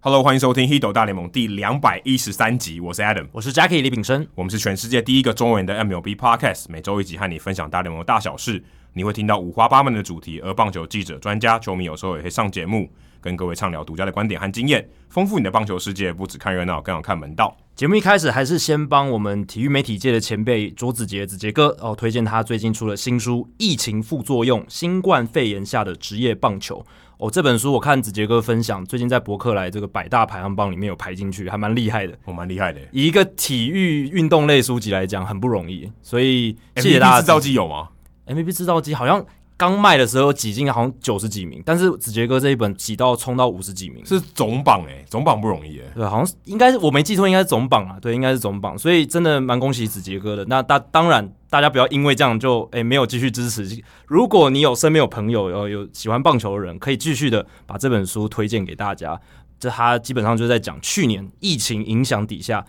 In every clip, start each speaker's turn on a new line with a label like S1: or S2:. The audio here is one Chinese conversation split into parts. S1: Hello，欢迎收听《h i d o 大联盟》第两百一十三集，我是 Adam，
S2: 我是 Jackie 李炳生。
S1: 我们是全世界第一个中文的 MLB Podcast，每周一集和你分享大联盟的大小事，你会听到五花八门的主题，而棒球记者、专家、球迷有时候也会上节目，跟各位畅聊独家的观点和经验，丰富你的棒球世界，不只看热闹，更要看门道。
S2: 节目一开始还是先帮我们体育媒体界的前辈卓子杰子杰哥哦，推荐他最近出了新书《疫情副作用：新冠肺炎下的职业棒球》哦。这本书我看子杰哥分享，最近在博客来这个百大排行榜里面有排进去，还蛮厉害的。
S1: 我、蛮厉害的耶，
S2: 以一个体育运动类书籍来讲，很不容易，所以谢谢
S1: MVP
S2: 大家
S1: 制造机有吗？
S2: MVP 制造机好像刚卖的时候挤进好像九十几名，但是子杰哥这一本挤到冲到五十几名，
S1: 是总榜哎，总榜不容易哎。
S2: 对，好像是应该是我没记错，应该是总榜啊，对，应该是总榜，所以真的蛮恭喜子杰哥的。那大当然，大家不要因为这样就诶、没有继续支持。如果你有身边有朋友有有喜欢棒球的人，可以继续的把这本书推荐给大家。这他基本上就在讲去年疫情影响底下，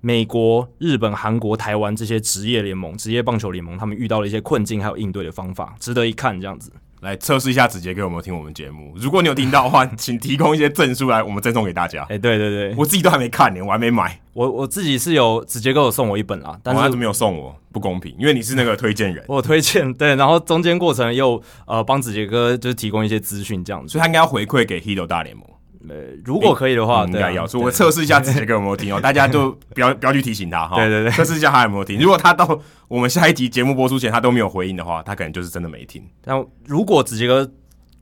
S2: 美国、日本、韩国、台湾这些职业联盟、职业棒球联盟他们遇到了一些困境，还有应对的方法，值得一看。这样子，
S1: 来测试一下子杰哥有没有听我们节目，如果你有听到的话， 请提供一些证书来，我们赠送给大家。
S2: 诶、对对对，
S1: 我自己都还没看呢，我还没买，
S2: 我我自己是有子杰哥有送我一本啦，但
S1: 我哦
S2: 是
S1: 他怎么没有送我？不公平，因为你是那个推荐 人，
S2: 我有推荐对，然后中间过程又呃帮子杰哥就是提供一些资讯这样
S1: 所以
S2: 子。
S1: 他应该要回馈给 Hito 大联盟。
S2: 呃，如果可以的话，
S1: 嗯应
S2: 对啊
S1: 该要。所以我测试一下子杰哥有没有 听哦，大家就不要不要去提醒他哈。
S2: 对对对
S1: 测试一下他有没有听。如果他到我们下一集节目播出前他都没有回应的话，他可能就是真的没听。
S2: 那如果子杰哥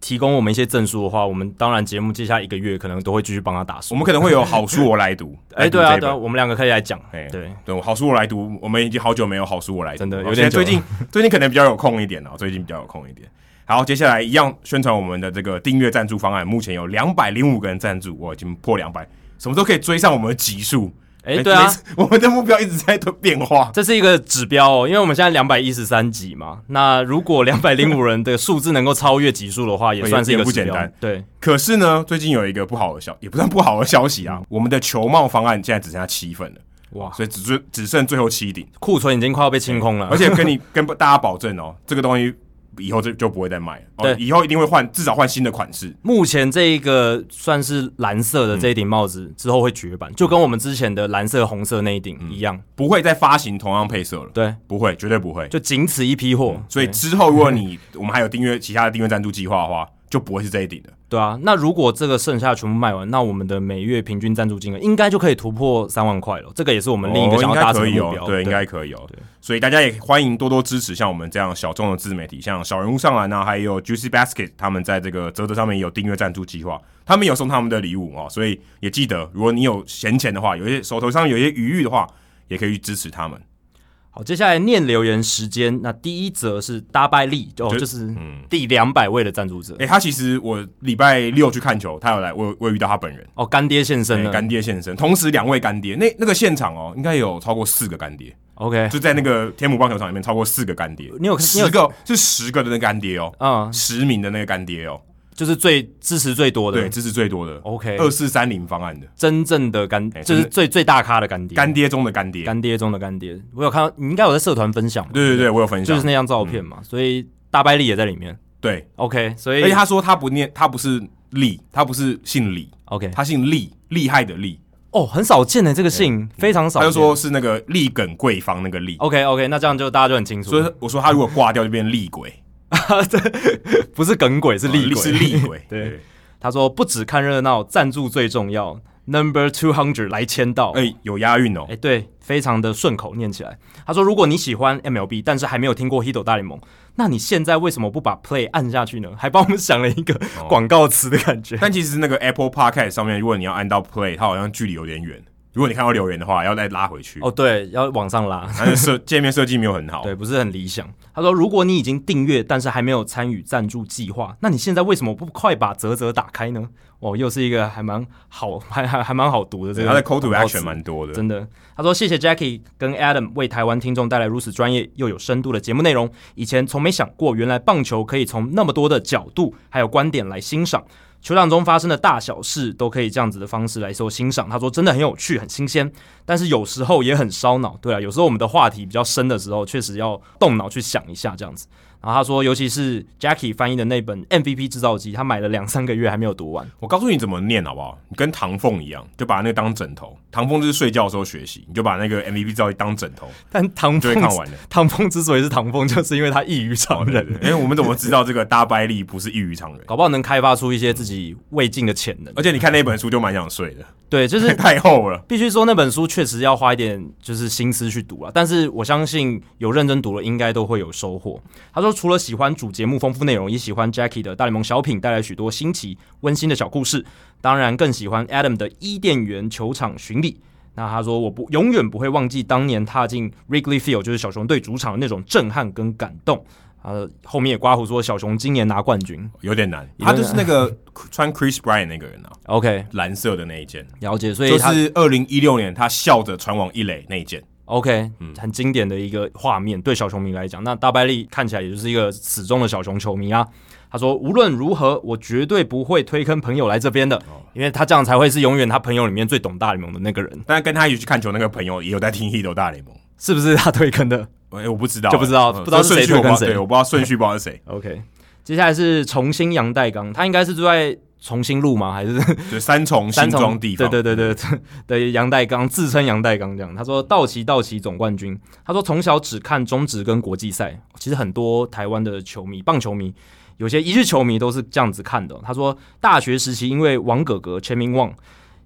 S2: 提供我们一些证书的话，我们当然节目接下来一个月可能都会继续帮他打
S1: 我
S2: 书。
S1: 们可能会有好书我来读。
S2: 哎，
S1: 来读
S2: 对啊，
S1: 这一
S2: 对
S1: 本
S2: 啊，。我们两个可以来讲
S1: 哎，
S2: 对，
S1: 对，好书我来读。我们已经好久没有好书我来读，
S2: 真的
S1: 哦
S2: 有点
S1: 现在
S2: 久
S1: 最
S2: 了
S1: 近最近可能比较有空一点哦，最近比较有空一点。好，接下来一样宣传我们的这个订阅赞助方案，目前有两百零五个人赞助，我已经破两百，什么时候可以追上我们的级数？
S2: 哎，对啊
S1: 每，次，我们的目标一直在变化。
S2: 这是一个指标哦，因为我们现在两百一十三集嘛，那如果两百零五人的数字能够超越集数的话，也
S1: 也
S2: 算是一
S1: 哦也
S2: 个
S1: 不
S2: 指
S1: 简
S2: 标
S1: 单。
S2: 对，
S1: 可是呢，最近有一个不好的消，也不算不好的消息啊，我们的球帽方案现在只剩下七份了，
S2: 哇，
S1: 所以只剩只剩最后七顶，
S2: 库存已经快要被清空了
S1: 而。且跟你跟大家保证哦，这个东西以后就就不会再卖了，哦，
S2: 对
S1: 以后一定会换，至少换新的款式。
S2: 目前这一个算是蓝色的这一顶帽子之后会绝版，就跟我们之前的蓝色、红色那一顶一样。
S1: 不会再发行同样配色了，
S2: 对，
S1: 不会，绝对不会。
S2: 就仅此一批货。
S1: 所以之后，如果你我们还有订阅其他的订阅赞助计划的话，就不会是这一顶的。
S2: 对啊，那如果这个剩下全部卖完，那我们的每月平均赞助金额应该就可以突破三万块了。这个也是我们另一个
S1: 哦
S2: 想
S1: 应
S2: 要
S1: 该
S2: 达成
S1: 可
S2: 的
S1: 以
S2: 目
S1: 哦
S2: 标。，
S1: 对，应该可以哦。所以大家也欢迎多多支持像我们这样小众的自媒体，像小人物上篮啊，还有 Juicy Basket，他们在这个泽泽上面有订阅赞助计划，他们有送他们的礼物哦。所以也记得，如果你有闲钱的话，有一些手头上有一些余裕的话，也可以去支持他们。
S2: 好，接下来念留言时间。那第一则是大拜利，哦，
S1: 就嗯
S2: 就是第两百位的赞助者。
S1: 诶、他其实我礼拜六去看球，他有来，我有我有遇到他本人。
S2: 哦，干爹现身
S1: 欸
S2: 了。
S1: 干爹现身，同时两位干爹，那那个现场哦，应该有超过四个干爹，
S2: OK，
S1: 就在那个天母棒球场里面，超过四个干爹，
S2: 你有你
S1: 十
S2: 有
S1: 个是十个的那个干爹哦，
S2: 嗯，
S1: 十名的那个干爹哦，
S2: 就是最支持最多的。
S1: 对，支持最多的
S2: ，OK，
S1: 二四三零方案的
S2: 真正的干，
S1: 哎
S2: 就
S1: 真
S2: 是
S1: 的
S2: 最最大咖的干爹。
S1: 干爹中的干爹，
S2: 干爹中的干爹，我有看到，你应该有在社团分享嘛，
S1: 对嗯对对，我有分
S2: 就
S1: 享
S2: 是，那张照片嘛，所以大拜利也在里面。
S1: 对，
S2: OK，所
S1: 而且
S2: 以
S1: 哎他说他不念，他不是李，他不是姓李，
S2: OK，
S1: 他姓厉，厉害的厉，
S2: 哦，很少见的这个姓，非常少哦
S1: 他
S2: 见。
S1: 就说是那个立梗贵方那个立，
S2: OK OK，那这样就大家就很清楚，
S1: 所以我说他如果挂掉就变厉鬼，哦
S2: 不是梗鬼是厉鬼。
S1: 是厉鬼，
S2: 对。 他说不只看热闹，赞助最重要。Number two hundred 来签到。
S1: 哎，有押韵哦
S2: 哎、，对，非常的顺口念起来。他说，如果你喜欢 MLB，但是还没有听过 Hito 大联盟，那你现在为什么不把 Play 按下去呢？还帮我们想了一个广告词的感觉。
S1: 哦但其实那个 Apple Podcast 上面，如果你要按到 Play，它好像距离有点远。如果你看到留言的话，要再拉回去。
S2: 哦，对，要往上拉。
S1: 但是 设界面设计没有很好。
S2: 对，不是很理想。他说，如果你已经订阅，但是还没有参与赞助计划，那你现在为什么不快把泽泽打开呢？哦，又是一个还蛮好，还还还蛮好读的这
S1: 对，
S2: 个
S1: 它的 Call to
S2: 广告词
S1: Action 蛮多的。
S2: 真的。他说：“谢谢 Jackie 跟 Adam 为台湾听众带来如此专业又有深度的节目内容。以前从没想过，原来棒球可以从那么多的角度还有观点来欣赏。球场中发生的大小事都可以这样子的方式来做欣赏。”他说：“真的很有趣，很新鲜，但是有时候也很烧脑。对啊，有时候我们的话题比较深的时候，确实要动脑去想一下这样子。”然后他说，尤其是 Jackie 翻译的那本《MVP 制造机》，他买了两三个月还没有读完。
S1: 我告诉你怎么念好不好？你跟唐凤一样，就把那个当枕头。唐凤就是睡觉的时候学习，你就把那 个 MVP 照例当枕头，
S2: 但唐
S1: 就会
S2: 凤
S1: 看完了。
S2: 唐凤之所以是唐凤，就是因为他异于常人，
S1: 因哎为我们怎么知道这个大掰力不是异于常人？
S2: 搞不好能开发出一些自己未尽的潜能。呃
S1: 而且你看那本书就蛮想睡 的，
S2: 对，就是
S1: 太厚了。
S2: 必须说那本书确实要花一点就是心思去读了，啊但是我相信有认真读了，应该都会有收获。他说，除了喜欢主节目丰富内容，也喜欢 Jackie 的大联盟小品带来许多新奇温馨的小故事，当然更喜欢 Adam 的伊甸园球场巡礼。那他说，我不永远不会忘记当年踏进 Wrigley Field 就是小熊队主场的那种震撼跟感动。呃，后面也刮胡说小熊今年拿冠军。
S1: 有点难，他
S2: 有点难
S1: 就是那个 穿 Chris Bryant 那个人啊，
S2: OK，
S1: 蓝色的那一件，
S2: 了解，所以
S1: 就
S2: 他、
S1: 是二零一六年他笑着传往一垒那一件。
S2: OK，、很经典的一个画面，对小熊迷来讲，那大白利看起来也就是一个死忠的小熊球迷啊。他说：“无论如何，我绝对不会推坑朋友来这边的，因为他这样才会是永远他朋友里面最懂大联盟的那个人，
S1: 但跟他一起去看球那个朋友也有在听《h i t 大联盟》
S2: 是不是他推坑的
S1: 哎，我不知道，
S2: 就不知道
S1: 嗯
S2: 不知道
S1: 这
S2: 是谁
S1: 顺序我不知
S2: 推跟
S1: 道，
S2: 谁
S1: 对，我不知道顺序，不知道是 谁，
S2: ？OK，接下来是重新杨代刚，他应该是住在重新路吗？还是
S1: 就三重新
S2: 三重
S1: 庄地方，
S2: 对对对 对对，杨代刚自称杨代刚这样，他说道奇道奇总冠军，他说从小只看中职跟国际赛，其实很多台湾的球迷棒球迷。有些一日球迷都是这样子看的。哦他说，大学时期因为王哥哥全民旺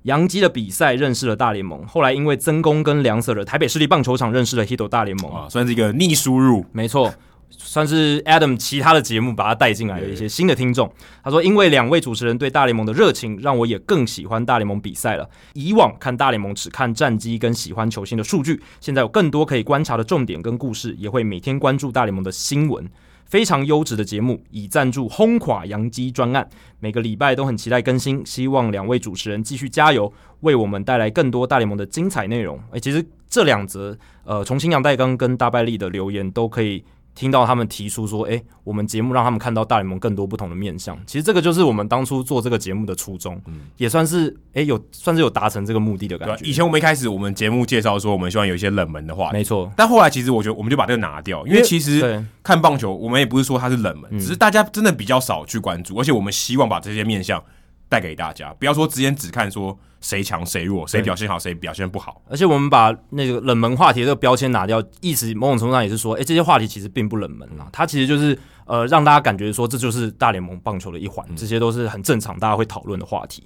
S2: 杨基的比赛认识了大联盟，后来因为曾公跟梁 Sir 的台北市立棒球场认识了 Hito 大联盟。
S1: 啊，算是一个逆输入，
S2: 没错，算是 Adam 其他的节目把他带进来的一些新的听众。他说，因为两位主持人对大联盟的热情，让我也更喜欢大联盟比赛了。以往看大联盟只看战绩跟喜欢球星的数据，现在有更多可以观察的重点跟故事，也会每天关注大联盟的新闻。非常优质的节目，以赞助轰垮洋基专案，每个礼拜都很期待更新，希望两位主持人继续加油，为我们带来更多大联盟的精彩内容。诶、其实这两则呃，重新杨代刚跟大败利的留言都可以听到他们提出说，诶、我们节目让他们看到大联盟更多不同的面向。其实这个就是我们当初做这个节目的初衷，也算是诶、有算是有达成这个目的的
S1: 嗯对吧
S2: 感？觉。
S1: 以前我们一开始我们节目介绍说，我们希望有一些冷门的话题，
S2: 没错，
S1: 但后来其实我觉得我们就把这个拿掉，因为其实
S2: 对嗯
S1: 看棒球，我们也不是说它是冷门，只是大家真的比较少去关注，而且我们希望把这些面向带给大家，不要说之前只看说谁强谁弱，谁
S2: 对
S1: 表现好谁表现不好，
S2: 而且我们把那个冷门话题的这个标签拿掉，意思某种程度上也是说，哎、这些话题其实并不冷门啊，它其实就是呃让大家感觉说这就是大联盟棒球的一环，这些都是很正常大家会讨论的话题。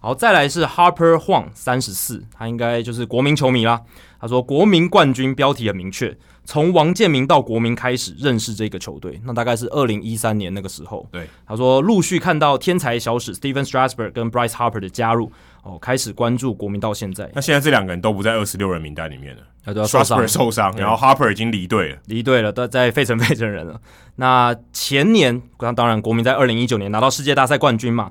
S2: 好，再来是 Harper Huang 三十四，他应该就是国民球迷啦。他说国民冠军标题很明确，从王建民到国民开始认识这个球队，那大概是二零一三年那个时候。
S1: 对，
S2: 他说陆续看到天才小史 Steven Strasburg 跟 Bryce Harper 的加入，哦，开始关注国民到现在。
S1: 那现在这两个人都不在二十六人名单里面了
S2: 啊，对啊，受伤
S1: Strasburg 受伤，然后 Harper 已经离队了，
S2: 离队了，都在费城费城人了。 那前年，那当然国民在二零一九年拿到世界大赛冠军嘛，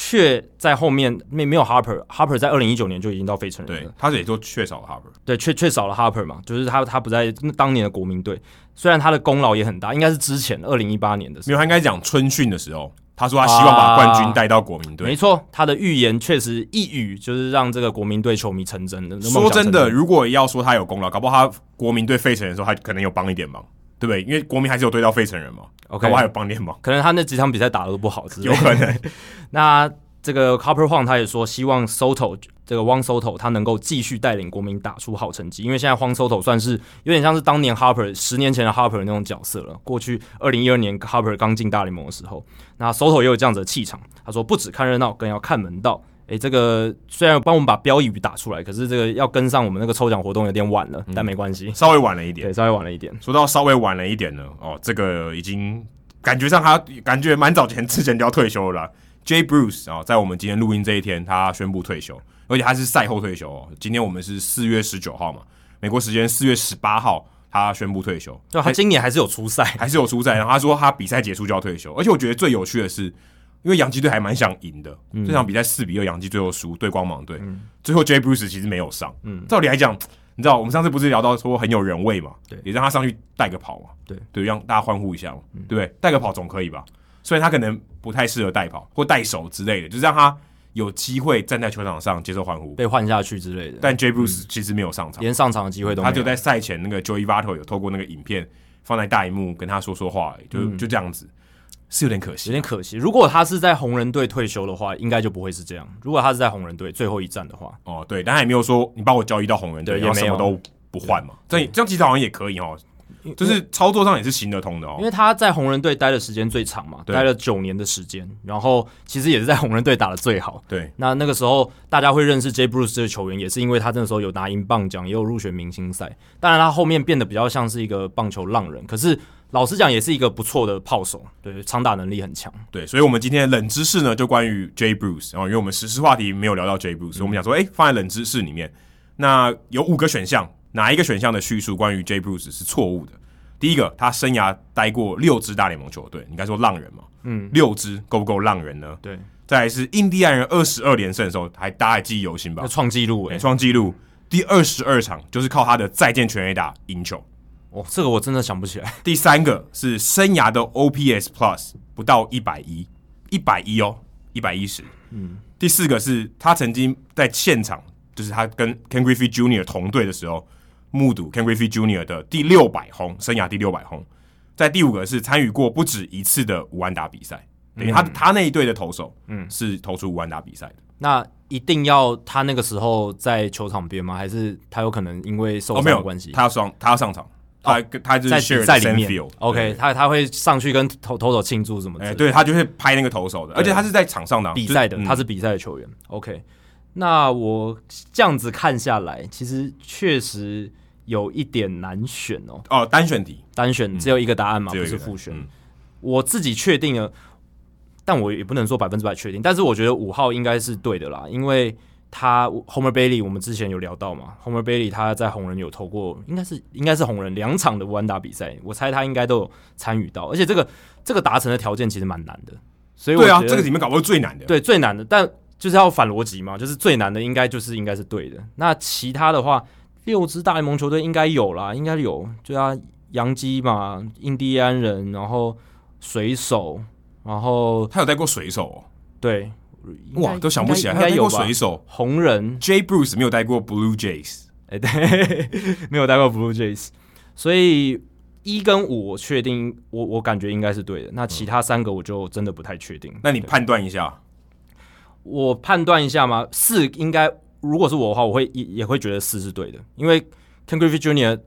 S2: 却在后面没没有 Harper，Harper 在二零一九年就已经到费城人
S1: 对
S2: 了，，
S1: 他也就缺少了 Harper。
S2: 对，却却少了 Harper 嘛，就是他他不在当年的国民队，虽然他的功劳也很大，应该是之前二零一八年的时
S1: 没有，
S2: 候。
S1: 他应该讲春训的时候，他说他希望把冠军带到国民队。
S2: 没错，他的预言确实一语就是让这个国民队球迷成真的。梦想
S1: 说真
S2: 成
S1: 的，
S2: 真，
S1: 如果要说他有功劳，搞不好他国民对费城的时候，他可能有帮一点忙，对不对？因为国民还是有对到费城人嘛
S2: OK
S1: 搞不好还有帮点忙，
S2: 可能他那几场比赛打的都不好之类的，
S1: 有可能。
S2: 那这个 Copper Huang 他也说，希望 Soto 这个 Wang Soto 他能够继续带领国民打出好成绩，因为现在 Wang Soto 算是有点像是当年 Harper 十年前的 Harper 那种角色了。过去二零一二年 Harper 刚进大联盟的时候，那 Soto 也有这样子的气场。他说，不只看热闹，更要看门道。诶，这个虽然帮我们把标语打出来，可是这个要跟上我们那个抽奖活动有点晚了，但没关系，
S1: 稍微晚了一点
S2: 嗯对，，稍微晚了一点。
S1: 说到稍微晚了一点呢，哦，这个已经感觉上他感觉蛮早前之前就要退休了啦。J. Bruce 啊、哦，在我们今天录音这一天，他宣布退休，而且他是赛后退休、哦。今天我们是四月十九号嘛，美国时间四月十八号，他宣布退休。
S2: 就他今年还是有出赛，
S1: 还是有出赛。然后他说他比赛结束就要退休，而且我觉得最有趣的是，因为洋基队还蛮想赢的，
S2: 嗯
S1: 这场比赛四比二，洋基最后输对光芒队，最后 J. Bruce 其实没有上。嗯，照理来讲，你知道我们上次不是聊到说很有人味嘛？
S2: 对
S1: 也让他上去带个跑嘛？
S2: 对嗯
S1: 对，让大家欢呼一下嘛？对不对？带个跑总可以吧？虽然他可能不太适合带跑或带手之类的，就是让他有机会站在球场上接受欢呼。
S2: 被换下去之类的，
S1: 但 J. Bruce 其实没有上场，
S2: 连上场的机会都没
S1: 他
S2: 有。
S1: 就在赛前那个 Joey Votto 有透过那个影片放在大荧幕跟他说说话而已，就、就这样子，是有点可惜
S2: 嗯有。点可惜。如果他是在红人队退休的话，应该就不会是这样。如果他是在红人队最后一战的话，
S1: 哦，对，但他也没有说你把我交易到红人队，
S2: 对
S1: 然后
S2: 也
S1: 什
S2: 没有
S1: 么都不换嘛。这样这样其实好像也可以哦，就是操作上也是行得通的
S2: 因
S1: 哦。
S2: 为他在红人队待的时间最长嘛，
S1: 对
S2: 待了九年的时间，然后其实也是在红人队打的最好。
S1: 对，
S2: 那那个时候大家会认识 J. Bruce 这个球员，也是因为他那个时候有拿银棒奖，也有入选明星赛。当然，他后面变得比较像是一个棒球浪人，可是老实讲，也是一个不错的炮手，对，长打能力很强。
S1: 对，所以我们今天的冷知识呢，就关于 J. Bruce，然后因为哦我们实施话题没有聊到 J. Bruce，、所以我们想说，哎、放在冷知识里面，那有五个选项，哪一个选项的叙述关于 J. Bruce 是错误的？第一个，他生涯待过六支大联盟球队，你应该说浪人嘛，嗯，六支够不够浪人呢？
S2: 对，
S1: 再来是印第安人二十二连胜的时候，还大家还记忆犹新吧
S2: 要？创纪录哎
S1: 哎，，创纪录第二十二场就是靠他的再见全垒打赢球。
S2: 哦，这个我真的想不起来。
S1: 第三个是生涯的 OPS Plus 不到一百一，一百一哦，一百一十。嗯。第四个是他曾经在现场，就是他跟 Ken Griffey Jr. 同队的时候，目睹 Ken Griffey Jr. 的第六百轰，生涯第六百轰。在第五个是参与过不止一次的无安打比赛，等于他、
S2: 嗯
S1: 他那一队的投手，嗯，是投出无安打比赛的。
S2: 那一定要他那个时候在球场边吗？还是他有可能因为受
S1: 哦，
S2: 伤
S1: 没
S2: 的
S1: 有
S2: 关系，哦
S1: 他要上他要上场，他他就是
S2: 在
S1: share
S2: 比赛
S1: the
S2: 里
S1: same
S2: 面
S1: field
S2: ？OK，他他会上去跟投投手庆祝什么之
S1: 哎、
S2: 类的？
S1: 对他就会拍那个投手的，而且他是在场上的啊
S2: 比赛
S1: 就
S2: 的，
S1: 是嗯
S2: 他是比赛的球员。OK，那我这样子看下来，其实确实有一点难选哦。
S1: 哦单选题，
S2: 单选只有一个答案
S1: 嗯
S2: 嘛，
S1: 只有
S2: 不
S1: 一个答
S2: 是复选。
S1: 嗯
S2: 我自己确定了，但我也不能说百分之百确定，但是我觉得五号应该是对的啦，因为他 Homer Bailey 我们之前有聊到嘛，Homer Bailey 他在红人有投过，应该是应该是红人两场的弯打比赛，我猜他应该都有参与到，而且这个这个达成的条件其实蛮难的，所以我
S1: 对啊，
S2: 觉得
S1: 这个里面搞不好是最难的，
S2: 对，最难的，但就是要反逻辑嘛，就是最难的应该就是应该是对的。那其他的话，六支大联盟球队应该有啦，应该有，对啊，洋基嘛，印第安人，然后水手，然后
S1: 他有带过水手、
S2: 对，
S1: 哦，
S2: 应该
S1: 哇，都想不起来，
S2: 应
S1: 他
S2: 该
S1: 有带
S2: 有
S1: 过
S2: 吧
S1: 水手
S2: 红人，
S1: ，J. Bruce 没有带过 Blue Jays，
S2: 哎、对， 没有带过 Blue Jays，所以。一跟五，我确定，我我感觉应该是对的。那其他三个我就真的不太确定。
S1: 那你判断一下，
S2: 我判断一下嘛，四应该如果是我的话，我会也也会觉得四是对的，因为 Ken Griffey Jr.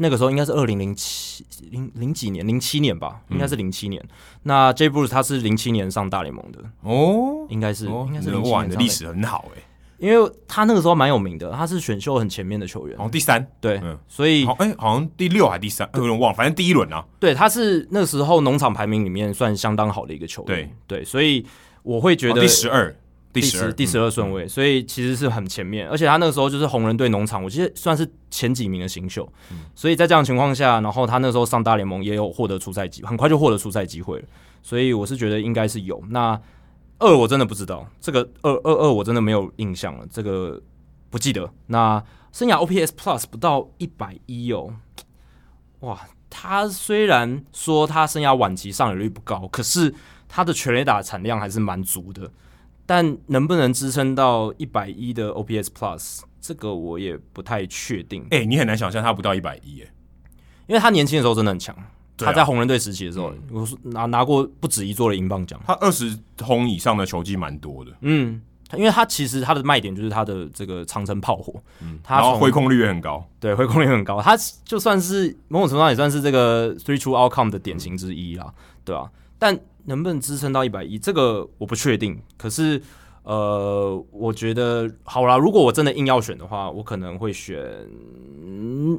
S2: 那个时候应该是二零零七零零几年，零七年吧，
S1: 嗯
S2: 应该是零七年。那 J. Bruce 他是零七年上大联盟的，
S1: 哦，
S2: 应该是、
S1: 哦
S2: 应该是
S1: 你
S2: 零
S1: 的
S2: 七
S1: 哇，
S2: 年
S1: 你的
S2: 上
S1: 历
S2: 大联
S1: 史很好哎、
S2: 盟，因为他那个时候蛮有名的，他是选秀很前面的球员，
S1: 然后第三，
S2: 对，
S1: 嗯
S2: 所以
S1: 好，哎、好像第六还第三，有点忘了，反正第一轮啊，
S2: 对他是那时候农场排名里面算相当好的一个球员，对，所以我会觉
S1: 哦
S2: 得、
S1: 第十二，第
S2: 第
S1: 十二，嗯
S2: 第十二顺位，所以其实是很前面，而且他那个时候就是红人队农场，我记得算是前几名的新秀，
S1: 嗯
S2: 所以在这样的情况下，然后他那时候上大联盟也有获得出赛机，很快就获得出赛机会了，所以我是觉得应该是有。那二我真的不知道，这个二二二我真的没有印象了，这个不记得。那生涯 OPS Plus 不到一百一哦，哇！他虽然说他生涯晚期上垒率不高，可是他的全垒打产量还是蛮足的。但能不能支撑到一百一的 OPS Plus，这个我也不太确定，
S1: 哎、你很难想象他不到一百一哎，
S2: 因为他年轻的时候真的很强。
S1: 对啊嗯
S2: 他在红人队时期的时候，我是拿拿过不止一座的银棒奖。
S1: 他二十轰以上的球技蛮多的，
S2: 嗯，他因为他其实他的卖点就是他的这个长城炮火，他
S1: 然后
S2: 从
S1: 挥空率也很高，
S2: 对回空率很高，他就算是某种程度上也算是这个 three true outcome 的典型之一啦，对啊，但能不能支撑到一百一，这个我不确定。可是呃，我觉得好啦，如果我真的硬要选的话，我可能会选，嗯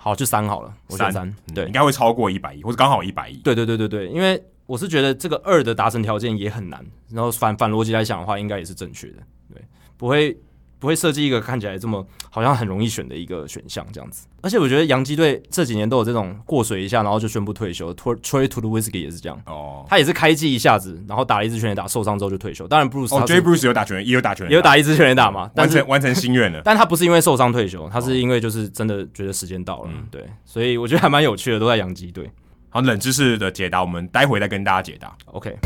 S2: 好就三好了，我选三，
S1: 嗯
S2: 对
S1: 应该会超过一百一，或者刚好一百一。
S2: 对对对对对，因为我是觉得这个二的达成条件也很难，然后反反逻辑来想的话，应该也是正确的，对，不会不会设计一个看起来这么好像很容易选的一个选项这样子。而且我觉得洋基队这几年都有这种过水一下，然后就宣布退休，Troy Troy t o the Whiskey 也是这样。
S1: 哦，
S2: 他也是开季一下子，然后打了一支全垒打，受伤之后就退休。当然，Bruce
S1: 哦
S2: 他是
S1: ，J. Bruce 有打全垒，也有打全垒，
S2: 也有打一支全垒打嘛，
S1: 完
S2: 但
S1: 哦
S2: 是
S1: 成完成心愿了。
S2: 但他不是因为受伤退休，他是因为就是真的觉得时间到了，
S1: 嗯
S2: 对，所以我觉得还蛮有趣的，都在洋基队。
S1: 好，冷知识的解答，我们待会再跟大家解答。
S2: OK，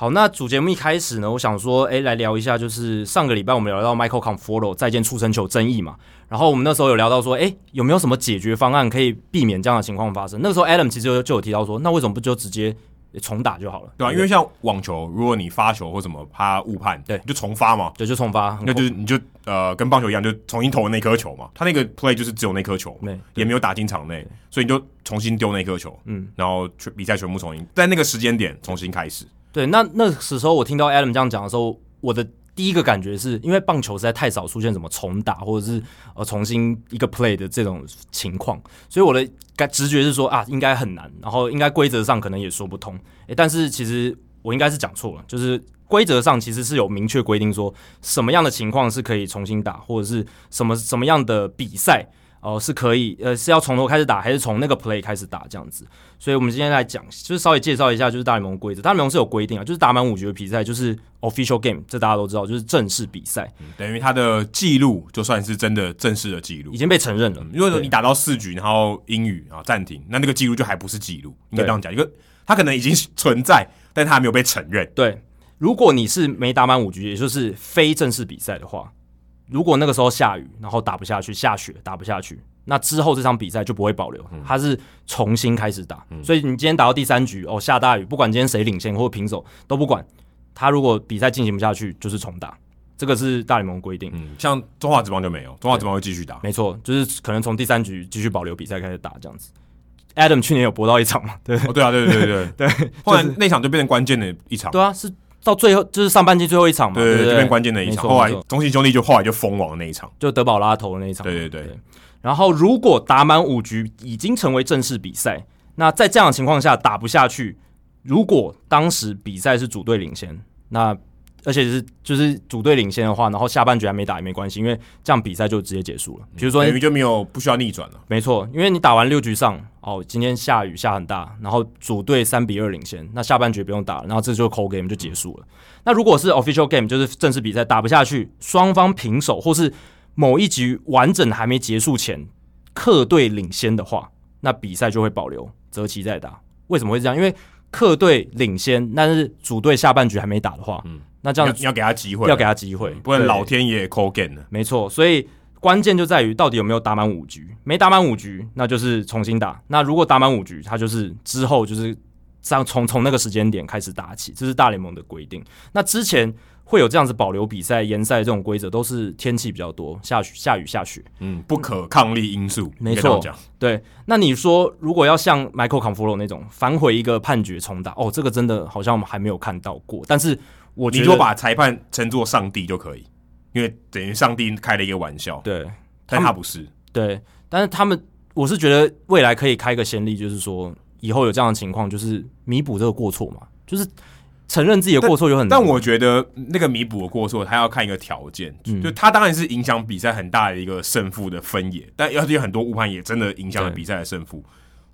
S2: 好，那主节目一开始呢，我想说，哎，来聊一下，就是上个礼拜我们聊到 Michael Conforto 再见出生球争议嘛，然后我们那时候有聊到说，哎，有没有什么解决方案可以避免这样的情况发生？那个时候 Adam 其实就就有提到说，那为什么不就直接重打就好了？
S1: 对啊吧、因为像网球，如果你发球或什么怕误判，
S2: 对
S1: 你就重发嘛，
S2: 对，就重发，很
S1: 那就是你就呃跟棒球一样，就重新投那颗球嘛。他那个 play 就是只有那颗球嘛，
S2: 对
S1: 也没有打进场内，所以你就重新丢那颗球，
S2: 嗯，
S1: 然后全比赛全部重新在那个时间点重新开始。
S2: 对，那那时候我听到 Adam 这样讲的时候，我的第一个感觉是因为棒球实在太少出现什么重打或者是呃重新一个 play 的这种情况，所以我的感直觉是说啊，应该很难，然后应该规则上可能也说不通。诶，但是其实我应该是讲错了，就是规则上其实是有明确规定说什么样的情况是可以重新打，或者是什么什么样的比赛。哦，是可以，呃，是要从头开始打，还是从那个 play 开始打这样子？所以我们今天来讲，就是稍微介绍一下，就是大联盟规则。大联盟是有规定啊，就是打满五局的比赛就是 official game，这大家都知道，就是正式比赛，
S1: 等于他的记录就算是真的正式的记录
S2: 已。经被承认了。
S1: 如果
S2: 对
S1: 你打到四局，然后英语啊暂停，那那个记录就还不是记录，应该
S2: 对
S1: 这样讲，一个他可能已经存在，但他还没有被承认。
S2: 对，如果你是没打满五局，也就是非正式比赛的话，如果那个时候下雨，然后打不下去，下雪打不下去，那之后这场比赛就不会保留，它是重新开始打。所以你今天打到第三局，哦，下大雨，不管今天谁领先或平手都不管，他如果比赛进行不下去，就是重打。这个是大联盟规定。
S1: 嗯，像中华职棒就没有，中华职棒会继续打。
S2: 没错，就是可能从第三局继续保留比赛开始打这样子。Adam 去年有搏到一场嘛？对
S1: 哦，对啊，对对对 对对，后来那场就变成关键的一场，
S2: 对啊，是到最后就是上半季最后一场嘛？
S1: 对
S2: 对
S1: 对，
S2: 不
S1: 就
S2: 对，
S1: 变关键的一
S2: 没
S1: 场。
S2: 错
S1: 后来
S2: 没错
S1: 中信兄弟就后来就封王那一场，
S2: 就德保拉投的那一场嘛。
S1: 对对对，
S2: 然后如果打满五局已经成为正式比赛，那在这样的情况下打不下去，如果当时比赛是主队领先，那而且是就是主队领先的话，然后下半局还没打也没关系，因为这样比赛就直接结束了。比如说你
S1: 等于就没有不需要逆转了。
S2: 没错，因为你打完六局上，哦，今天下雨下很大，然后主队三比二领先，那下半局不用打了，然后这就是 call game 就结束了。那如果是 official game，就是正式比赛打不下去，双方平手，或是某一局完整还没结束前客队领先的话，那比赛就会保留，择期再打。为什么会这样？因为客队领先，但是主队下半局还没打的话，那这
S1: 你要
S2: 样
S1: 你要给他嗯机会，嗯
S2: 要给他机会，
S1: 不然
S2: 对
S1: 老天爷 call game 了。
S2: 没错，所以关键就在于到底有没有打满五局。没打满五局，那就是重新打；那如果打满五局，它就是之后就是这样从从那个时间点开始打起，这是大联盟的规定。那之前会有这样子保留比赛、延赛这种规则，都是天气比较多，下雪、下雨、下雪。
S1: 嗯，不可抗力因素，
S2: 没
S1: 应该这样
S2: 错
S1: 讲，
S2: 对，那你说如果要像 Michael Conforto 那种反悔一个判决重打，哦，这个真的好像我们还没有看到过。但是我觉
S1: 你
S2: 得
S1: 就把裁判称作上帝就可以，因为等于上帝开了一个玩笑，
S2: 对
S1: 但他不是。
S2: 对，但是他们，我是觉得未来可以开个先例，就是说以后有这样的情况，就是弥补这个过错嘛，就是承认自己的过错有很难
S1: 但我觉得那个弥补的过错，他要看一个条件，
S2: 嗯
S1: 就他当然是影响比赛很大的一个胜负的分野，但要是有很多误判也真的影响了
S2: 对
S1: 比赛的胜负。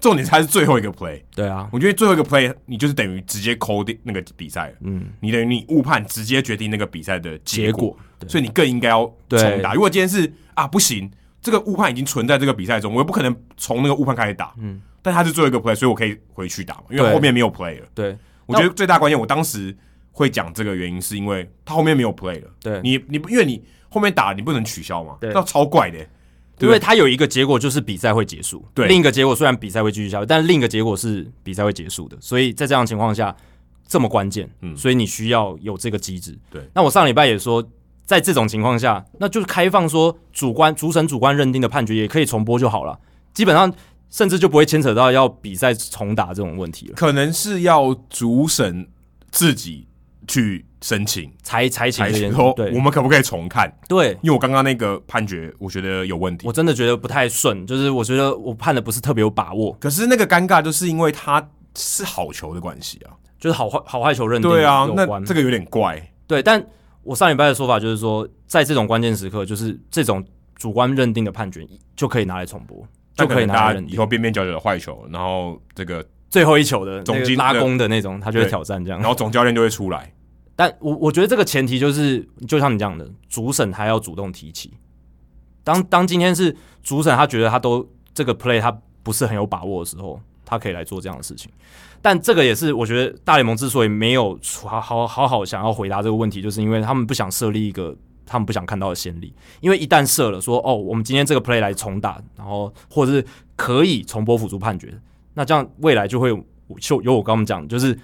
S1: 重点是他是最后一个 play，
S2: 对啊，
S1: 我觉得最后一个 play 你就是等于直接扣定那个比赛了，
S2: 嗯，
S1: 你等于你误判直接决定那个比赛的结
S2: 结
S1: 果，
S2: 果
S1: 所以你更应该要
S2: 对
S1: 重打。如果今天是啊不行，这个误判已经存在这个比赛中，我又不可能从那个误判开始打，嗯，但他是最后一个 play，所以我可以回去打嘛，因为
S2: 对
S1: 后面没有 play 了。
S2: 对
S1: 我觉得最大关键，我当时会讲这个原因是因为他后面没有 play 了，
S2: 对
S1: 你你不因为你后面打你不能取消嘛，
S2: 对
S1: 那超怪的欸、对
S2: 因为它有一个结果就是比赛会结束，
S1: 对
S2: 另一个结果虽然比赛会继续下去，但另一个结果是比赛会结束的，所以在这样的情况下这么关键，
S1: 嗯
S2: 所以你需要有这个机制。
S1: 对
S2: 那我上礼拜也说，在这种情况下，那就是开放说主观主审主观认定的判决也可以重播就好了，基本上甚至就不会牵扯到要比赛重打这种 问题了，
S1: 可能是要主审自己去申请。
S2: 裁裁请
S1: 才
S2: 这件事
S1: 说，我
S2: 对
S1: 们可不可以重看？
S2: 对。
S1: 因为我刚刚那个判决，我觉得有问题
S2: 我。真的觉得不太顺，就是我觉得我判的不是特别有把握，
S1: 可是那个尴尬，就是因为他是好球的关系啊。
S2: 就是好坏好坏球认定
S1: 对啊
S2: 有，
S1: 那
S2: 关
S1: 这个有点怪。
S2: 对，但我上礼拜的说法就是说，在这种关键时刻，就是这种主观认定的判决就可以拿来重播，就
S1: 但可
S2: 可以
S1: 能
S2: 拿
S1: 大
S2: 来
S1: 家
S2: 认
S1: 以
S2: 定。
S1: 后边边角角的坏球，然后这个，
S2: 最后一球的
S1: 总
S2: 那个
S1: 经
S2: 拉
S1: 对
S2: 弓的那种，他就会
S1: 对
S2: 挑战这样
S1: 然。后总教练就会出来。
S2: 但我我觉得这个前提就是，就像你讲的，主审他要主动提起。当当今天是主审他觉得他都这个 play 他不是很有把握的时候，他可以来做这样的事情。但这个也是我觉得大联盟之所以没有好好好好想要回答这个问题，就是因为他们不想设立一个他们不想看到的先例。因为一旦设了说哦，我们今天这个 play 来重打，然后或者是可以重播辅助判决，那这样未来就会有就有我刚刚讲，就是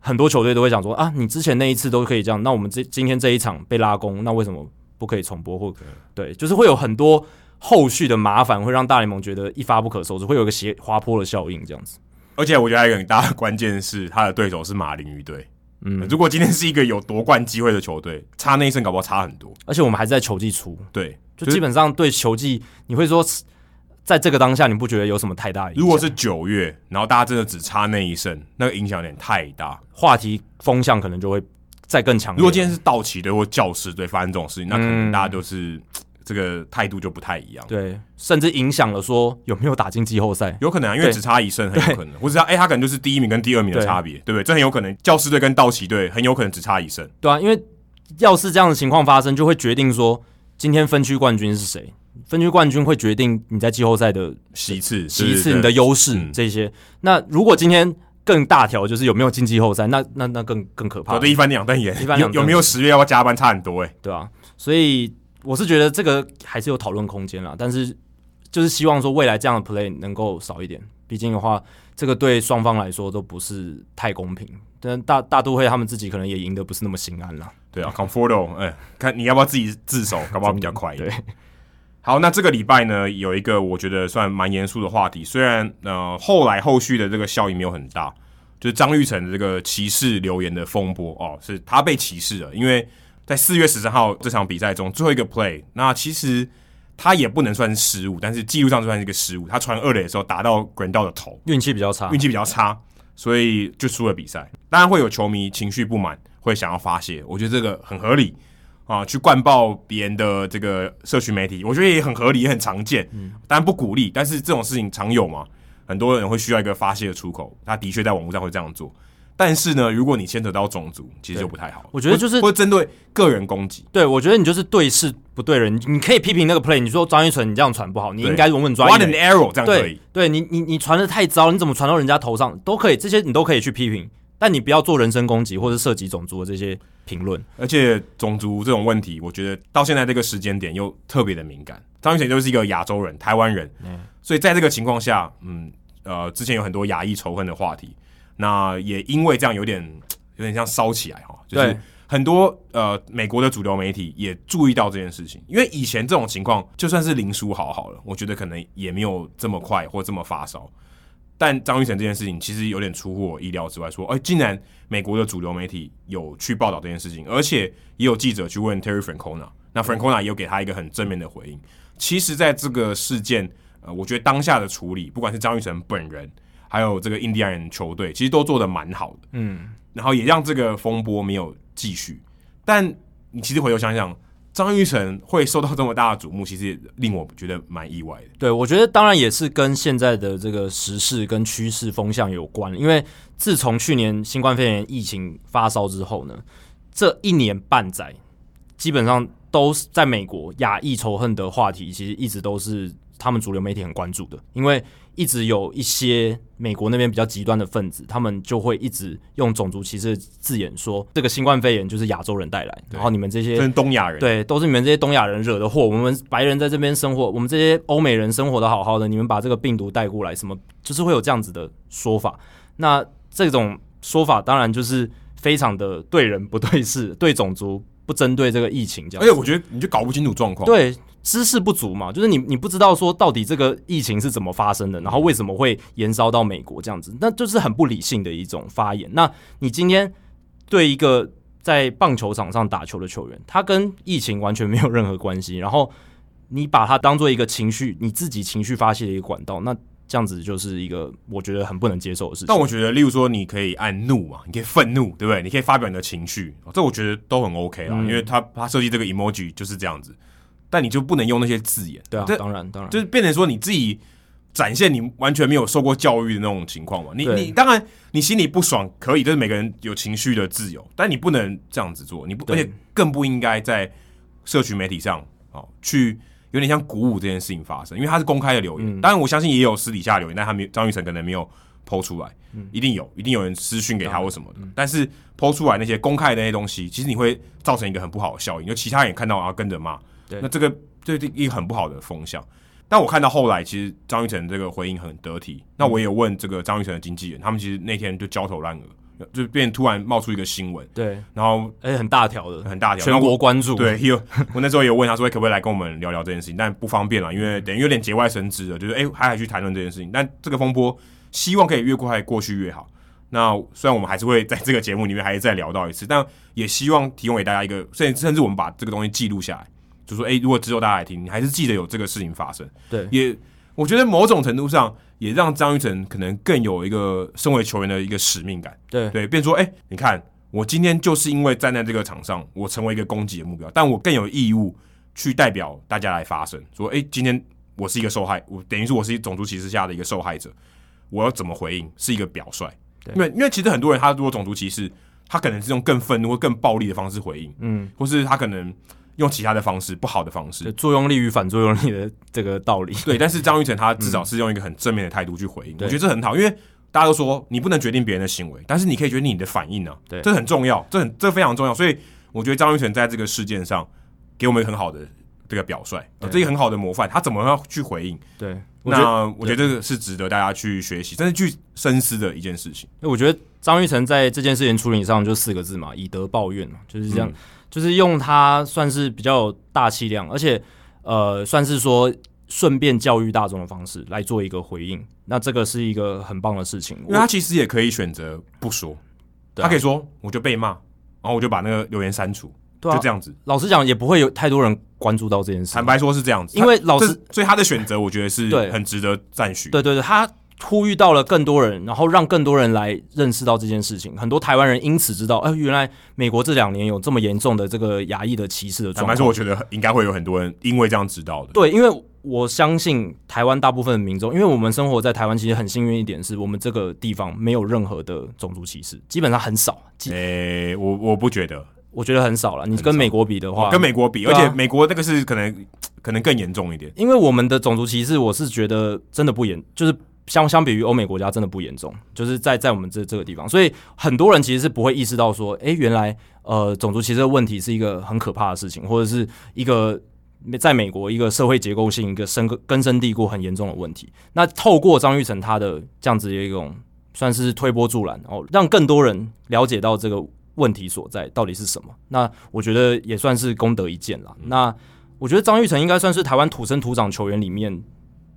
S2: 很多球队都会想说啊，你之前那一次都可以这样，那我们这今天这一场被拉弓，那为什么不可以重播或对，就是会有很多后续的麻烦，会让大联盟觉得一发不可收拾，会有一个斜滑坡的效应这样子。
S1: 而且我觉得还有一个很大的关键是，他的对手是马林鱼队。
S2: 嗯
S1: 如果今天是一个有夺冠机会的球队，差那一胜搞不好差很多。
S2: 而且我们还是在球季初，
S1: 对，
S2: 就
S1: 就是
S2: 基本上对球技，你会说，在这个当下，你不觉得有什么太大的影响？
S1: 如果是九月，然后大家真的只差那一胜，那个影响有点太大。
S2: 话题风向，可能就会再更强烈。
S1: 如果今天是道奇队或教师队发生这种事情，那可能
S2: 嗯
S1: 大家就是、这个态度就不太一样。
S2: 对，甚至影响了说有没有打进季后赛。
S1: 有可能、啊，因为
S2: 对
S1: 只差一胜，很有可能，或者他哎、他可能就是第一名跟第二名的
S2: 对
S1: 差别，对不对？这很有可能，教师队跟道奇队很有可能只差一胜。
S2: 对啊，因为要是这样的情况发生，就会决定说今天分区冠军是谁，分区冠军会决定你在季后赛的
S1: 其次，
S2: 其
S1: 对
S2: 次
S1: 对
S2: 你的优势
S1: 嗯
S2: 这些。那如果今天更大条，就是有没有进季后赛，那那那更更可怕
S1: 我
S2: 了。
S1: 的一翻两瞪眼，
S2: 一翻两瞪眼
S1: 有有没有十月要不要加班差很多哎、
S2: 对啊，所以我是觉得这个还是有讨论空间啦，但是就是希望说未来这样的 play 能够少一点，毕竟的话，这个对双方来说都不是太公平。但大大都会他们自己可能也赢得不是那么心安啦。
S1: 对啊，Conforto，哎、看你要不要自己自首，搞不好比较快一点
S2: 对。
S1: 好，那这个礼拜呢，有一个我觉得算蛮严肃的话题，虽然呃后来后续的这个效应没有很大，就是张玉成的这个歧视留言的风波哦，是他被歧视了，因为在四月十三号这场比赛中最后一个 play，那其实他也不能算是失误，但是记录上算是一个失误，他传二垒的时候打到 g r a n d a l 的头，
S2: 运气比较差
S1: 运，气比较差，所以就输了比赛。当然会有球迷情绪不满，会想要发泄，我觉得这个很合理啊，去灌爆别人的这个社群媒体，我觉得也很合理，也很常见。
S2: 嗯
S1: 当然不鼓励，但是这种事情常有嘛，很多人会需要一个发泄的出口，他的确在网络上会这样做。但是呢，如果你牵扯到种族，其实就不太好。
S2: 我觉得就是
S1: 会针对个人攻击，
S2: 对我觉得你就是对事不对人，你可以批评那个 play，你说张玉纯你这样传不好，你
S1: 对
S2: 应该稳稳抓
S1: one
S2: 一
S1: and
S2: 垒
S1: arrow 这样可以
S2: 对，，对你你你传的太糟，你怎么传到人家头上都可以，这些你都可以去批评，但你不要做人身攻击或者涉及种族的这些评论。
S1: 而且种族这种问题，我觉得到现在这个时间点又特别的敏感。张玉成就是一个亚洲人，台湾人，所以在这个情况下，嗯，呃，之前有很多亚裔仇恨的话题，那也因为这样有点有点像烧起来哈，就是
S2: 对
S1: 很多呃美国的主流媒体也注意到这件事情，因为以前这种情况就算是林书豪好了，我觉得可能也没有这么快或这么发烧。但张玉成这件事情其实有点出乎我意料之外，说，哎、竟然美国的主流媒体有去报道这件事情，而且也有记者去问 Terry Francona，那 Francona 也有给他一个很正面的回应。其实，在这个事件，呃，我觉得当下的处理，不管是张玉成本人，还有这个印第安人球队，其实都做得蛮好的。
S2: 嗯，
S1: 然后也让这个风波没有继续。但你其实回头想想，张玉成会受到这么大的瞩目，其实也令我觉得蛮意外的。
S2: 对，我觉得当然也是跟现在的这个时事跟趋势风向有关，因为自从去年新冠肺炎疫情发烧之后呢，这一年半载基本上都是在美国亚裔仇恨的话题，其实一直都是他们主流媒体很关注的，因为一直有一些美国那边比较极端的分子，他们就会一直用种族歧视的字眼说这个新冠肺炎就是亚洲人带来，然后你们这些
S1: 这是东亚人，
S2: 对，都是你们这些东亚人惹的祸。我们白人在这边生活，我们这些欧美人生活的好好的，你们把这个病毒带过来，什么就是会有这样子的说法。那这种说法当然就是非常的对人不对事，对种族不针对这个疫情这
S1: 而
S2: 样
S1: 且
S2: 子。
S1: 我觉得你就搞不清楚状况。，
S2: 对知识不足嘛，就是你你不知道说到底这个疫情是怎么发生的，然后为什么会延烧到美国这样子，那就是很不理性的一种发言。那你今天对一个在棒球场上打球的球员，他跟疫情完全没有任何关系，然后你把他当做一个情绪你自己情绪发泄的一个管道，那这样子就是一个我觉得很不能接受的事情。
S1: 但我觉得，例如说，你可以按怒嘛，你可以愤怒，对不对？你可以发表你的情绪，哦这我觉得都很 OK 啦，
S2: 嗯
S1: 因为他他设计这个 emoji 就是这样子，但你就不能用那些字眼，
S2: 对啊，
S1: 这
S2: 当然当然，
S1: 就是变成说你自己展现你完全没有受过教育的那种情况嘛。你
S2: 对
S1: 你当然你心里不爽可以，就是每个人有情绪的自由，但你不能这样子做，你不而
S2: 对
S1: 且更不应该在社群媒体上哦去。有点
S2: 嗯
S1: 像鼓舞这件事情发生，因为它是公开的留言。当然，我相信也有私底下留言，但他没有张玉成可能没有抛出来，
S2: 嗯
S1: 一定有，一定有人私讯给他或什么的。但是抛出来那些公开的那些东西，其实你会造成一个很不好的效应，就其他人也看到啊，跟着骂。
S2: 对
S1: 那这个这是一个很不好的风向。但我看到后来，其实张玉成这个回应很得体。那
S2: 嗯
S1: 我也有问这个张玉成的经纪人，他们其实那天就焦头烂额，就变突然冒出一个新闻，
S2: 对，
S1: 然后
S2: 而且很大条的，
S1: 很大条，
S2: 全
S1: 那我
S2: 国关注，
S1: 对，有 我那时候有问他说欸可不可以来跟我们聊聊这件事情，但不方便了，因为等于有点节外生枝了，就是哎、欸还还去谈论这件事情，但这个风波希望可以越快过去越好。那虽然我们还是会在这个节目里面还是再聊到一次，但也希望提供给大家一个，甚甚至我们把这个东西记录下来，就说哎、欸如果只有大家来听，你还是记得有这个事情发生。
S2: 对
S1: 也我觉得某种程度上也让张玉成可能更有一个身为球员的一个使命感。
S2: 对
S1: 对，变成说，哎、你看，我今天就是因为站在这个场上，我成为一个攻击的目标，但我更有义务去代表大家来发声，说，哎、今天我是一个受害，我等于是我是一种族歧视下的一个受害者，我要怎么回应，是一个表率。
S2: 对
S1: 因为因为其实很多人他如果种族歧视，他可能是用更愤怒或更暴力的方式回应，
S2: 嗯，
S1: 或是他可能用其他的方式，不好的方式
S2: 对，。作用力与反作用力的这个道理，
S1: 对，但是张玉成他至少是用一个很正面的态度去回应，我
S2: 嗯对
S1: 觉得这很好，因为大家都说你不能决定别人的行为，但是你可以决定你的反应啊，
S2: 对
S1: 这很重要，这很这非常重要，所以我觉得张玉成在这个事件上给我们一个很好的这个表率，呃
S2: 对
S1: 这个很好的模范，他怎么样去回应？
S2: 对，我觉得。
S1: 那我觉得这个是值得大家去学习，甚至去深思的一件事情。
S2: 我觉得张玉成在这件事情处理上就四个字嘛，以德报怨嘛，就是这样，
S1: 嗯
S2: 就是用他算是比较有大气量，而且呃，算是说顺便教育大众的方式来做一个回应。那这个是一个很棒的事情，
S1: 因为他其实也可以选择不说，
S2: 对啊
S1: 他可以说我就被骂，然后我就把那个留言删除，
S2: 对啊
S1: 就这样子。
S2: 老实讲也不会有太多人关注到这件事
S1: 坦。白说是这样子，
S2: 因为老师
S1: 这，所以他的选择我觉得是
S2: 对
S1: 很值得赞许。
S2: 对对对，他呼吁到了更多人，然后让更多人来认识到这件事情。很多台湾人因此知道，哎、原来美国这两年有这么严重的这个亚裔的歧视的状
S1: 坦
S2: 况
S1: 白。说，我觉得应该会有很多人因为这样知道的。
S2: 对，因为我相信台湾大部分的民众，因为我们生活在台湾，其实很幸运一点是我们这个地方没有任何的种族歧视，基本上很少，基
S1: 诶、我我不觉得，
S2: 我觉得很少了。你跟美国比的
S1: 哦
S2: 话，
S1: 跟美国比，
S2: 对
S1: 而
S2: 啊
S1: 且美国那个是可能可能更严重一点。
S2: 因为我们的种族歧视，我是觉得真的不严，就是相相比于欧美国家真的不严重，就是在在我们这这个地方，所以很多人其实是不会意识到说，诶，原来呃种族歧视的问题是一个很可怕的事情，或者是一个。在美国，一个社会结构性、一个深根深蒂固、很严重的问题。那透过张玉成他的这样子的一种，算是推波助澜，哦，让更多人了解到这个问题所在到底是什么。那我觉得也算是功德一件啦。
S1: 嗯
S2: 那我觉得张玉成应该算是台湾土生土长球员里面，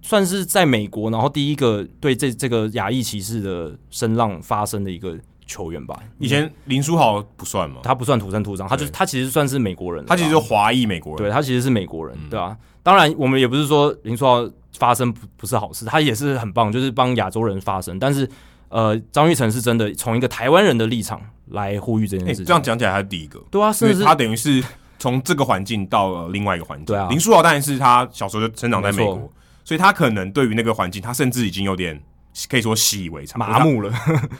S2: 算是在美国，然后第一个对这这个亚裔歧视的声浪发生的一个球员吧。
S1: 以
S2: 嗯
S1: 前林书豪不算嘛，
S2: 他不算土生土长，他就
S1: 对
S2: 他其实算是美国人了吧，
S1: 他其实是华裔美国人。嗯
S2: 对啊他其实是美国人，对啊。当然，我们也不是说林书豪发声不不是好事，他也是很棒，就是帮亚洲人发声。但是，呃，张玉成是真的从一个台湾人的立场来呼吁这件
S1: 诶
S2: 事情。
S1: 哎这样讲起来他是第一个，
S2: 对啊，
S1: 因
S2: 甚
S1: 为
S2: 至是
S1: 他等于是从这个环境到了另外一个环境。
S2: 对啊
S1: 林书豪当然是他小时候就成长在美
S2: 没
S1: 国，所以他可能对于那个环境，他甚至已经有点可以说习以为常，
S2: 麻木 了。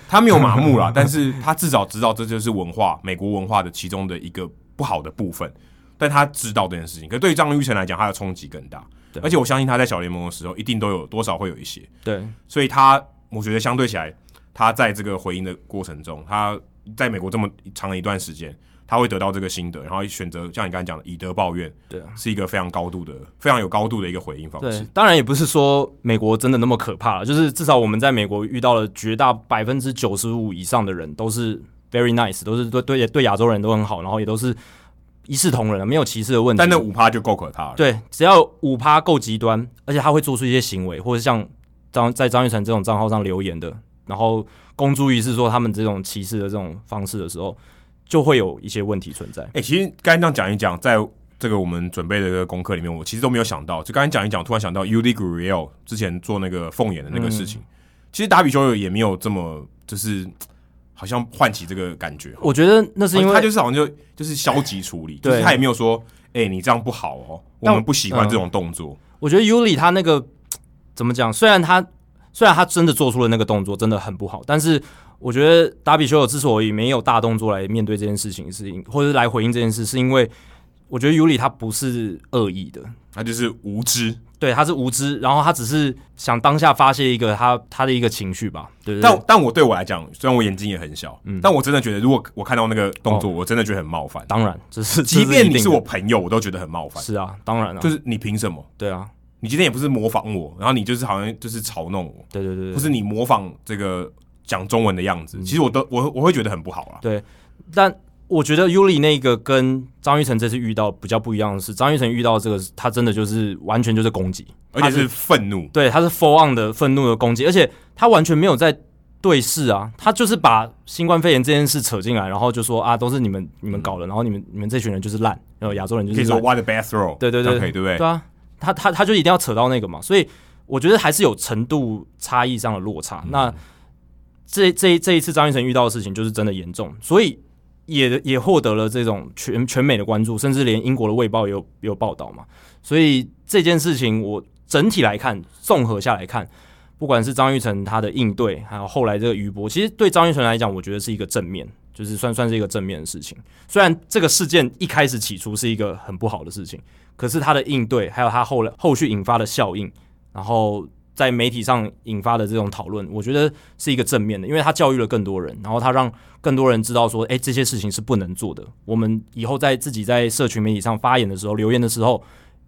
S1: 他没有麻木啦， 但是他至少知道这就是文化，美国文化的其中的一个不好的部分。但他知道这件事情，可对于张玉成来讲，他的冲击更大
S2: 对。
S1: 而且我相信他在小联盟的时候，一定都有多少会有一些，
S2: 对，
S1: 所以他我觉得相对起来，他在这个回应的过程中，他在美国这么长的一段时间，他会得到这个心得，然后选择像你刚才讲的以德报怨，
S2: 对啊，
S1: 是一个非常高度的、非常有高度的一个回应方式
S2: 对。，当然也不是说美国真的那么可怕了，就是至少我们在美国遇到了绝大百分之九十五以上的人都是 very nice，都是对对对亚洲人都很好，然后也都是一视同仁的，没有歧视的问题。
S1: 但那五趴就够可怕了。
S2: 对，只要五趴够极端，而且他会做出一些行为，或者像张在张玉成这种账号上留言的，然后公诸于世说他们这种歧视的这种方式的时候，就会有一些问题存在。
S1: 哎、其实刚才这样讲一讲，在这个我们准备的这个功课里面，我其实都没有想到，就刚才讲一讲，突然想到 Udi Gurriel 之前做那个凤眼的那个事情，
S2: 嗯
S1: 其实达比修友也没有这么就是好像唤起这个感觉，哦
S2: 我觉得那是因为
S1: 他就是好像就就是消极处理，
S2: 对
S1: 就是他也没有说，哎、你这样不好哦，我
S2: 但嗯
S1: 们不喜欢这种动作，
S2: 我觉得 Yuli 他那个怎么讲？虽然他虽然他真的做出了那个动作，真的很不好，但是我觉得达比修友之所以没有大动作来面对这件事情，是因或者是来回应这件事，是因为我觉得尤里他不是恶意的，
S1: 那就是无知。
S2: 对，他是无知，然后他只是想当下发泄一个他他的一个情绪吧，对不对？
S1: 但但我对我来讲，虽然我眼睛也很小，但我真的觉得，如果我看到那个动作，我真的觉得很冒犯。
S2: 嗯哦当然，这是
S1: 即便你
S2: 这
S1: 是
S2: 一定
S1: 我朋友，我都觉得很冒
S2: 的
S1: 犯。
S2: 是啊，当然啊，
S1: 就是你凭什么？
S2: 对啊，
S1: 你今天也不是模仿我，然后你就是好像就是嘲弄我，
S2: 对对对嗯
S1: 不
S2: 对，
S1: 是你模仿这个讲中文的样子。其实我都我我会觉得很不好啊啦。
S2: 但。我觉得 Yuli 那个跟张玉成这次遇到比较不一样的是，张玉成遇到这个，他真的就是完全就是攻击，
S1: 而且是愤怒，
S2: 对，他是 full on 的愤怒的攻击，而且他完全没有在对视啊，他就是把新冠肺炎这件事扯进来，然后就说啊，都是你们你们搞的，然后你们你们这群人就是烂，然后亚洲人就
S1: 嗯可
S2: 是
S1: 以说
S2: 烂，
S1: what the best throw，
S2: 对对
S1: 这样
S2: 对，
S1: 可以对不对？
S2: 对啊，他他他就一定要扯到那个嘛，所以我觉得还是有程度差异上的落差。
S1: 嗯
S2: 那这这这一次张雨晨遇到的事情就是真的严重，所以也也获得了这种全全美的关注，甚至连英国的《卫报》也有也有报道嘛。所以这件事情，我整体来看，综合下来看，不管是张玉成他的应对，还有后来这个余波，其实对张玉成来讲，我觉得是一个正面，就是算算是一个正面的事情。虽然这个事件一开始起初是一个很不好的事情，可是他的应对，还有他后来后续引发的效应，然后在媒体上引发的这种讨论，我觉得是一个正面的，因为他教育了更多人，然后他让更多人知道说，哎，这些事情是不能做的。我们以后在自己在社群媒体上发言的时候、留言的时候，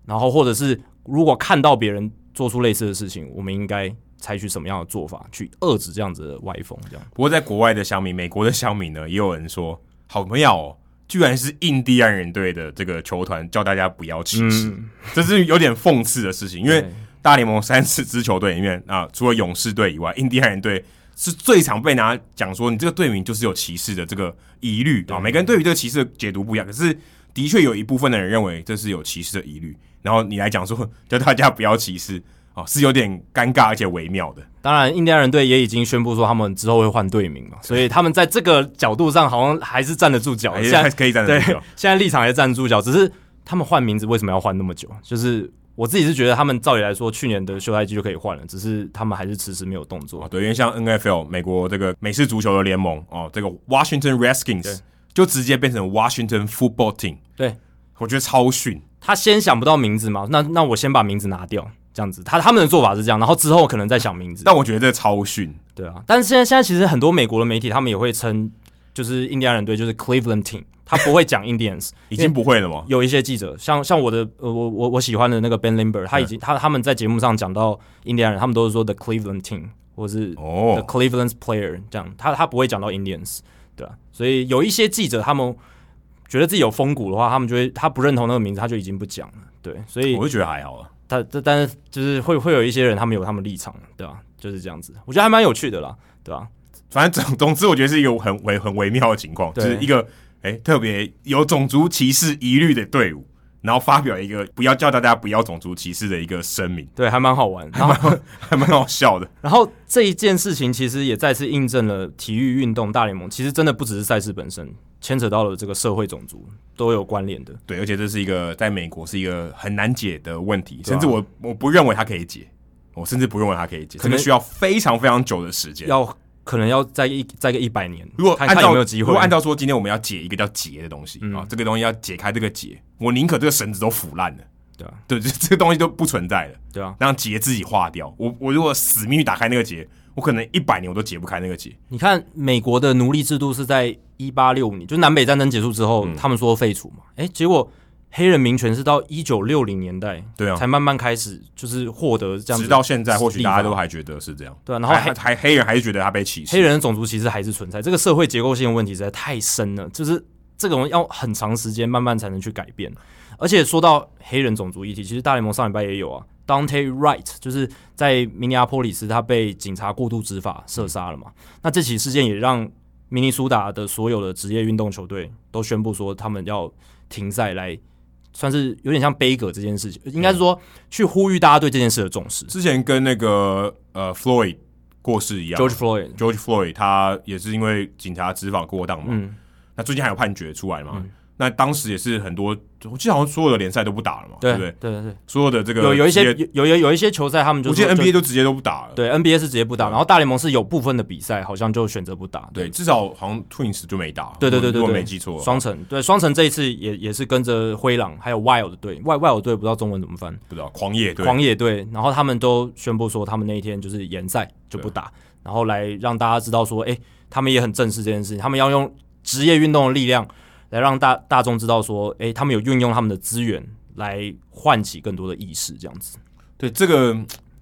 S2: 然后或者是如果看到别人做出类似的事情，我们应该采取什么样的做法去遏制这样子的歪风？这样
S1: 不过在国外的乡民，美国的乡民呢，也有人说，好妙哦，居然是印第安人队的这个球团叫大家不要歧视，这是有点讽刺的事情。因为
S2: 对
S1: 大联盟三四支球队里面啊，除了勇士队以外，印第安人队是最常被拿讲说你这个队名就是有歧视的这个疑虑啊。每个人对于这个歧视的解读不一样，可是的确有一部分的人认为这是有歧视的疑虑，然后你来讲说叫大家不要歧视啊，是有点尴尬而且微妙的。
S2: 当然，印第安人队也已经宣布说他们之后会换队名嘛，所以他们在这个角度上好像还是站得住脚。
S1: 还
S2: 现
S1: 是还
S2: 在
S1: 是可以站
S2: 对
S1: 得，住脚。
S2: 现在立场也站得住脚，只是他们换名字为什么要换那么久？就是我自己是觉得他们照理来说去年的休赛季就可以换了，只是他们还是迟迟没有动作
S1: 哦，。对，因为像 NFL 美国这个美式足球的联盟哦，这个 Washington Redskins 就直接变成 Washington Football Team，
S2: 对
S1: 我觉得超逊。
S2: 他先想不到名字嘛，那那我先把名字拿掉，这样子。他他们的做法是这样，然后之后可能再想名字。
S1: 但我觉得这超逊，
S2: 对啊，但是现在现在其实很多美国的媒体他们也会称就是印第安人队就是 Cleveland Team，他不会讲 Indians，
S1: 已经不会了嘛。
S2: 有一些记者，像像我的呃，我我我喜欢的那个 Ben Limber，他已经他他们在节目上讲到印第安人，他们都是说 the Cleveland team 或是 the
S1: 哦，
S2: Cleveland player 这样，他他不会讲到 Indians，对啊，所以有一些记者他们觉得自己有风骨的话，他们就会他不认同那个名字，他就已经不讲了，对，所以
S1: 我就觉得还好了。
S2: 他但但是就是会会有一些人他们有他们立场，对啊，就是这样子，我觉得还蛮有趣的啦，对啊吧、
S1: 反正总总之，我觉得是一个很微很微妙的情况，就
S2: 对
S1: 是一个哎、特别有种族歧视疑虑的队伍，然后发表一个不要叫大家不要种族歧视的一个声明，
S2: 对，还蛮 好玩，然后
S1: 还蛮好笑的。
S2: 然后这一件事情其实也再次印证了体育运动大联盟，其实真的不只是赛事本身，牵扯到了这个社会种族都有关联的。
S1: 对，而且这是一个在美国是一个很难解的问题，
S2: 对
S1: 甚
S2: 啊
S1: 至我我不认为它可以解，我甚至不认为它可以解，
S2: 可
S1: 可能
S2: 能
S1: 需要非常非常久的时间。
S2: 要可能要再一再个一百年，
S1: 如果
S2: 看
S1: 按照
S2: 看有没有机
S1: 如
S2: 会嗯
S1: 果。按照说今天我们要解一个叫结的东西、啊，这个东西要解开这个结，我宁可这个绳子都腐烂了，
S2: 对啊，
S1: 对，这这个东西都不存在了，
S2: 对啊，
S1: 让结自己化掉。我我如果死命去打开那个结，我可能一百年我都解不开那个结。
S2: 你看美国的奴隶制度是在一八六五年，就南北战争结束之
S1: 嗯
S2: 后，他们说废除嘛，诶，结果黑人民权是到一九六零年代，
S1: 对啊
S2: 才慢慢开始就是获得这样子，
S1: 直到现在，或许
S2: 立法
S1: 大家都还觉得是这样。
S2: 对啊然后
S1: 还还还黑人还是觉得他被歧视。
S2: 黑人的种族歧视还是存在，这个社会结构性的问题实在太深了，就是这种要很长时间慢慢才能去改变。而且说到黑人种族议题，其实大联盟上礼拜也有啊，Dante Wright 就是在明尼阿波里斯他被警察过度执法射杀了嘛。那这起事件也让明尼苏达的所有的职业运动球队都宣布说他们要停赛来。算是有点像悲歌这件事情，应该是说去呼吁大家对这件事的重视。
S1: 之前跟那个呃 Floyd 过世一样
S2: George Floyd
S1: George Floyd 他也是因为警察执法过当嘛，
S2: 嗯
S1: 那最近还有判决出来嘛，那当时也是很多，我记得好像所有的联赛都不打了嘛，对
S2: 对
S1: 不对？
S2: 对对
S1: 所有的这个
S2: 有有一些
S1: 职业，
S2: 有有有一些球赛，他们就
S1: 我记得
S2: 说就
S1: NBA 就直接都不打了。
S2: 对 NBA 是直接不打，
S1: 对啊
S2: 然后大联盟是有部分的比赛好像就选择不打，
S1: 对，至少好像 Twins 就没打。
S2: 对对对对
S1: 如果
S2: 对
S1: 没记错的话，
S2: 双城对双城这一次也也是跟着灰狼还有 Wild 队，Wild Wild 队不知道中文怎么翻，
S1: 不知道狂野对
S2: 狂野队，然后他们都宣布说他们那一天就是延赛就不
S1: 啊
S2: 打，然后来让大家知道说，哎、他们也很正视这件事情，他们要用职业运动的力量来让大大众知道说，哎、他们有运用他们的资源来唤起更多的意识，这样子。
S1: 对这个，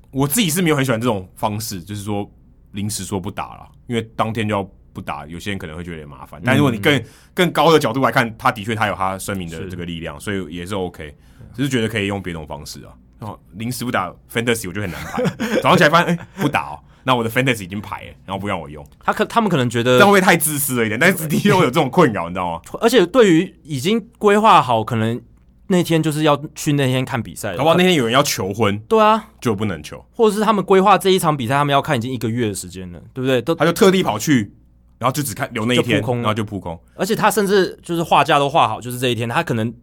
S1: 我自己是没有很喜欢这种方式，就是说临时说不打了，因为当天就要不打，有些人可能会觉得有点麻烦。但如果你更、更高的角度来看，他的确他有他声明的
S2: 嗯是啊
S1: 这个力量，所以也是 OK。只是觉得可以用别种方式啊，哦，临时不打 Fantasy 我就很难排，早上起来发现哎、不打、哦，那我的 Fantasy 已经排了，然后不让我用，
S2: 他可他们可能觉
S1: 这样会
S2: 得，
S1: 不会太自私了一点？但是的确会有这种困扰，你知道吗？
S2: 而且对于已经规划好，可能那天就是要去那天看比赛的，
S1: 搞不好那天有人要求婚
S2: 对啊，
S1: 就不能求，
S2: 或者是他们规划这一场比赛，他们要看已经一个月的时间了，对不对？都
S1: 他就特地跑去，然后就只看留那一
S2: 就扑
S1: 天，
S2: 空了
S1: 然后就扑空。
S2: 而且他甚至就是画假都画好，就是这一天，他可能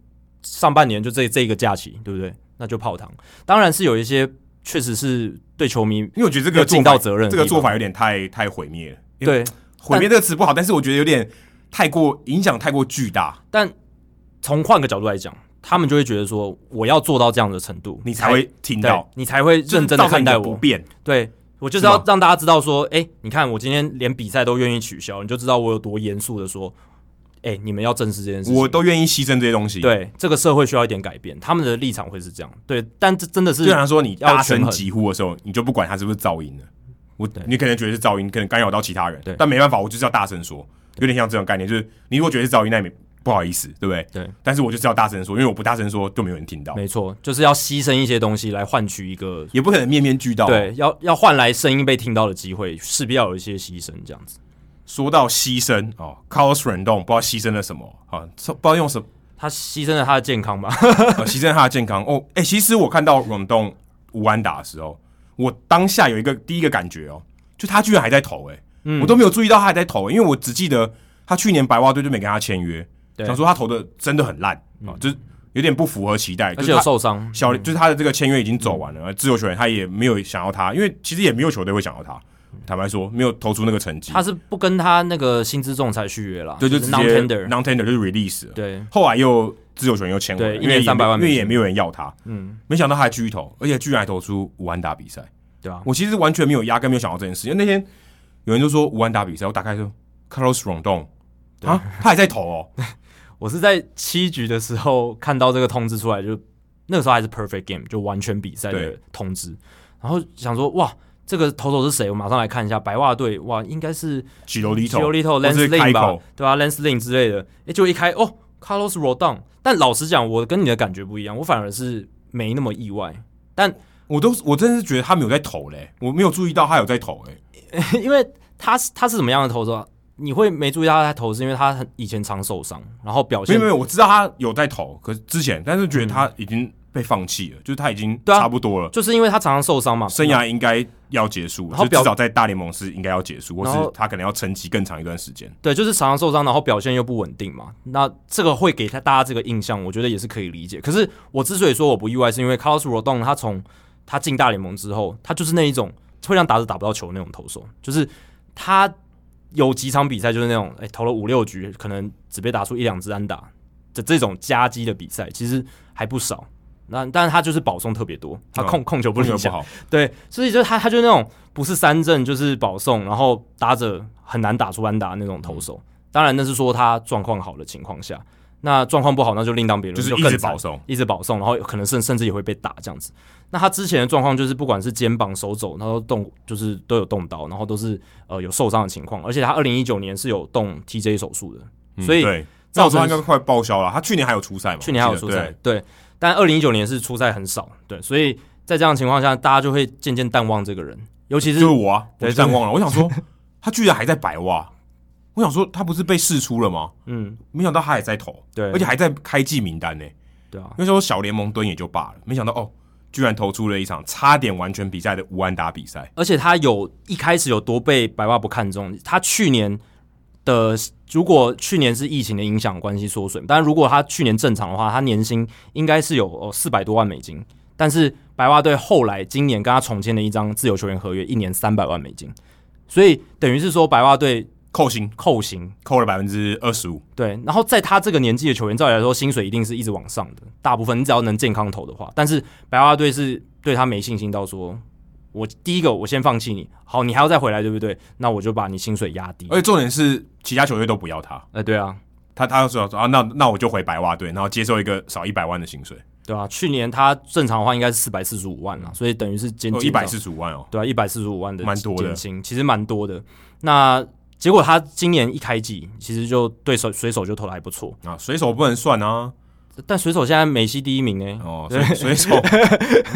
S2: 上半年就这这一个假期，对不对？那就泡汤。当然是有一些确实是对球迷
S1: 因为我觉得这
S2: 要
S1: 个做
S2: 尽
S1: 法
S2: 到责任的
S1: 这个
S2: 地
S1: 做
S2: 方
S1: 法有点太太毁灭了。因为
S2: 对，
S1: 毁灭这个词不好，但是我觉得有点太过影响太过巨大，
S2: 但从换个角度来讲，他们就会觉得说，我要做到这样的程度，
S1: 你才会听
S2: 对
S1: 到，
S2: 你才会
S1: 就是
S2: 认真
S1: 造
S2: 的
S1: 成
S2: 看
S1: 你
S2: 待
S1: 的不
S2: 我。
S1: 便。
S2: 对我就是
S1: 是
S2: 要
S1: 吗
S2: 让大家知道说，哎、你看我今天连比赛都愿意取消，你就知道我有多严肃的说，哎、你们要正视这件事情。
S1: 我都愿意牺牲这些东西。，
S2: 对这个社会需要一点改变，他们的立场会是这样。对，但这真的是
S1: 就像说你
S2: 要
S1: 大
S2: 权
S1: 声
S2: 衡
S1: 疾呼的时候，你就不管它是不是噪音了。我
S2: 对
S1: 你可能觉得是噪音，可能干扰到其他人
S2: 对，
S1: 但没办法，我就是要大声说，有点像这种概念，就是你如果觉得是噪音，那你不好意思，对不对？
S2: 对。
S1: 但是我就是要大声说，因为我不大声说就没有人听到，
S2: 没错，就是要牺牲一些东西来换取一个
S1: 也不可能面面俱到。，
S2: 对，要要换来声音被听到的机会，势必要有一些牺牲，这样子。
S1: 说到牺牲哦 c a r l s r a n d o n 不知道牺牲了什么啊，不知道用什么。
S2: 他牺牲了他的健康吧？
S1: 呃，牺牲他的健康。哦，哎、其实我看到永东吴安打的时候，我当下有一个第一个感觉哦，就他居然还在投、诶，哎、
S2: 嗯
S1: 我都没有注意到他还在投、因为我只记得他去年白袜队就没跟他签约，
S2: 对嗯
S1: 想说他投的真的很烂啊、就是有点不符合期待，
S2: 而
S1: 就
S2: 且
S1: 是
S2: 有嗯
S1: 他
S2: 受伤，
S1: 小就是他的这个签约已经走完了，而自由球员他也没有想要他，因为其实也没有球队会想要他，坦白说没有投出那个成绩，
S2: 嗯他是不跟他那个薪资仲裁续约了，
S1: 对，就直
S2: 是
S1: 接
S2: non tender，
S1: non tender 就是 release 了。
S2: 对，
S1: 后来又自由球员又签回来，
S2: 对
S1: 因
S2: 一
S1: 为
S2: 年
S1: 也没
S2: 300万
S1: 因为
S2: 美
S1: 也
S2: 金
S1: 没有人要他，
S2: 嗯，
S1: 没想到他还继续投，而且居然还投出五安打比赛。
S2: 对啊，
S1: 我其实完全没有压根没有想到这件事，因为那天有人就说五安打比赛，我打开说 Carlos Rondon 啊，他还在投哦，
S2: 我是在七局的时候看到这个通知出来，就那个时候还是 perfect game，就完全比赛的
S1: 对
S2: 通知，然后想说哇，这个投手是谁？我马上来看一下，白袜队哇，应该是
S1: 吉罗里
S2: j o
S1: 头
S2: l i t o
S1: 或
S2: Lance
S1: 是
S2: Lynn
S1: 开
S2: 吧
S1: 口，，
S2: 对啊，Lance Lynn 之类的，诶，就一开哦，Carlos Rodon。但老实讲，我跟你的感觉不一样，我反而是没那么意外， 但
S1: 我都我真的是觉得他没有在投嘞，我没有注意到他有在投嘞，
S2: 因为他是他是怎么样的投手啊？你会没注意到他在投，是因为他很以前常受伤，然后表
S1: 没
S2: 现
S1: 有没有，我知道他有在投，可是之前但是觉得他已经被放弃了，就是他已经
S2: 对啊
S1: 差不多了。
S2: 就是因为他常常受伤嘛，
S1: 生涯应该要结束，
S2: 然后
S1: 就至
S2: 表
S1: 少在大联盟是应该要结束，或
S2: 然
S1: 是
S2: 后
S1: 他可能要沉寂更长一段时间。
S2: 对，就是常常受伤，然后表现又不稳定嘛。那这个会给他大家这个印象，我觉得也是可以理解。可是我之所以说我不意外，是因为 Carlos Rodon 他从他进大联盟之后，他就是那一种会让打者打不到球那种投手，就是他有几场比赛就是那种哎、投了五六局，可能只被打出一两支安打的这种夹击的比赛，其实还不少。那但是他就是保送特别多，他控、控球不
S1: 为什
S2: 理
S1: 么不
S2: 想，
S1: 好？
S2: 对，所以就是他，他就那种不是三振就是保送，然后打者很难打出安打那种投
S1: 嗯
S2: 手。当然，那是说他状况好的情况下，那状况不好那就另当别论，
S1: 就是
S2: 就
S1: 一
S2: 更
S1: 直
S2: 惨
S1: 保送，
S2: 一直保送，然后可能甚甚至也会被打这样子。那他之前的状况就是，不管是肩膀、手肘，他都动，就是都有动刀，然后都是呃有受伤的情况，而且他二零一九年是有动 TJ 手术的，所
S1: 嗯
S2: 以
S1: 对，那
S2: 造
S1: 我说
S2: 成
S1: 他应该快报销了。他去年还有出赛嘛？
S2: 去年还有
S1: 我记
S2: 出
S1: 得
S2: 赛，，对，但二零一九年是出赛很少，对，所以在这样的情况下，大家就会渐渐淡忘这个人，尤其
S1: 对
S2: 是
S1: 就是我啊，我
S2: 对
S1: 就淡忘了。我想说，他居然还在百袜，我想说他不是被释出了吗？
S2: 嗯，
S1: 没想到他也在投，
S2: 对，
S1: 而且还在开季名单呢。
S2: 对啊，
S1: 那时候小联盟蹲也就罢了，没想到哦，居然投出了一场差点完全比赛的无安打比赛。
S2: 而且他有一开始有多被白袜不看重，他去年的，如果去年是疫情的影响关系缩水，但如果他去年正常的话，他年薪应该是有哦四百、400多万美金。但是白袜队后来今年跟他重签了一张自由球员合约，一年三百万美金，所以等于是说白袜队
S1: 扣薪
S2: 扣薪。
S1: 扣了百分之二十五，
S2: 对，然后在他这个年纪的球员，照理来说，薪水一定是一直往上的，大部分你只要能健康投的话。但是白袜队是对他没信心到说，我第一个我先放弃你，好，你还要再回来，对不对？那我就把你薪水压低。
S1: 而且重点是其他球队都不要他，
S2: 呃，对啊，
S1: 他他就说啊，那那我就回白袜队，然后接受一个少一百万的薪水，
S2: 对啊，去年他正常的话应该是四百四十五万啦，所以等于是减
S1: 一百四十五万哦，
S2: 对啊，一百四十五万的
S1: 蛮多的
S2: 减薪，其实蛮多的。那结果他今年一开季，其实就对手水手就投的还不错，
S1: 啊，水手不能算啊，
S2: 但水手现在美西第一名哎、
S1: 哦，水水 手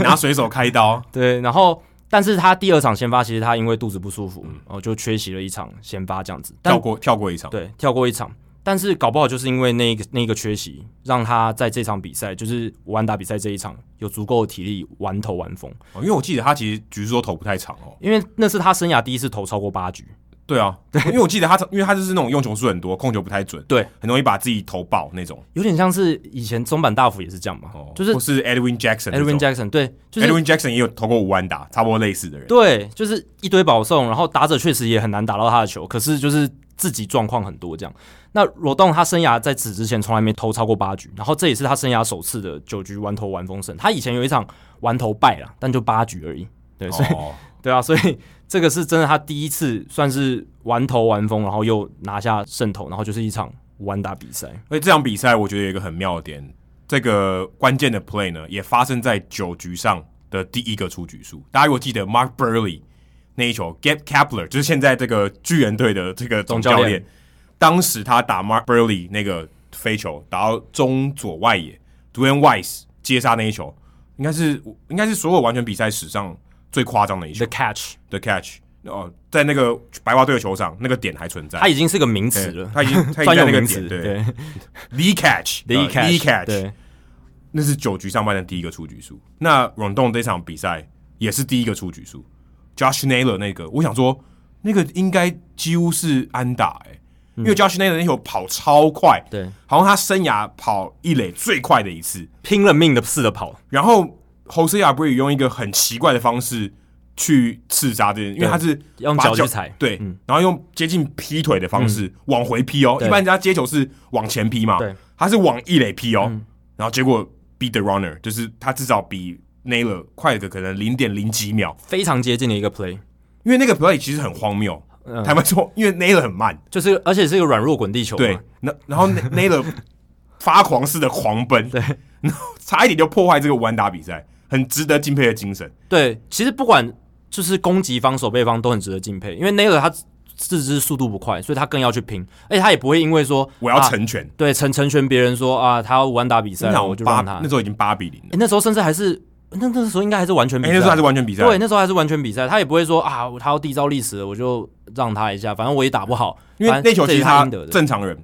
S1: 拿水手开刀，
S2: 对，然后但是他第二场先发，其实他因为肚子不舒服，然后、就缺席了一场先发这样子，
S1: 嗯
S2: 但
S1: 跳过跳过一场，
S2: 对，跳过一场。但是搞不好就是因为那个那个缺席，让他在这场比赛，就是武安打比赛这一场，有足够的体力玩头玩疯。
S1: 哦因为我记得他其实局数都投不太长哦，
S2: 因为那是他生涯第一次投超过八局。
S1: 对啊，因为我记得他，因为他就是那种用球数很多，控球不太准，
S2: 对，
S1: 很容易把自己投爆那种，
S2: 有点像是以前中板大辅也是这样嘛，
S1: 哦，
S2: 就是
S1: 或是 Edwin Jackson 那种
S2: Edwin Jackson 对，就是
S1: Edwin Jackson 也有投过五万打，差不多类似的人，
S2: 对，就是一堆保送，然后打者确实也很难打到他的球，可是就是自己状况很多这样。那罗栋他生涯在此之前从来没投超过八局，然后这也是他生涯首次的九局完投完封胜。他以前有一场完投败了，但就八局而已。对，所以、
S1: 哦，
S2: 对啊，所以 这个是真的，他第一次算是完投完封，然后又拿下胜投，然后就是一场完打比赛。
S1: 而且这场比赛我觉得有一个很妙的点，这个关键的 play 呢，也发生在九局上的第一个出局数。大家如果记得 Mark Burley 那一球，Get Kepler 就是现在这个巨人队的这个总教
S2: 总教
S1: 练
S2: 练，
S1: 当时他打 Mark Burley 那个飞球，打到中左外野 d w a y n Wise 接杀那一球，应该是应该是所有完全比赛史上最夸张的一球
S2: The catch，
S1: 的 catch。哦，在那个白袜队的球场，那个点还存在
S2: 他。已经是个名词
S1: 对
S2: 了，
S1: 他已经 他已经
S2: 专
S1: 在
S2: 有
S1: 那个
S2: 名词。
S1: 点，对，the catch，
S2: ，The
S1: 呃
S2: catch，,
S1: catch，
S2: 对，
S1: 那是九局上半的第一个出局数。那软动这场比赛也是第一个出局数，Josh Naylor 那个，我想说那个应该几乎是安打哎、欸因为 Josh Naylor 那球跑超快，
S2: 对，
S1: 好像他生涯跑一垒最快的一次。
S2: 拼了命的似的跑。
S1: 然后 Jose Abreu 用一个很奇怪的方式去刺杀这件，因为他是
S2: 用
S1: 把
S2: 脚去踩嗯
S1: 对，然后用接近劈腿的方式往回劈哦。一
S2: 对
S1: 般人家接球是往前劈嘛
S2: 对，嗯
S1: 他是往一垒劈哦，然后结果 beat the runner，就是他至少比 Naylor 快个可能零点零几秒，
S2: 非常接近的一个 play，
S1: 因为那个 play 其实很荒谬。
S2: 嗯
S1: 坦白说，因为 Naylor 很慢，
S2: 就是而且是一个软弱滚地球嘛，
S1: 对，那然后 Naylor 发狂似的狂奔，对，然后差一点就破坏这个弯打比赛，很值得敬佩的精神。
S2: 对，其实不管就是攻击方、守备方都很值得敬佩，因为 Naylor 他自知速度不快，所以他更要去拼，而且他也不会因为说
S1: 我要
S2: 啊
S1: 成全。
S2: 对成成全别人说啊，他要完打比赛
S1: 那
S2: 了，
S1: 场
S2: 我就
S1: 八
S2: 让他。
S1: 那时候已经八比零了，
S2: 诶那时候甚至还是那那时候应该还是完全比
S1: 哎、
S2: 赛，
S1: 那时候还是完全比赛，
S2: 对，那时候还是完全比赛，他也不会说啊，他要缔造历史了，我就让他一下，反正我也打不好，
S1: 因为
S2: 反正
S1: 那球
S2: 这
S1: 其
S2: 也
S1: 实
S2: 是他
S1: 他
S2: 应得的，
S1: 正常人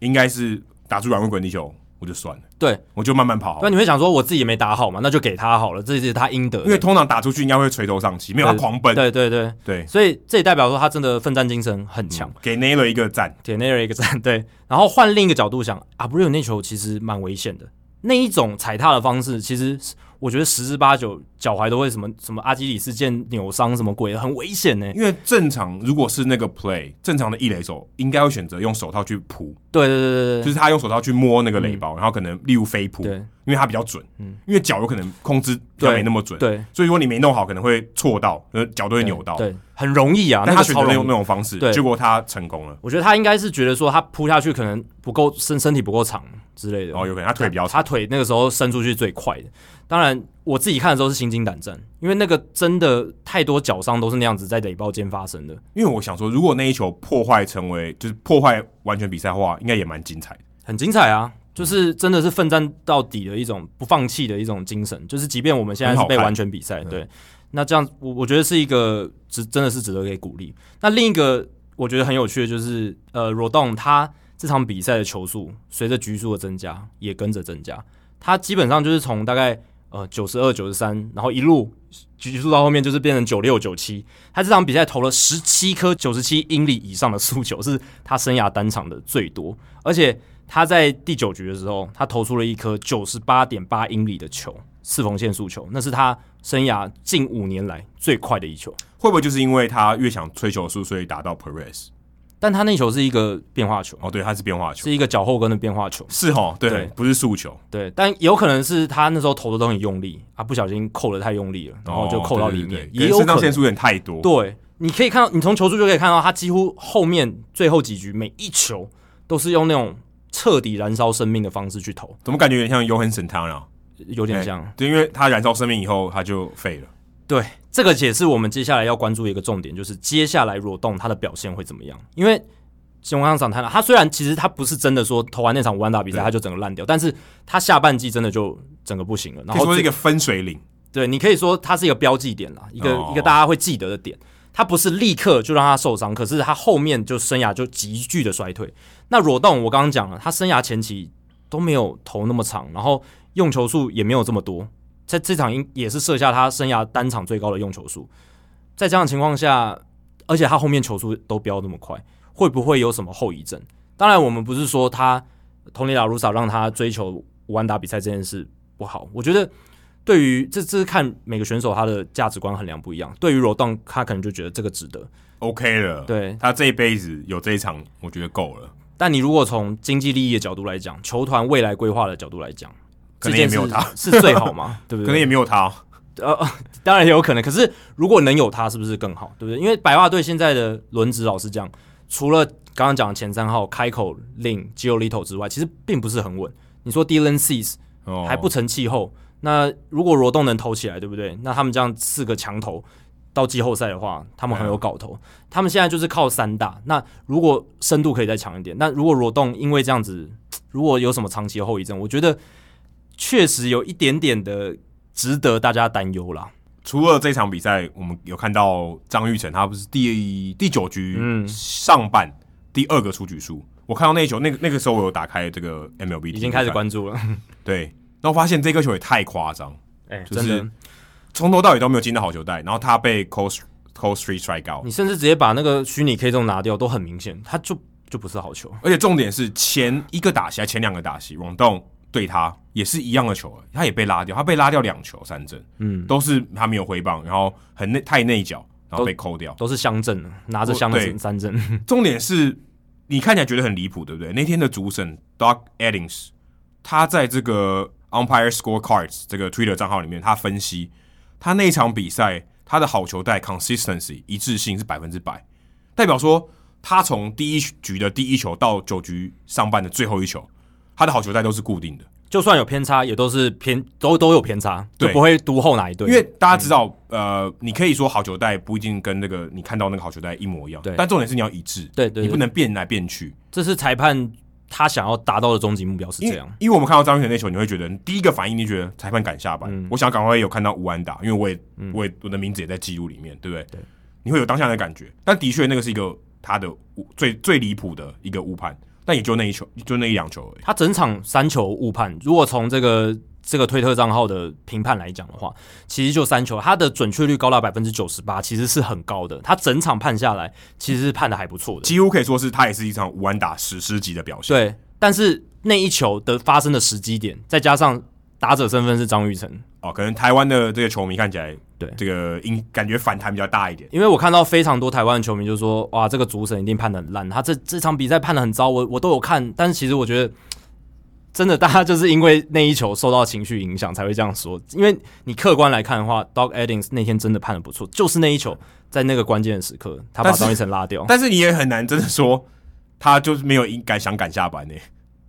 S1: 应该是打出软棍滚地球，我就算了，
S2: 对。
S1: 我就慢慢跑好
S2: 那
S1: 了。
S2: 你会想说，我自己也没打好嘛，那就给他好了，这是他应得的。
S1: 因为通常打出去应该会垂头丧气，没有他狂奔，
S2: 对对对，
S1: 对，
S2: 所以这也代表说他真的奋战精神很强，
S1: 给 Naylor 一个赞，
S2: 铁内尔一个赞。对， 然后换另一个角度想，阿布瑞那球其实蛮危险的，那一种踩踏的方式，其实是我觉得十之八九脚踝都会什么什么阿基里斯腱扭伤什么鬼的，很危险呢。
S1: 因为正常如果是那个 play 正常的一垒手应该会选择用手套去扑，
S2: 对对对对
S1: 就
S2: 对
S1: 是他用手套去摸那个垒包，然后可能例如飞扑，
S2: 对嗯
S1: 因为他比较准，因为脚有可能控制比较
S2: 对
S1: 没那么准，
S2: 对
S1: 所以如果你没弄好，可能会错到，呃，脚都会
S2: 对，
S1: 扭到，
S2: 对，很容易啊。
S1: 但
S2: 那
S1: 他
S2: 个
S1: 选
S2: 超
S1: 择用
S2: 容
S1: 那
S2: 易。
S1: 种方式，
S2: 对
S1: 结果他成功了。
S2: 我觉得他应该是觉得说他扑下去可能不够身身体不够长之类的，
S1: 哦，有可能他腿比较长，
S2: 他腿那个时候伸出去最快的。当然，我自己看的时候是心惊胆战，因为那个真的太多脚伤都是那样子在垒包间发生的，
S1: 因为我想说，如果那一球破坏成为就是破坏完全比赛的话，应该也蛮精彩的。
S2: 很精彩啊！就是真的是奋战到底的一种不放弃的一种精神，就是即便我们现在
S1: 很
S2: 是
S1: 好
S2: 被
S1: 看
S2: 完全比赛，对，那这样我我觉得是一个值真的是值得给鼓励。那另一个我觉得很有趣的就是，呃，罗栋他这场比赛的球速随着局数的增加也跟着增加，他基本上就是从大概。呃九十二、九十三，然后一路局数到后面就是变成九六、九七。他这场比赛投了十七颗九十七英里以上的速球，是他生涯单场的最多。而且他在第九局的时候，他投出了一颗九十八点八英里的球，四缝线速球，那是他生涯近五年来最快的一球。
S1: 会不会就是因为他越想吹球速，所以打到 Perez？
S2: 但他那球是一个变化球，
S1: 哦，对，他是变化球，
S2: 是一个脚后跟的变化球。
S1: 是哦，对，
S2: 对
S1: 不是速球，
S2: 对，但有可能是他那时候投的都很用力啊，不小心扣的太用力了，然后就扣到里面，
S1: 哦对对对
S2: 也
S1: 可
S2: 有
S1: 能肾
S2: 可
S1: 上
S2: 能
S1: 腺。素有点太多，
S2: 对，你可以看到，你从球速就可以看到，他几乎后面最后几局每一球都是用那种彻底燃烧生命的方式去投，
S1: 怎么感觉有点像 Johansson 他呢？
S2: 有点像。
S1: 对，因为他燃烧生命以后，他就废了。
S2: 对，这个也是我们接下来要关注的一个重点，就是接下来罗栋他的表现会怎么样？因为熊康长谈了，他虽然其实他不是真的说投完那场完打比赛
S1: 对
S2: 他就整个烂掉，但是他下半季真的就整个不行了。然
S1: 可以
S2: 后
S1: 说
S2: 这
S1: 是一个分水岭，
S2: 对，你可以说它是一个标记点啦，一个、
S1: 哦
S2: 一个大家会记得的点。他不是立刻就让他受伤，可是他后面就生涯就急剧的衰退。那裸动我刚刚讲了，他生涯前期都没有投那么长，然后用球数也没有这么多，在这场应也是设下他生涯单场最高的用球数。在这样的情况下，而且他后面球速都飙那么快，会不会有什么后遗症？当然，我们不是说他同理拉鲁萨让他追求完打比赛这件事不好，我觉得对于这这是看每个选手他的价值观衡量不一样。对于柔动，他可能就觉得这个值得。
S1: OK 了。，
S2: 对，
S1: 他这一辈子有这一场，我觉得够了，
S2: 但你如果从经济利益的角度来讲，球团未来规划的角度来讲，
S1: 可
S2: 这
S1: 能也
S2: 件
S1: 没
S2: 事
S1: 有他，
S2: 是最好 嘛？对不对？
S1: 可能也没有他。
S2: 呃， 当然也有可能。可是如果能有他，是不是更好？对不对？因为白袜队现在的轮值，老实讲，除了刚刚讲的前三号开口令 g i o l i t o 之外，其实并不是很稳。你说 Dylan Cease
S1: 哦，
S2: 还不成气候，那如果罗栋能投起来，对不对？那他们这样四个强投到季后赛的话，他们很有搞头。他们现在就是靠三大。那如果深度可以再强一点，那如果罗栋因为这样子，如果有什么长期的后遗症，我觉得确实有一点点的值得大家担忧啦。
S1: 除了这场比赛，我们有看到张玉成，他不是第第九局
S2: 嗯
S1: 上半、第二个出局数，我看到那一球，那个那个时候我有打开这个 MLB，
S2: 已经开始
S1: 关
S2: 关注了，
S1: 对，然后发现这个球也太夸张，
S2: 哎、
S1: 就是
S2: 真的，
S1: 从头到尾都没有进到好球带，然后他被 Cold Cold Street strike out，
S2: 你甚至直接把那个虚拟 K 中拿掉都很明显，他就就不是好球。
S1: 而且重点是前一个打席还前两个打席，王栋对他也是一样的球，他也被拉掉，他被拉掉两球三振，
S2: 嗯，
S1: 都是他没有挥棒，然后很内太内角，然后被扣掉。
S2: 都是乡镇的，拿着
S1: 我
S2: 乡镇
S1: 哦对
S2: 三镇。
S1: 重点是你看起来觉得很离谱，对不对？那天的主审 Doc Eddings，他在这个 Umpire Scorecards 这个 Twitter 账号里面，他分析他那一场比赛他的好球带 consistency 一致性是百分之百，代表说他从第一局的第一球到九局上半的最后一球，他的好球带都是固定的。
S2: 就算有偏差，也都是偏都都有偏差，就
S1: 对
S2: 不会独后哪一队。
S1: 因为大家知道，呃，你可以说好球带不一定跟那个你看到那个好球带一模一样
S2: 对，
S1: 但重点是你要一致，
S2: 对对
S1: 你不
S2: 对
S1: 能变来变去。
S2: 这是裁判他想要达到的终极目标是
S1: 因
S2: 这
S1: 为
S2: 样。
S1: 因为我们看到张玉成那球，你会觉得第一个反应，你觉得裁判赶下班，
S2: 嗯
S1: 我想赶快有看到吴安达，因为我也、我也我的名字也在记录里面，对不对？
S2: 对，
S1: 你会有当下的感觉，但的确那个是一个他的误最最离谱的一个误判，但也就那一球，就那一两球而已。
S2: 他整场三球误判，如果从这个这个推特账号的评判来讲的话，其实就三球，他的准确率高达百分之九十八，其实是很高的。他整场判下来，其实是判的还不错的。
S1: 几乎可以说是他也是一场吴安达史诗级的表现。
S2: 对，但是那一球的发生的时机点，再加上打者身份是张玉成，
S1: 哦，可能台湾的这个球迷看起来，
S2: 对
S1: 这个应感觉反弹比较大一点。
S2: 因为我看到非常多台湾的球迷就说：“哇，这个主审一定判的很烂，他这这场比赛判的很糟，我我都有看。”但是其实我觉得，真的大家就是因为那一球受到情绪影响才会这样说。因为你客观来看的话，Dog Eddings 那天真的判的不错，就是那一球在那个关键的时刻，他把
S1: 但是
S2: 张一成拉掉。
S1: 但是你也很难真的说他就是没有应该想赶下班呢、欸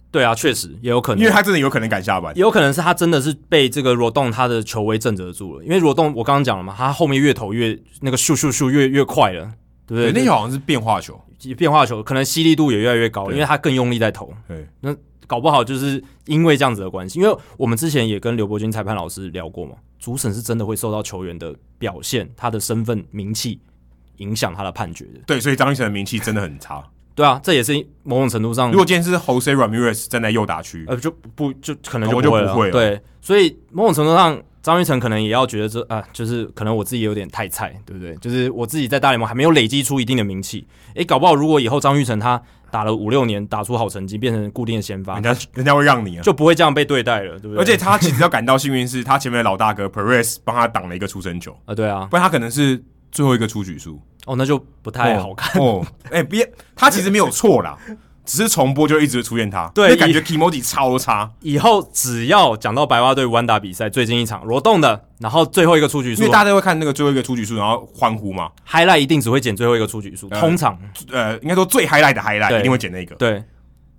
S2: 对啊，确实也有可能，
S1: 因为他真的有可能赶下班。
S2: 也有可能是他真的是被这个罗栋他的球威震慑住了。因为罗栋我刚刚讲了嘛，他后面越投越那个咻咻咻越越快了，对不对？
S1: 对，那球好像是变化球。
S2: 变化球可能犀利度也越来越高，
S1: 对
S2: 因为他更用力在投。
S1: 对，
S2: 搞不好就是因为这样子的关系，因为我们之前也跟刘伯钧裁判老师聊过嘛，主审是真的会受到球员的表现、他的身份、名气影响他的判决的。
S1: 对，所以张玉成的名气真的很差。
S2: 对啊，这也是某种程度上
S1: 如，果今天是 Jose Ramirez 站在右打区，
S2: 呃，就不就可能
S1: 搞
S2: 就
S1: 不好
S2: 不会
S1: 就不会了
S2: 对，所以某种程度上，张玉成可能也要觉得这啊，就是可能我自己有点太菜，对不对？就是我自己在大联盟还没有累积出一定的名气，诶，搞不好如果以后张玉成他打了五六年，打出好成绩，变成固定的先发
S1: 人，家人家会让你啊。
S2: 就不会这样被对待了，对不对？
S1: 嗯而且他其实要感到幸运是，他前面的老大哥 Perez 帮他挡了一个出生球，
S2: 啊，对啊，
S1: 不然他可能是最后一个出局数。
S2: 哦，那就不太好看。
S1: 看哦。哎、别，他其实没有错啦，只是重播就一直出现他，
S2: 对
S1: 就感觉 k i m o j i 超差，
S2: 以后只要讲到白袜队弯打比赛最近一场罗栋的，然后最后一个出局
S1: 因
S2: 数
S1: 为大家都会看那个最后一个出局数，然后欢呼嘛。
S2: ，highlight 一定只会捡最后一个出局数，
S1: 呃
S2: 通常
S1: 呃，应该说最 highlight 的 highlight
S2: 对
S1: 一定会捡那个，
S2: 对，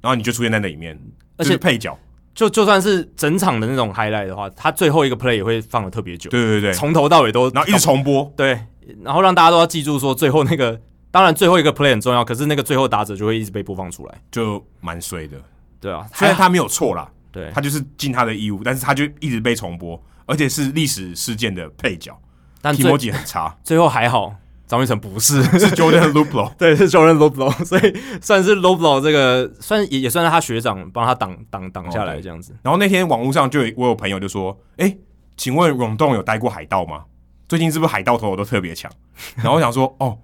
S1: 然后你就出现在那里面，
S2: 而
S1: 就
S2: 且
S1: 是配角。
S2: 就就算是整场的那种 highlight 的话，他最后一个 play 也会放的特别久，
S1: 对对对，
S2: 从头到尾都
S1: 然后一直重播，
S2: 对，然后让大家都要记住说最后那个，当然最后一个 play 很重要，可是那个最后打者就会一直被播放出来，
S1: 就蛮衰的。
S2: 对啊，
S1: 虽然
S2: 还好
S1: 他没有错啦，
S2: 对
S1: 他就是尽他的义务，但是他就一直被重播，而且是历史事件的配角。
S2: 但
S1: k i m o
S2: 最
S1: j i 很差，
S2: 最后还好，张玉成不是。
S1: 是 Jordan Luplo。
S2: 对，是 Jordan Loblo，所以算是 Loblo 这个算也也算是他学长帮他挡挡挡下
S1: 哦
S2: 来
S1: 对
S2: 这样子。
S1: 然后那天网络上就有我有朋友就说：“哎、请问永栋有待过海盗吗？最近是不是海盗投手都特别 强？”然后我想说：“哦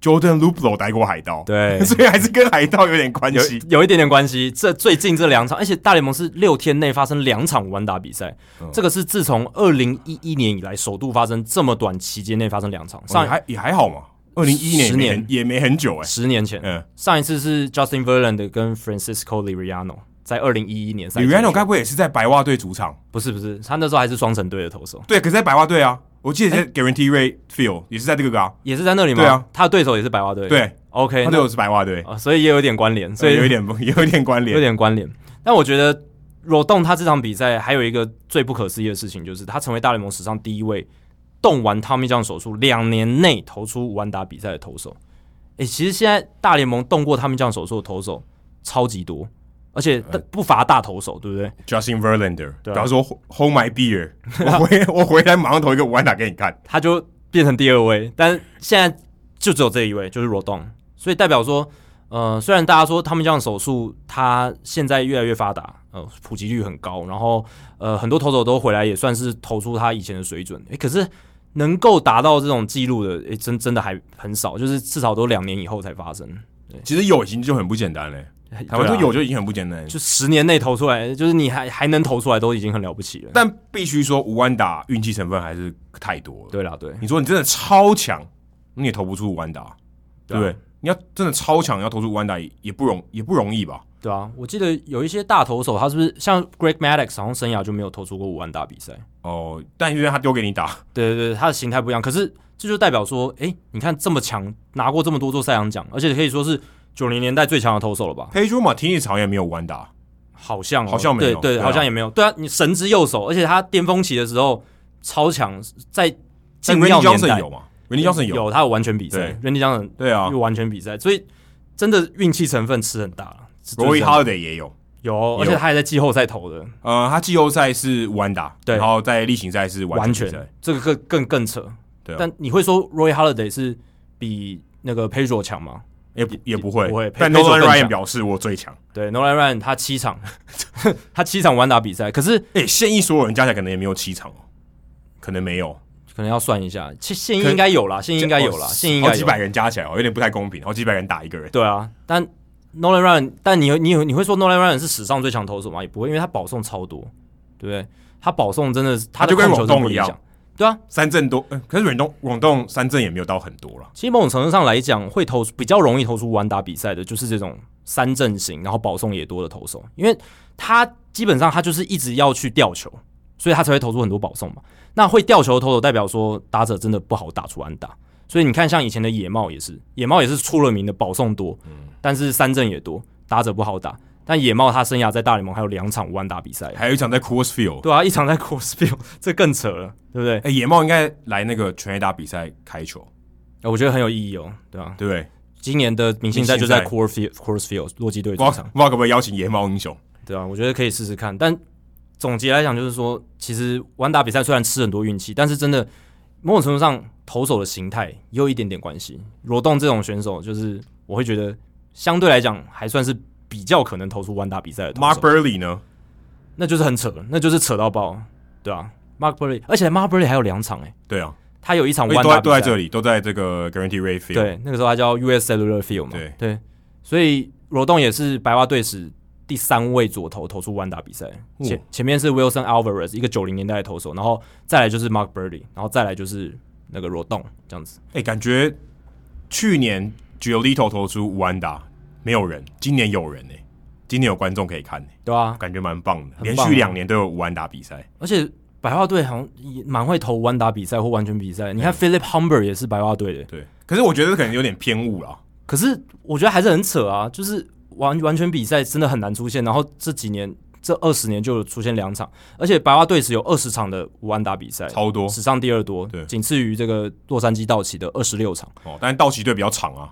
S1: ，Jordan Luplo 待过海盗，
S2: 对
S1: 所以还是跟海盗有点关
S2: 有
S1: 系。哦
S2: 有一点点关系。这最近这两场，而且大联盟是六天内发生两场完打比赛，
S1: 嗯
S2: 这个是自从二零一一年以来首度发生这么短期间内发生两场。
S1: 上
S2: 上
S1: 也哦还也还好嘛，二零一一年也
S2: 十
S1: 没
S2: 年
S1: 很也没很久哎、
S2: 十年前，
S1: 嗯
S2: 上一次是 Justin Verlander 跟 Francisco Liriano 在二零一一年赛季
S1: l i r
S2: 的时
S1: a
S2: 候。
S1: n o 该不会也是在白袜队主场？
S2: 不是不是，他那时候还是双城队的投手，
S1: 对，可是在白袜队啊，我记得在 Guarantee Ray Field 也是在这个啊，
S2: 也是在那里吗？
S1: 对啊，
S2: 他的对手也是白袜队。
S1: 对，他
S2: ，OK，那
S1: 队友是白袜队，
S2: 啊，所以也有点关联，所
S1: 所以
S2: 以
S1: 有一点 有一点关
S2: 有
S1: 联。
S2: 点关联。但我觉得罗栋他这场比赛还有一个最不可思议的事情，就是他成为大联盟史上第一位动完汤米酱手术两年内投出五万打比赛的投手。诶、其实现在大联盟动过汤米酱手术的投手超级多，而且不乏大投手，对不对？
S1: Justin Verlander
S2: 对啊
S1: 表示说 Hold my beer，我回我回来马上投一个五安打给你看。
S2: 他就变成第二位，但现在就只有这一位，就是罗栋，所以代表说，呃，虽然大家说他们这样手术，它现在越来越发达，呃，普及率很高，然后呃，很多投手都回来也算是投出他以前的水准，诶、可是能够达到这种记录的，诶、真真的还很少，就是至少都两年以后才发生，
S1: 其实有已经就很不简单嘞，台湾
S2: 对
S1: 说
S2: 啊
S1: 有就已经很不简单了。
S2: 就十年内投出来，就是你还还能投出来，都已经很了不起了。
S1: 但必须说，五安打运气成分还是太多了。
S2: 对啦，对，
S1: 你说你真的超强，你也投不出五安打，对不
S2: 对啊
S1: 对？你要真的超强，要投出五安打也也不容也不容易吧？
S2: 对啊，我记得有一些大投手，他是不是像 Greg Maddux，好像生涯就没有投出过五万打比赛。
S1: 哦，但因为他丢给你打，
S2: 对对对，他的形态不一样。可是这就代表说，哎，你看这么强，拿过这么多座赛扬奖，而且可以说是九零年代最强的投手了吧？
S1: Pedro Martinez 好像也没有五安打，
S2: 好像、哦、
S1: 好像没有
S2: 对对，
S1: 对啊
S2: 好像也没有。对啊，你神之右手，而且他巅峰期的时候超强，在
S1: 但
S2: 禁
S1: 哎 Randy
S2: 药年
S1: Johnson
S2: 代
S1: 有嘛？Randy Johnson 有，
S2: 有他有完全比赛
S1: 对
S2: ，Randy Johnson
S1: 对啊
S2: 有完全比赛，所以真的运气成分吃很大了。就是
S1: ，Roy
S2: 这样
S1: Holiday 也有。
S2: 有，而且他还在季后赛投的，
S1: 呃，他季后赛是五安打，
S2: 对
S1: 然后在例行赛是
S2: 完
S1: 完全比
S2: 全
S1: 赛，
S2: 这个更更更扯。
S1: 对啊
S2: 但你会说 Roy Holiday 是比那个 Pedro 强吗？
S1: 也不也不会。
S2: 不会
S1: 但
S2: Pedro
S1: Nolan
S2: 更强
S1: Ryan 表示我最强。
S2: 对，Nolan Ryan 他七场， 他七场完打比赛，可是
S1: 哎、现役所有人加起来可能也没有七场哦，可能没有，
S2: 可能要算一下，其现役
S1: 可
S2: 应该有啦，现役应该有啦，
S1: 哦
S2: 现役应
S1: 好
S2: 该
S1: 几
S2: 有。
S1: 百人加起来哦，有点不太公平，好几百人打一个人。
S2: 对啊，但 Nolan Ryan，但你你你会说 Nolan Ryan 是史上最强投手吗？也不会，因为他保送超多，对不对？他保送真的是，
S1: 他
S2: 的
S1: 就跟
S2: 控球
S1: 永动
S2: 真的不
S1: 一样
S2: 理想。对啊，
S1: 三振多，呃可是远东广东三振也没有到很多了。
S2: 其实某种程度上来讲，会投比较容易投出完打比赛的，就是这种三阵型，然后保送也多的投手，因为他基本上他就是一直要去吊球，所以他才会投出很多保送嘛。那会吊球的投手代表说打者真的不好打出安打，所以你看像以前的野茂也是，野茂也是出了名的保送多，
S1: 嗯
S2: 但是三振也多，打者不好打。但野茂他生涯在大联盟还有两场无安打比赛，
S1: 还有一场在 Coors Field，
S2: 对啊，一场在 c o s p i e l 这更扯了，对不对
S1: 哎、？野猫应该来那个全垒打比赛开球，
S2: 我觉得很有意义哦，对啊？
S1: 对不对？
S2: 今年的明星赛就在
S1: 明
S2: c o r s Field c o r s Field 洛基队
S1: 不
S2: 主
S1: 知道
S2: 场
S1: 不，知道可不可以邀请野猫英雄？
S2: 对啊，我觉得可以试试看。但总结来讲，就是说，其实完打比赛虽然吃很多运气，但是真的某种程度上，投手的形态也有一点点关系。罗栋这种选手，就是我会觉得相对来讲还算是比较可能投出完打比赛的投
S1: Mark
S2: 手，
S1: Burley 呢？
S2: 那就是很扯，那就是扯到爆，对啊。 Mark Burley，而且 Mark Burley 还有两场哎、
S1: 对啊，
S2: 他有一场
S1: 而且
S2: 弯
S1: 都
S2: 哦打
S1: 在
S2: 比
S1: 都在
S2: 赛，
S1: 这里，都在这个 Guarantee Ray Field。
S2: 对，那个时候他叫 US Cellular Field 嘛，
S1: 对
S2: 所以罗栋也是白袜队史第三位左投投出弯打比赛，
S1: 哦
S2: 前前面是 Wilson Alvarez 一个九零年代的投手，然后再来就是 Mark Burley，然后再来就是那个罗栋这样子，
S1: 哎、感觉去年 Giolito 投出五安打没有人，今年有人呢、欸今年有观众可以看、欸，
S2: 对啊，
S1: 感觉蛮棒的，
S2: 很
S1: 连
S2: 棒
S1: 续
S2: 啊
S1: 两年都有五安打比赛。
S2: 而且白袜队好像也蛮会投弯打比赛或完全比赛，你
S1: 嗯
S2: 看 Philip Humber 也是白袜队的，
S1: 对，可是我觉得可能有点偏误啦。
S2: 可是我觉得还是很扯啊，就是完完全比赛真的很难出现。然后这几年这二十年就有出现两场，而且白袜队史有二十场的无安打比赛，
S1: 超多
S2: 史上第二多
S1: 对，
S2: 仅次于这个洛杉矶道奇的二十六场，
S1: 哦，但道奇队比较长啊，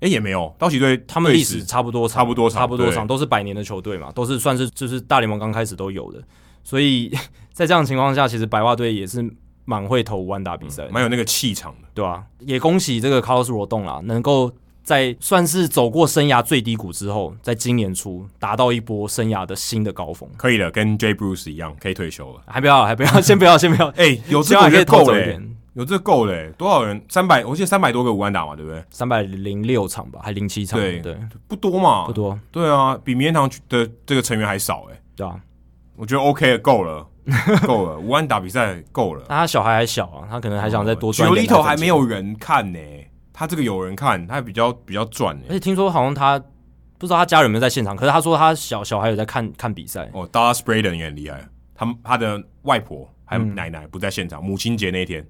S1: 哎、也没有，道奇队
S2: 他们
S1: 队
S2: 历史差不多场
S1: 差不多场
S2: 差不多
S1: 对
S2: 场都是百年的球队嘛，都是算是就是大联盟刚开始都有的，所以 在这样的情况下，其实白袜队也是蛮会投无安打比赛的，
S1: 蛮有那个气场的。
S2: 对啊，也恭喜这个 Carlos r o d o n 啦，能够在算是走过生涯最低谷之后，在今年初达到一波生涯的新的高峰。
S1: 可以了，跟 J Bruce 一样，可以退休了。
S2: 还不要，还不 要，先不要，先不要，
S1: 哎、有
S2: 希
S1: 这个
S2: 望
S1: 我
S2: 还
S1: 觉
S2: 可
S1: 得
S2: 以偷
S1: 够
S2: 走
S1: 了、
S2: 一
S1: 欸，
S2: 点。
S1: 有这个够了、欸，多少人？三百，我记得三百多个五安打嘛，对不对？
S2: 三百零六场吧，还零七场，
S1: 对哦
S2: 对，
S1: 不多嘛，
S2: 不。多，
S1: 对啊，比名人堂的这个成员还少哎、
S2: 对啊。
S1: 我觉得 OK 了，够 了，够了，五安打比赛够了。
S2: 那他小孩还小啊，他可能还 想再多赚一
S1: 九
S2: 点
S1: 里
S2: 奶粉
S1: 头
S2: 钱。
S1: 还没有人看呢、他这个有人看，他比较比较赚呢、
S2: 而且听说好像他不知道他家人有没有在现场，可是他说他小小孩有在看看比赛，
S1: 哦 d a r s b r a d e n 也很厉害，他们他的外婆还有
S2: 嗯
S1: 奶奶不在现场，母亲节那天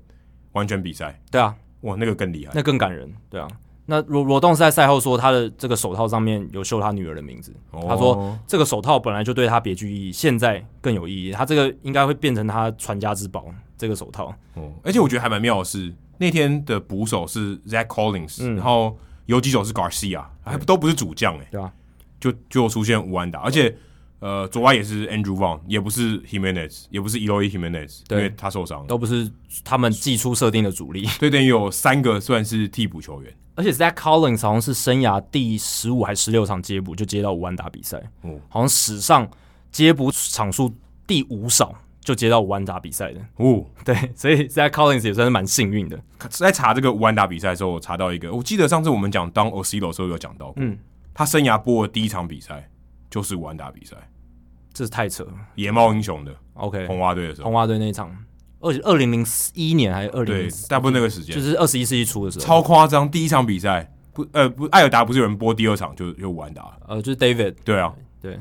S1: 完全比赛，
S2: 对啊，
S1: 哇，那个更厉害。
S2: 那更感人，对啊。那罗罗栋是在赛后说，他的这个手套上面有绣他女儿的名字。
S1: 哦
S2: 他说，这个手套本来就对他别具意义，现在更有意义。他这个应该会变成他传家之宝。这个手套，
S1: 哦，而且我觉得还蛮妙的是，那天的捕手是 Zach Collins，、
S2: 嗯
S1: 然后游击手是 Garcia，还都不是主将哎、
S2: 对啊，
S1: 就就出现吴安达，而且呃，左外也是 Andrew Vaughn，也不是 Jimenez，也不是 Eloy Jimenez，因
S2: 对
S1: 为他受伤了，
S2: 都不是他们季初设定的主力。
S1: 所以等于有三个算是替补球员。
S2: 而且 Zach Collins 好像是生涯第十五还十六场接捕就接到五安打比赛，
S1: 哦
S2: 好像史上接捕场数第五少就接到五安打比赛的。
S1: 哦，
S2: 对，所以 Zach Collins 也算是蛮幸运的。
S1: 在查这个吴安达比赛的时候，我查到一个，我记得上次我们讲当 o c i l o 的时候有讲到过，
S2: 嗯，
S1: 他生涯播的第一场比赛就是吴安达比赛，
S2: 这是太扯了。
S1: 野猫英雄的
S2: OK，
S1: 红袜队的时候
S2: 红，袜队那一场，二二零零一年还是二零
S1: 对，，大部分那个时间
S2: 就是二十一世纪初的时候，
S1: 超夸张，第一场比赛。不，呃，不，艾尔达不是有人播第二场就就吴安达了，
S2: 呃，就是 David
S1: 对啊
S2: 对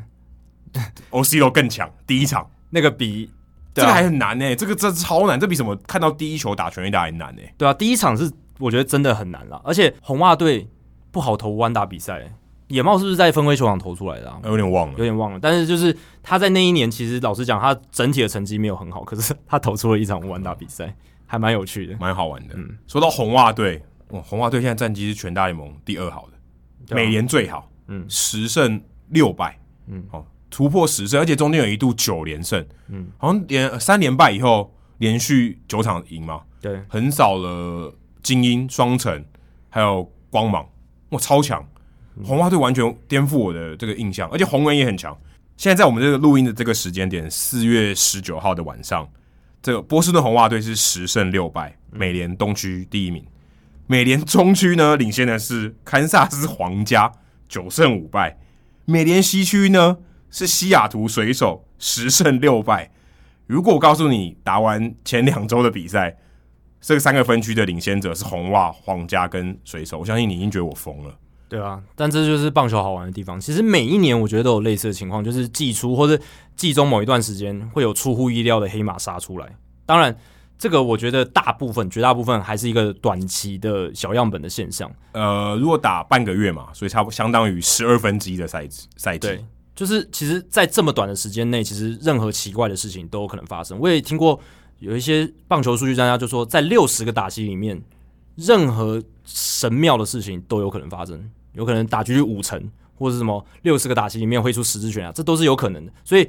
S1: o c i l o 更强，第一场
S2: 那个比
S1: 这
S2: 对
S1: 个
S2: 啊
S1: 还很难呢、这个这超难，这比什么看到第一球打全垒打还难呢、
S2: 对啊，第一场是我觉得真的很难了，而且红袜队不好投弯打比赛、野茂是不是在分威球场投出来的、啊？
S1: 呃有点忘
S2: 有
S1: 了，
S2: 点忘了，但是就是他在那一年，其实老实讲，他整体的成绩没有很好，可是 他投出了一场弯打比赛，还蛮有趣的。
S1: 蛮好玩的。
S2: 嗯
S1: 说到红袜队，哇，红袜队现在战绩是全大联盟第二好的，
S2: 对啊
S1: 美联最好，
S2: 嗯
S1: 十胜六败，嗯
S2: 嗯，
S1: 哦，突破十胜，而且中间有一度九连胜，嗯
S2: 嗯，
S1: 好像连呃三连败以后连续九场赢嘛，
S2: 对，
S1: 横扫了精英、双城还有光芒，哇，超强！红袜队完全颠覆我的这个印象，而且红人也很强。现在在我们这个录音的这个时间点，四月十九号的晚上，这个波士顿红袜队是十胜六败，美联东区第一名，美联中区呢领先的是堪萨斯皇家九胜五败，美联西区呢是西雅图水手十胜六败。如果我告诉你打完前两周的比赛，这三个分区的领先者是红袜、皇家跟水手，我相信你已经觉得我疯了。
S2: 对啊，但这就是棒球好玩的地方。其实每一年我觉得都有类似的情况，就是季初或者季中某一段时间会有出乎意料的黑马杀出来。当然，这个我觉得大部分、绝大部分还是一个短期的小样本的现象。
S1: 呃，如果打半个月嘛，所以差不多相当于十二分之一的赛季赛季。
S2: 对，就是其实，在这么短的时间内，其实任何奇怪的事情都有可能发生。我也听过有一些棒球数据专家就说，在六十个打击里面，任何神妙的事情都有可能发生，有可能打局率五成，或者是什么六十个打击里面挥出十支全啊，这都是有可能的。所以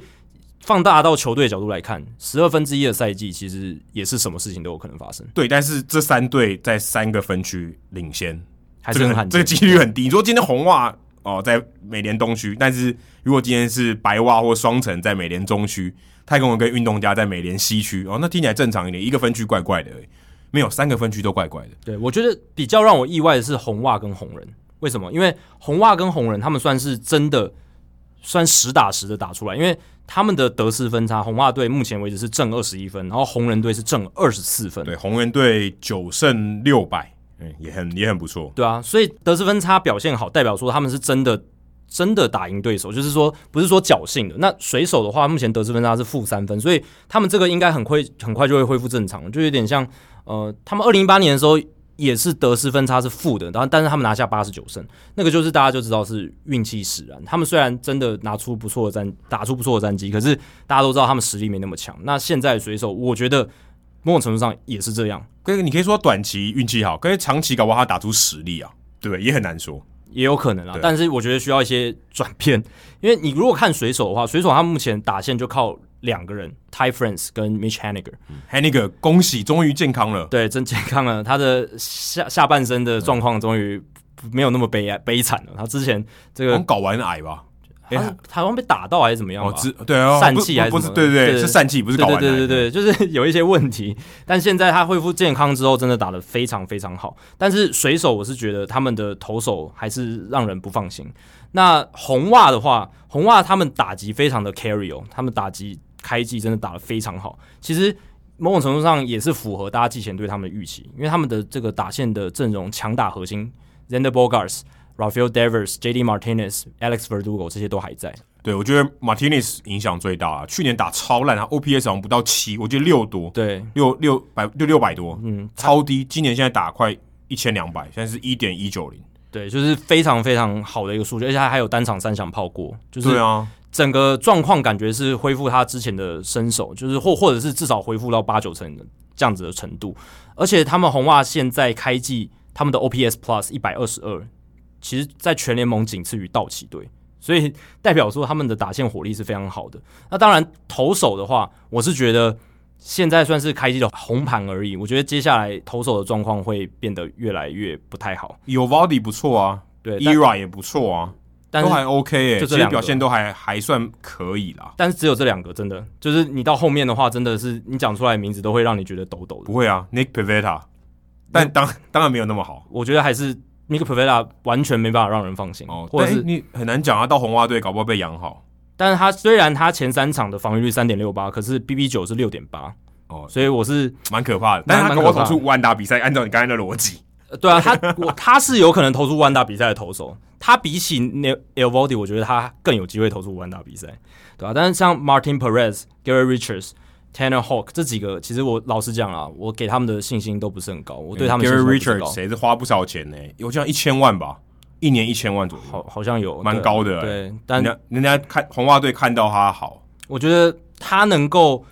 S2: 放大到球队的角度来看，十二分之一的赛季其实也是什么事情都有可能发生，
S1: 对，但是这三队在三个分区领先，
S2: 还
S1: 这
S2: 是
S1: 个
S2: 很
S1: 很
S2: 罕
S1: 这
S2: 见。
S1: 个几率很低。你说今天红袜哦、在美联东区，但是如果今天是白袜或双城在美联中区，太空人跟运动家在美联西区，哦，那听起来正常一点，一个分区怪怪的而已，没有三个分区都怪怪的。
S2: 对，我觉得比较让我意外的是红袜跟红人，为什么？因为红袜跟红人他们算是真的算实打实的打出来，因为他们的得失分差，红袜队目前为止是正二十一分，然后红人队是正二十四分。
S1: 对，红人队九胜六败，嗯，也很也很不错。
S2: 对啊，所以得失分差表现好，代表说他们是真的真的打赢对手，就是说不是说侥幸的。那水手的话，目前得失分差是负三分，所以他们这个应该很快很快就会恢复正常，就有点像呃，他们二零一八年的时候也是得失分差是负的，然后但是他们拿下八十九胜，那个就是大家就知道是运气使然。他们虽然真的拿出不错的战，打出不错的战绩，可是大家都知道他们实力没那么强。那现在的水手，我觉得某种程度上也是这样，
S1: 跟你可以说短期运气好，可是长期搞不好他打出实力啊，对不对？也很难说。
S2: 也有可能啦啊
S1: 对，
S2: 但是我觉得需要一些转变， 因为你如果看水手的话，水手他目前打线就靠两个人，Ty France 跟 Mitch Haniger，
S1: 还那个恭喜，终于健康了。
S2: 对，真健康了，他的下下半身的状况终于没有那么悲哀悲惨了。他之前这
S1: 我
S2: 个
S1: 们搞完癌吧？
S2: 他是台湾被打到还是怎么样吧？
S1: 哦，之对哦，
S2: 疝
S1: 不
S2: 气还是
S1: 不
S2: 什
S1: 是？
S2: 么
S1: 对对
S2: 对
S1: 对，是疝气，不是搞
S2: 对
S1: 完癌。
S2: 对对对对，就是 有一些问题，但现在他恢复健康之后，真的打得非常非常好。但是水手，我是觉得他们的投手还是让人不放心。那红袜的话，红袜他们打击非常的 carry 哦，他们打击开季真的打得非常好。其实某种程度上也是符合大家季前对他们的预期，因为他们的这个打线的阵容强打核心 z e n d e r Bogarts、Rafael Devers、J.D. Martinez、Alex Verdugo 这些都还在。
S1: 对，我觉得 Martinez 影响最大啊，去年打超烂，他 OPS 好像不到七，我觉得六多，
S2: 对，
S1: 六六百六六百多，嗯，超低。今年现在打快一千两百，现在是一点一九零。
S2: 对，就是非常非常好的一个数据，而且他还有单场三响炮过，就是
S1: 对啊，
S2: 整个状况感觉是恢复他之前的身手，就是或或者是至少恢复到八九成的这样子的程度。而且他们红袜现在开季他们的 OPS Plus 一百二十二，其实在全联盟仅次于道奇队，所以代表说他们的打线火力是非常好的。那当然投手的话，我是觉得现在算是开季的红盘而已，我觉得接下来投手的状况会变得越来越不太好。
S1: 有 Vody 不错啊
S2: 对，但
S1: ，Era 也不错啊，
S2: 但
S1: 都
S2: 是
S1: 还 OK 诶、
S2: 就这
S1: 其实
S2: 两个
S1: 表现都还还算可以啦。
S2: 但是只有这两个，真的就是你到后面的话，真的是你讲出来的名字都会让你觉得抖抖的。
S1: 不会啊，Nick Pivetta，但当当然没有那么好
S2: 我觉得还是 Nick Pavetta 完全没办法让人放心，
S1: 哦，
S2: 或者
S1: 但
S2: 是，
S1: 你很难讲啊，到红袜队搞不好被养好
S2: 但是他虽然他前三场的防御率三点六八，可是 BB 九是六点八，
S1: 哦，
S2: 所以我是
S1: 蛮可怕的。但是他
S2: 蛮
S1: 搞不好
S2: 蛮可怕
S1: 投
S2: 的
S1: 出五万打比赛，按照你刚才的逻辑，
S2: 呃对 啊，他我他是有可能投出万打比赛的投手，他比起 El Vody，我觉得他更有机会投出万打比赛，对啊，但是像 Martin Perez、Gary Richards、Tanner Hawk 这几个，其实我老实讲啊，我给他们的信心都不是很高，我对他们
S1: g
S2: 信
S1: a r
S2: 心都
S1: y
S2: 不是很
S1: Richards
S2: 高，
S1: 谁是花不少钱呢、有这样一千万吧，一年一千万左右，
S2: 好好像有
S1: 蛮
S2: 对
S1: 高的、欸。
S2: 对，但
S1: 人家人家看红袜队看到他好，
S2: 我觉得他能够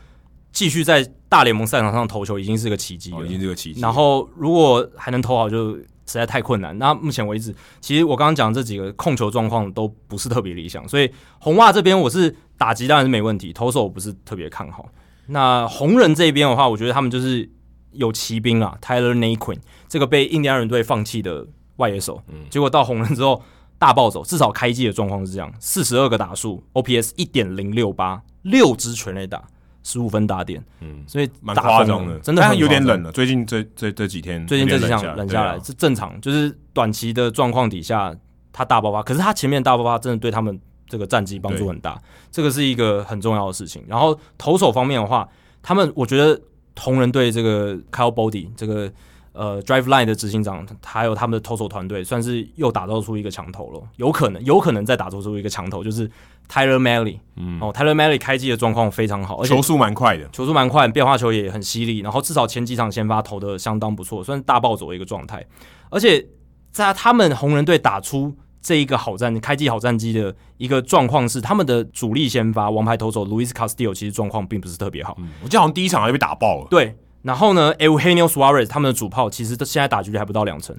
S2: 继续在大联盟赛场上投球，已经是个奇迹了。
S1: 哦已经这个奇迹。
S2: 然后如果还能投好，就实在太困难。那目前为止，其实我刚刚讲的这几个控球状况都不是特别理想，所以红袜这边我是打击当然是没问题，投手我不是特别看好。那红人这边的话，我觉得他们就是有骑兵啊，Tyler Naquin 这个被印第安人队放弃的外野手，
S1: 嗯
S2: 结果到红人之后大暴走，至少开季的状况是这样：四十二个打数，OPS 一点零六八，六支全垒打，十五分打点，嗯，所以
S1: 蛮
S2: 大
S1: 夸
S2: 疯
S1: 张
S2: 了
S1: 的，
S2: 真的
S1: 但
S2: 很
S1: 有点
S2: 夸张
S1: 冷了。最近这这这几天，
S2: 最近
S1: 嗯
S2: 这
S1: 有
S2: 几
S1: 点
S2: 场
S1: 冷
S2: 冷
S1: 下
S2: 下
S1: 来
S2: 来
S1: 对啊
S2: 是正常，就是短期的状况底下，他大爆发，可是他前面大爆发真的对他们这个战绩帮助很大，这个是一个很重要的事情。然后投手方面的话，他们我觉得同人队这个 Kyle Body 这个呃 Drive Line 的执行长，还有他们的投手团队，算是又打造出一个强投了，有可能有可能再打造出一个强投，就是 Tyler Malley，嗯，哦 Tyler Malley 开机的状况非常好，而且
S1: 球速蛮快的，
S2: 球速蛮快，变化球也很犀利，然后至少前几场先发投的相当不错，算是大暴走的一个状态。而且在他们红人队打出这一个好战开季好战绩的一个状况是，他们的主力先发王牌投手 Luis Castillo 其实状况并不是特别好。
S1: 嗯我记得好像第一场就被打爆了。
S2: 对，然后呢 e u g e n i o Suarez 他们的主炮其实现在打击率还不到两成，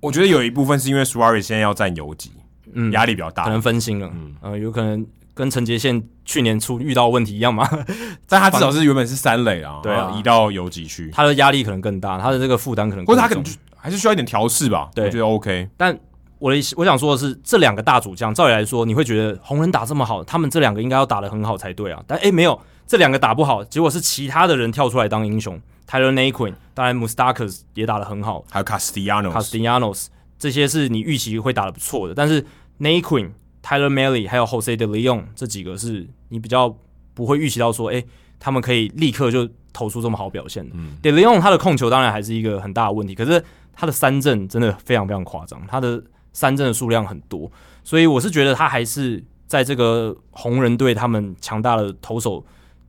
S1: 我觉得有一部分是因为 Suarez 现在要占游击，
S2: 嗯
S1: 压力比较大
S2: 可，能分心了，嗯、呃，有可能跟陈杰宪去年初遇到问题一样嘛，
S1: 但他至少是原本是三垒啊，
S2: 对啊啊
S1: 然后移到游击区，
S2: 他的压力可能更大，他的这个负担可能
S1: 或
S2: 更
S1: 者他
S2: 重，
S1: 可能就还是需要一点调试吧。
S2: 对
S1: 我觉得 OK。
S2: 但我的意思我想说的是，这两个大主将，照理来说，你会觉得红人打这么好，他们这两个应该要打得很好才对啊。但诶，没有，这两个打不好，结果是其他的人跳出来当英雄。Tyler Naquin，当然 Mustakas 也打得很好
S1: 还有 Castellanos，
S2: ，Castellanos 这些是你预期会打得不错的，但是 Naquin、Tyler Melly 还有 Jose De Leon 这几个是你比较不会预期到说，诶，他们可以立刻就投出这么好表现的。
S1: 嗯，
S2: De Leon 他的控球当然还是一个很大的问题，可是他的三振真的非常非常夸张，他的三振的数量很多，所以我是觉得他还是在这个红人队他们强大的投手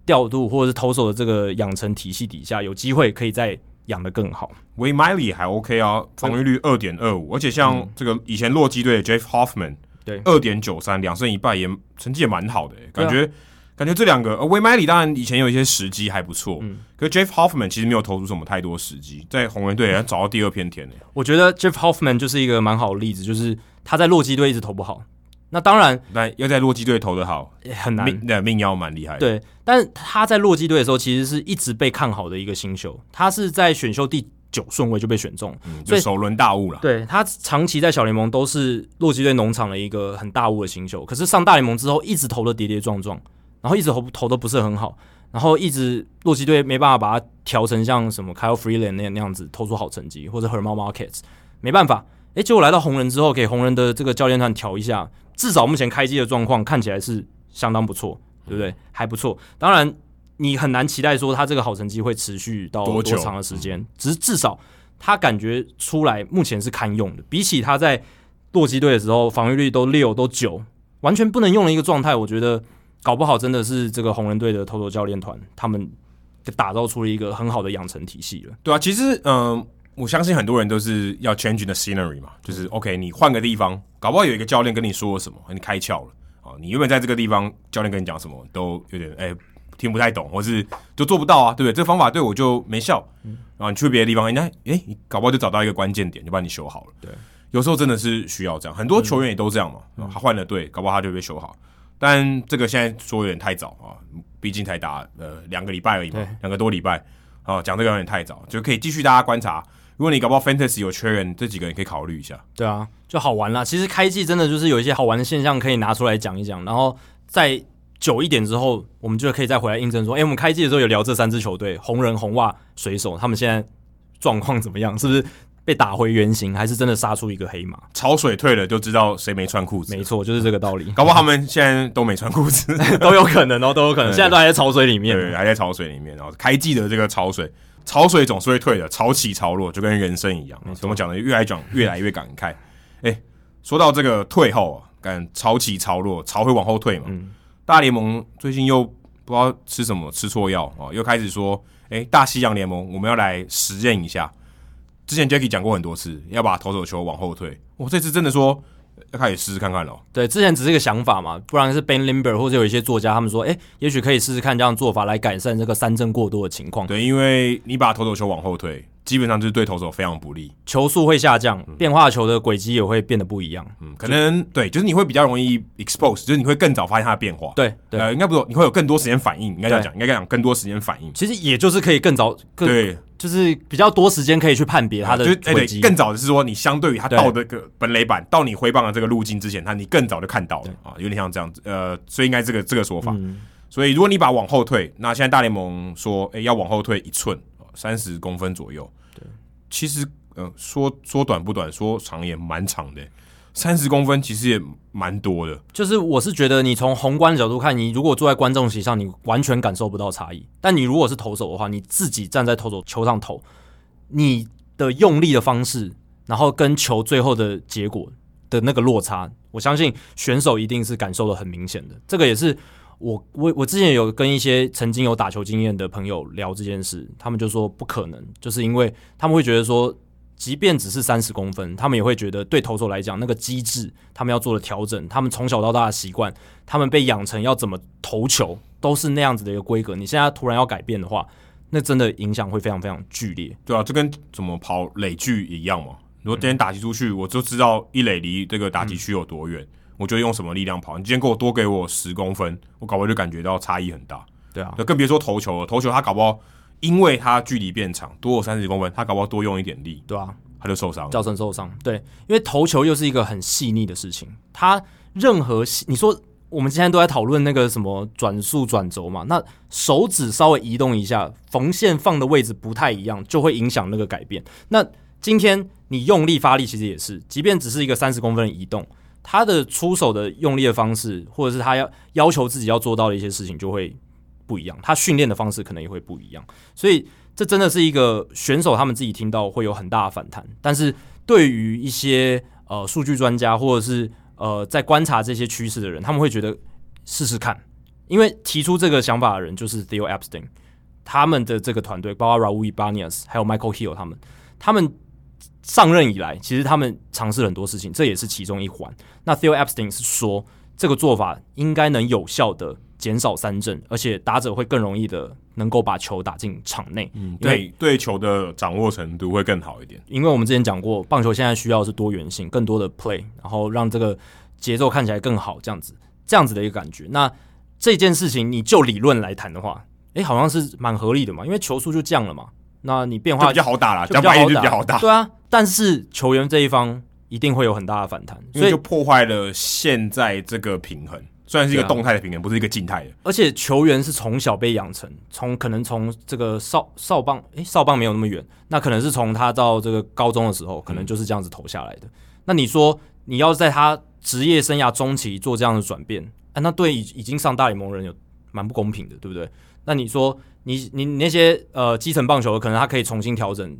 S2: 调度或者是投手的这个养成体系底下，有机会可以再养得更好。
S1: 维麦里还 OK 啊，防御率二点二五，而且像这个以前洛基队的 Jeff Hoffman，
S2: 嗯对啊
S1: 二点九三，两胜一败也成绩也蛮好的、感觉、感觉这两个呃维麦里当然以前有一些时机还不错，
S2: 嗯
S1: 可是 Jeff Hoffman 其实没有投出什么太多时机，在红人队也找到第二片天呢、
S2: 我觉得 Jeff Hoffman 就是一个蛮好的例子，就是他在洛基队一直投不好，那当然
S1: 但要在洛基队投得好，
S2: 也很难
S1: 命那命要蛮厉害的，
S2: 对，但是他在洛基队的时候，其实是一直被看好的一个新秀，他是在选秀第九顺位就被选中。
S1: 嗯，
S2: 所
S1: 就
S2: 以
S1: 首轮大雾了。
S2: 对他长期在小联盟都是洛基队农场的一个很大物的新秀，可是上大联盟之后一直投的跌跌撞撞，然后一直投投的不是很好，然后一直洛基队没办法把他调成像什么 Kyle Freeland 那那样子投出好成绩，或者 Herman Markets，没办法。诶，结果来到红人之后，给红人的这个教练团调一下，至少目前开机的状况看起来是相当不错，
S1: 嗯
S2: 对不对？还不错。当然，你很难期待说他这个好成绩会持续到
S1: 多
S2: 多
S1: 久嗯
S2: 长的时间，只是至少他感觉出来目前是堪用的，比起他在洛基队的时候防御率都六都九，完全不能用的一个状态，我觉得搞不好真的是这个红人队的头头教练团他们打造出了一个很好的养成体系了。
S1: 对啊，其实嗯、我相信很多人都是要 change the scenery 嘛，就是 OK，你换个地方，搞不好有一个教练跟你说了什么，你开窍了啊，你原本在这个地方，教练跟你讲什么都有点哎、听不太懂，或是就做不到啊，对不对？这个方法对我就没效，
S2: 嗯
S1: 然后你去别的地方，人家哎，你搞不好就找到一个关键点，就把你修好了。
S2: 对，嗯
S1: 有时候真的是需要这样，很多球员也都这样嘛，他换了队，搞不好他就被修好。但这个现在说有点太早啊，毕竟才打呃两个礼拜而已嘛
S2: 对，
S1: 两个多礼拜啊，讲这个有点太早，就可以继续大家观察。如果你搞不好 fantasy 有缺人，这几个人可以考虑一下。
S2: 对啊，就好玩啦。其实开季真的就是有一些好玩的现象可以拿出来讲一讲，然后在久一点之后，我们就可以再回来印证说，哎、我们开季的时候有聊这三支球队，红人、红袜、水手，他们现在状况怎么样？是不是被打回原形，还是真的杀出一个黑马？
S1: 潮水退了就知道谁没穿裤子，
S2: 没错，就是这个 道理，
S1: 搞不好他们现在都没穿裤子，
S2: 都有可能哦，都有可能，
S1: 对
S2: 现在都还在潮水里面。
S1: 对，还在潮水里面。然后开季的这个潮水，潮水总是会退的，潮起潮落，就跟人生一样。怎么讲呢？越来讲越来越感慨。哎、说到这个退后啊，感潮起潮落，潮会往后退嘛。大联盟最近又不知道吃什么，吃错药啊，又开始说，哎、大西洋联盟我们要来实验一下。之前 Jacky 讲过很多次，要把投手球往后退。我这次真的说呃要开始试试看看了。
S2: 对，之前只是一个想法嘛，不然是 Ben Limber 或者有一些作家，他们说，哎，也许可以试试看这样做法来改善这个三振过多的情况，
S1: 对，因为你把投手球往后退，基本上就是对投手非常不利。
S2: 球速会下降，变化球的轨迹也会变得不一样。
S1: 嗯，可能对，就是你会比较容易 expose，就是你会更早发现它的变化。，
S2: 对对，
S1: 呃，应该不是说，你会有更多时间反应，应该这样讲，应该讲更多时间反应。
S2: 其实也就是可以更早，更
S1: 对，
S2: 就是比较多时间可以去判别它的
S1: 就是哎
S2: 轨
S1: 对，
S2: 迹。
S1: 更早的是说，你相对于它
S2: 对
S1: 到这个本垒板到你挥棒的这个路径之前，它你更早就看到了啊，有点像这样子。呃，所以应该这个这个说法。
S2: 嗯
S1: 所以如果你把往后退，那现在大联盟说，哎，要往后退一寸，三十公分左右。对，其实呃，说说短不短，说长也蛮长的，三十公分其实也蛮多的。
S2: 就是我是觉得你从宏观的角度看，你如果坐在观众席上，你完全感受不到差异。但你如果是投手的话，你自己站在投手球上投，你的用力的方式，然后跟球最后的结果的那个落差，我相信选手一定是感受的很明显的。这个也是我我我之前有跟一些曾经有打球经验的朋友聊这件事，他们就说不可能，就是因为他们会觉得说，即便只是三十公分，他们也会觉得对投手来讲，那个机制他们要做的调整，他们从小到大的习惯，他们被养成要怎么投球都是那样子的一个规格，你现在突然要改变的话，那真的影响会非常非常剧烈。
S1: 对啊，这跟怎么跑垒距一样嘛。如果今天打击出去，我就知道一垒离这个打击区有多远，我就用什么力量跑。你今天给我多给我十公分，我搞不好就感觉到差异很大。
S2: 对啊，
S1: 那更别说投球了，投球他搞不好因为他距离变长，多我三十公分，他搞不好多用一点力，
S2: 对啊，
S1: 他就受伤了。
S2: 造成受伤。对，因为投球又是一个很细腻的事情，它任何细你说我们今天都在讨论那个什么转速转轴嘛，那手指稍微移动一下，缝线放的位置不太一样，就会影响那个改变。那今天你用力发力，其实也是，即便只是一个三十公分的移动，他的出手的用力的方式，或者是他要要求自己要做到的一些事情，就会不一样。他训练的方式可能也会不一样，所以这真的是一个选手他们自己听到会有很大的反弹。但是对于一些呃数据专家或者是呃在观察这些趋势的人，他们会觉得试试看，因为提出这个想法的人就是 Theo Epstein，他们的这个团队包括 Raul Ibanez 还有 Michael Hill 他们，他们上任以来，其实他们尝试了很多事情，这也是其中一环。那 Theo Epstein 是说，这个做法应该能有效的减少三振，而且打者会更容易的能够把球打进场内。
S1: 嗯，
S2: 因为
S1: 对对球的掌握程度会更好一点。
S2: 因为我们之前讲过，棒球现在需要的是多元性，更多的 play，然后让这个节奏看起来更好，这样子，这样子的一个感觉。那这件事情，你就理论来谈的话，诶，好像是蛮合理的嘛，因为球速就降了嘛，那你变
S1: 就
S2: 化
S1: 比较好打啦，
S2: 就
S1: 讲白一点就
S2: 好
S1: 比较好打，
S2: 对啊。但是球员这一方一定会有很大的反弹，
S1: 因
S2: 所
S1: 为
S2: 以
S1: 就破坏了现在这个平衡。虽然是一个
S2: 对啊
S1: 动态的平衡，不是一个静态的。
S2: 而且球员是从小被养成，从可能从这个少少棒，诶、少棒没有那么远，那可能是从他到这个高中的时候，可能就是这样子投下来的。那你说你要在他职业生涯中期做这样的转变，啊，那对已已经上大联盟的人有蛮不公平的，对不对？那你说你你你那些呃基层棒球的，可能他可以重新调整，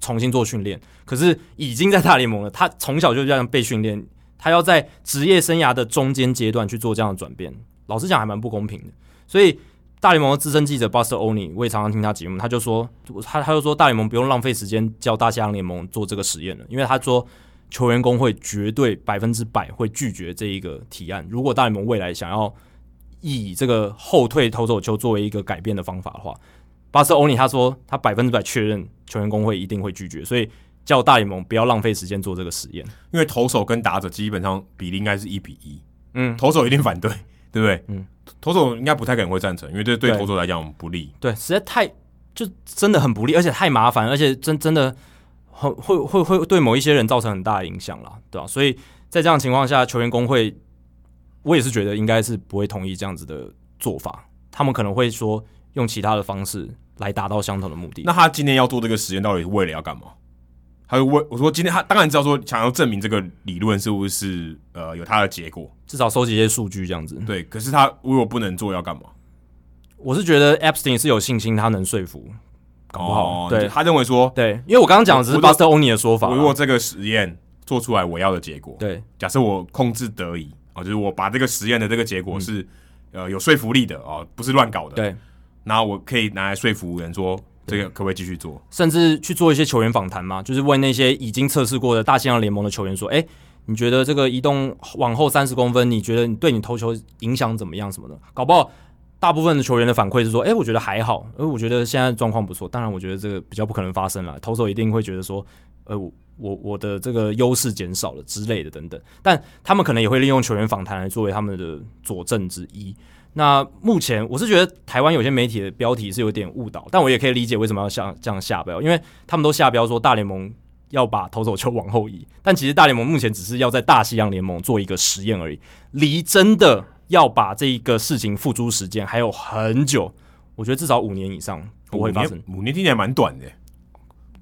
S2: 重新做训练，可是已经在大联盟了，他从小就这样被训练，他要在职业生涯的中间阶段去做这样的转变，老实讲还蛮不公平的。所以大联盟的资深记者 Buster Oni，我也常常听他节目，他就说，他他就说大联盟不用浪费时间教大西洋联盟做这个实验了，因为他说球员工会绝对百分之百会拒绝这一个提案。如果大联盟未来想要以这个后退投手球作为一个改变的方法的话，Buster Oni 他说他百分之百确认球员工会一定会拒绝，所以。叫大联盟不要浪费时间做这个实验。
S1: 因为投手跟打者基本上比例应该是一比一，
S2: 嗯，
S1: 投手一定反对，对不对？
S2: 嗯，
S1: 投手应该不太可能会赞成，因为这对
S2: 对
S1: 投手来讲不利。
S2: 对，实在太就真的很不利，而且太麻烦，而且真真的很会会会对某一些人造成很大的影响啦，对吧、所以在这样的情况下，球员工会，我也是觉得应该是不会同意这样子的做法，他们可能会说用其他的方式来达到相同的目的。
S1: 那他今天要做这个实验，到底为了要干嘛？他就为我说，今天他当然知道说想要证明这个理论是不是呃有它的结果，
S2: 至少收集一些数据这样子。
S1: 对。可是他如果不能做，要干嘛？
S2: 我是觉得 Epstein 是有信心他能说服，搞不好。
S1: 哦，
S2: 对
S1: 他认为说，
S2: 对，因为我刚刚讲的只是
S1: 我我
S2: Buster Oni 的说法
S1: 我
S2: 啦。
S1: 如果这个实验做出来我要的结果，
S2: 对
S1: 假设我控制得宜啊、哦就是我把这个实验的这个结果是、呃有说服力的啊、哦不是乱搞的。，
S2: 嗯对，
S1: 那我可以拿来说服人说这个可不可以继续做？
S2: 甚至去做一些球员访谈嘛，就是问那些已经测试过的大西洋联盟的球员说：“哎、你觉得这个移动往后三十公分，你觉得你对你投球影响怎么样什么的？”搞不好大部分的球员的反馈是说：“哎、我觉得还好，呃，我觉得现在状况不错。”当然，我觉得这个比较不可能发生了，投手一定会觉得说：“呃，我我我的这个优势减少了之类的等等。”但他们可能也会利用球员访谈来作为他们的佐证之一。那目前我是觉得台湾有些媒体的标题是有点误导，但我也可以理解为什么要像这样下标，因为他们都下标说大联盟要把投手球往后移，但其实大联盟目前只是要在大西洋联盟做一个实验而已，离真的要把这一个事情付诸实践还有很久，我觉得至少五年以上不会发生，
S1: 五年五年听起来蛮短的耶，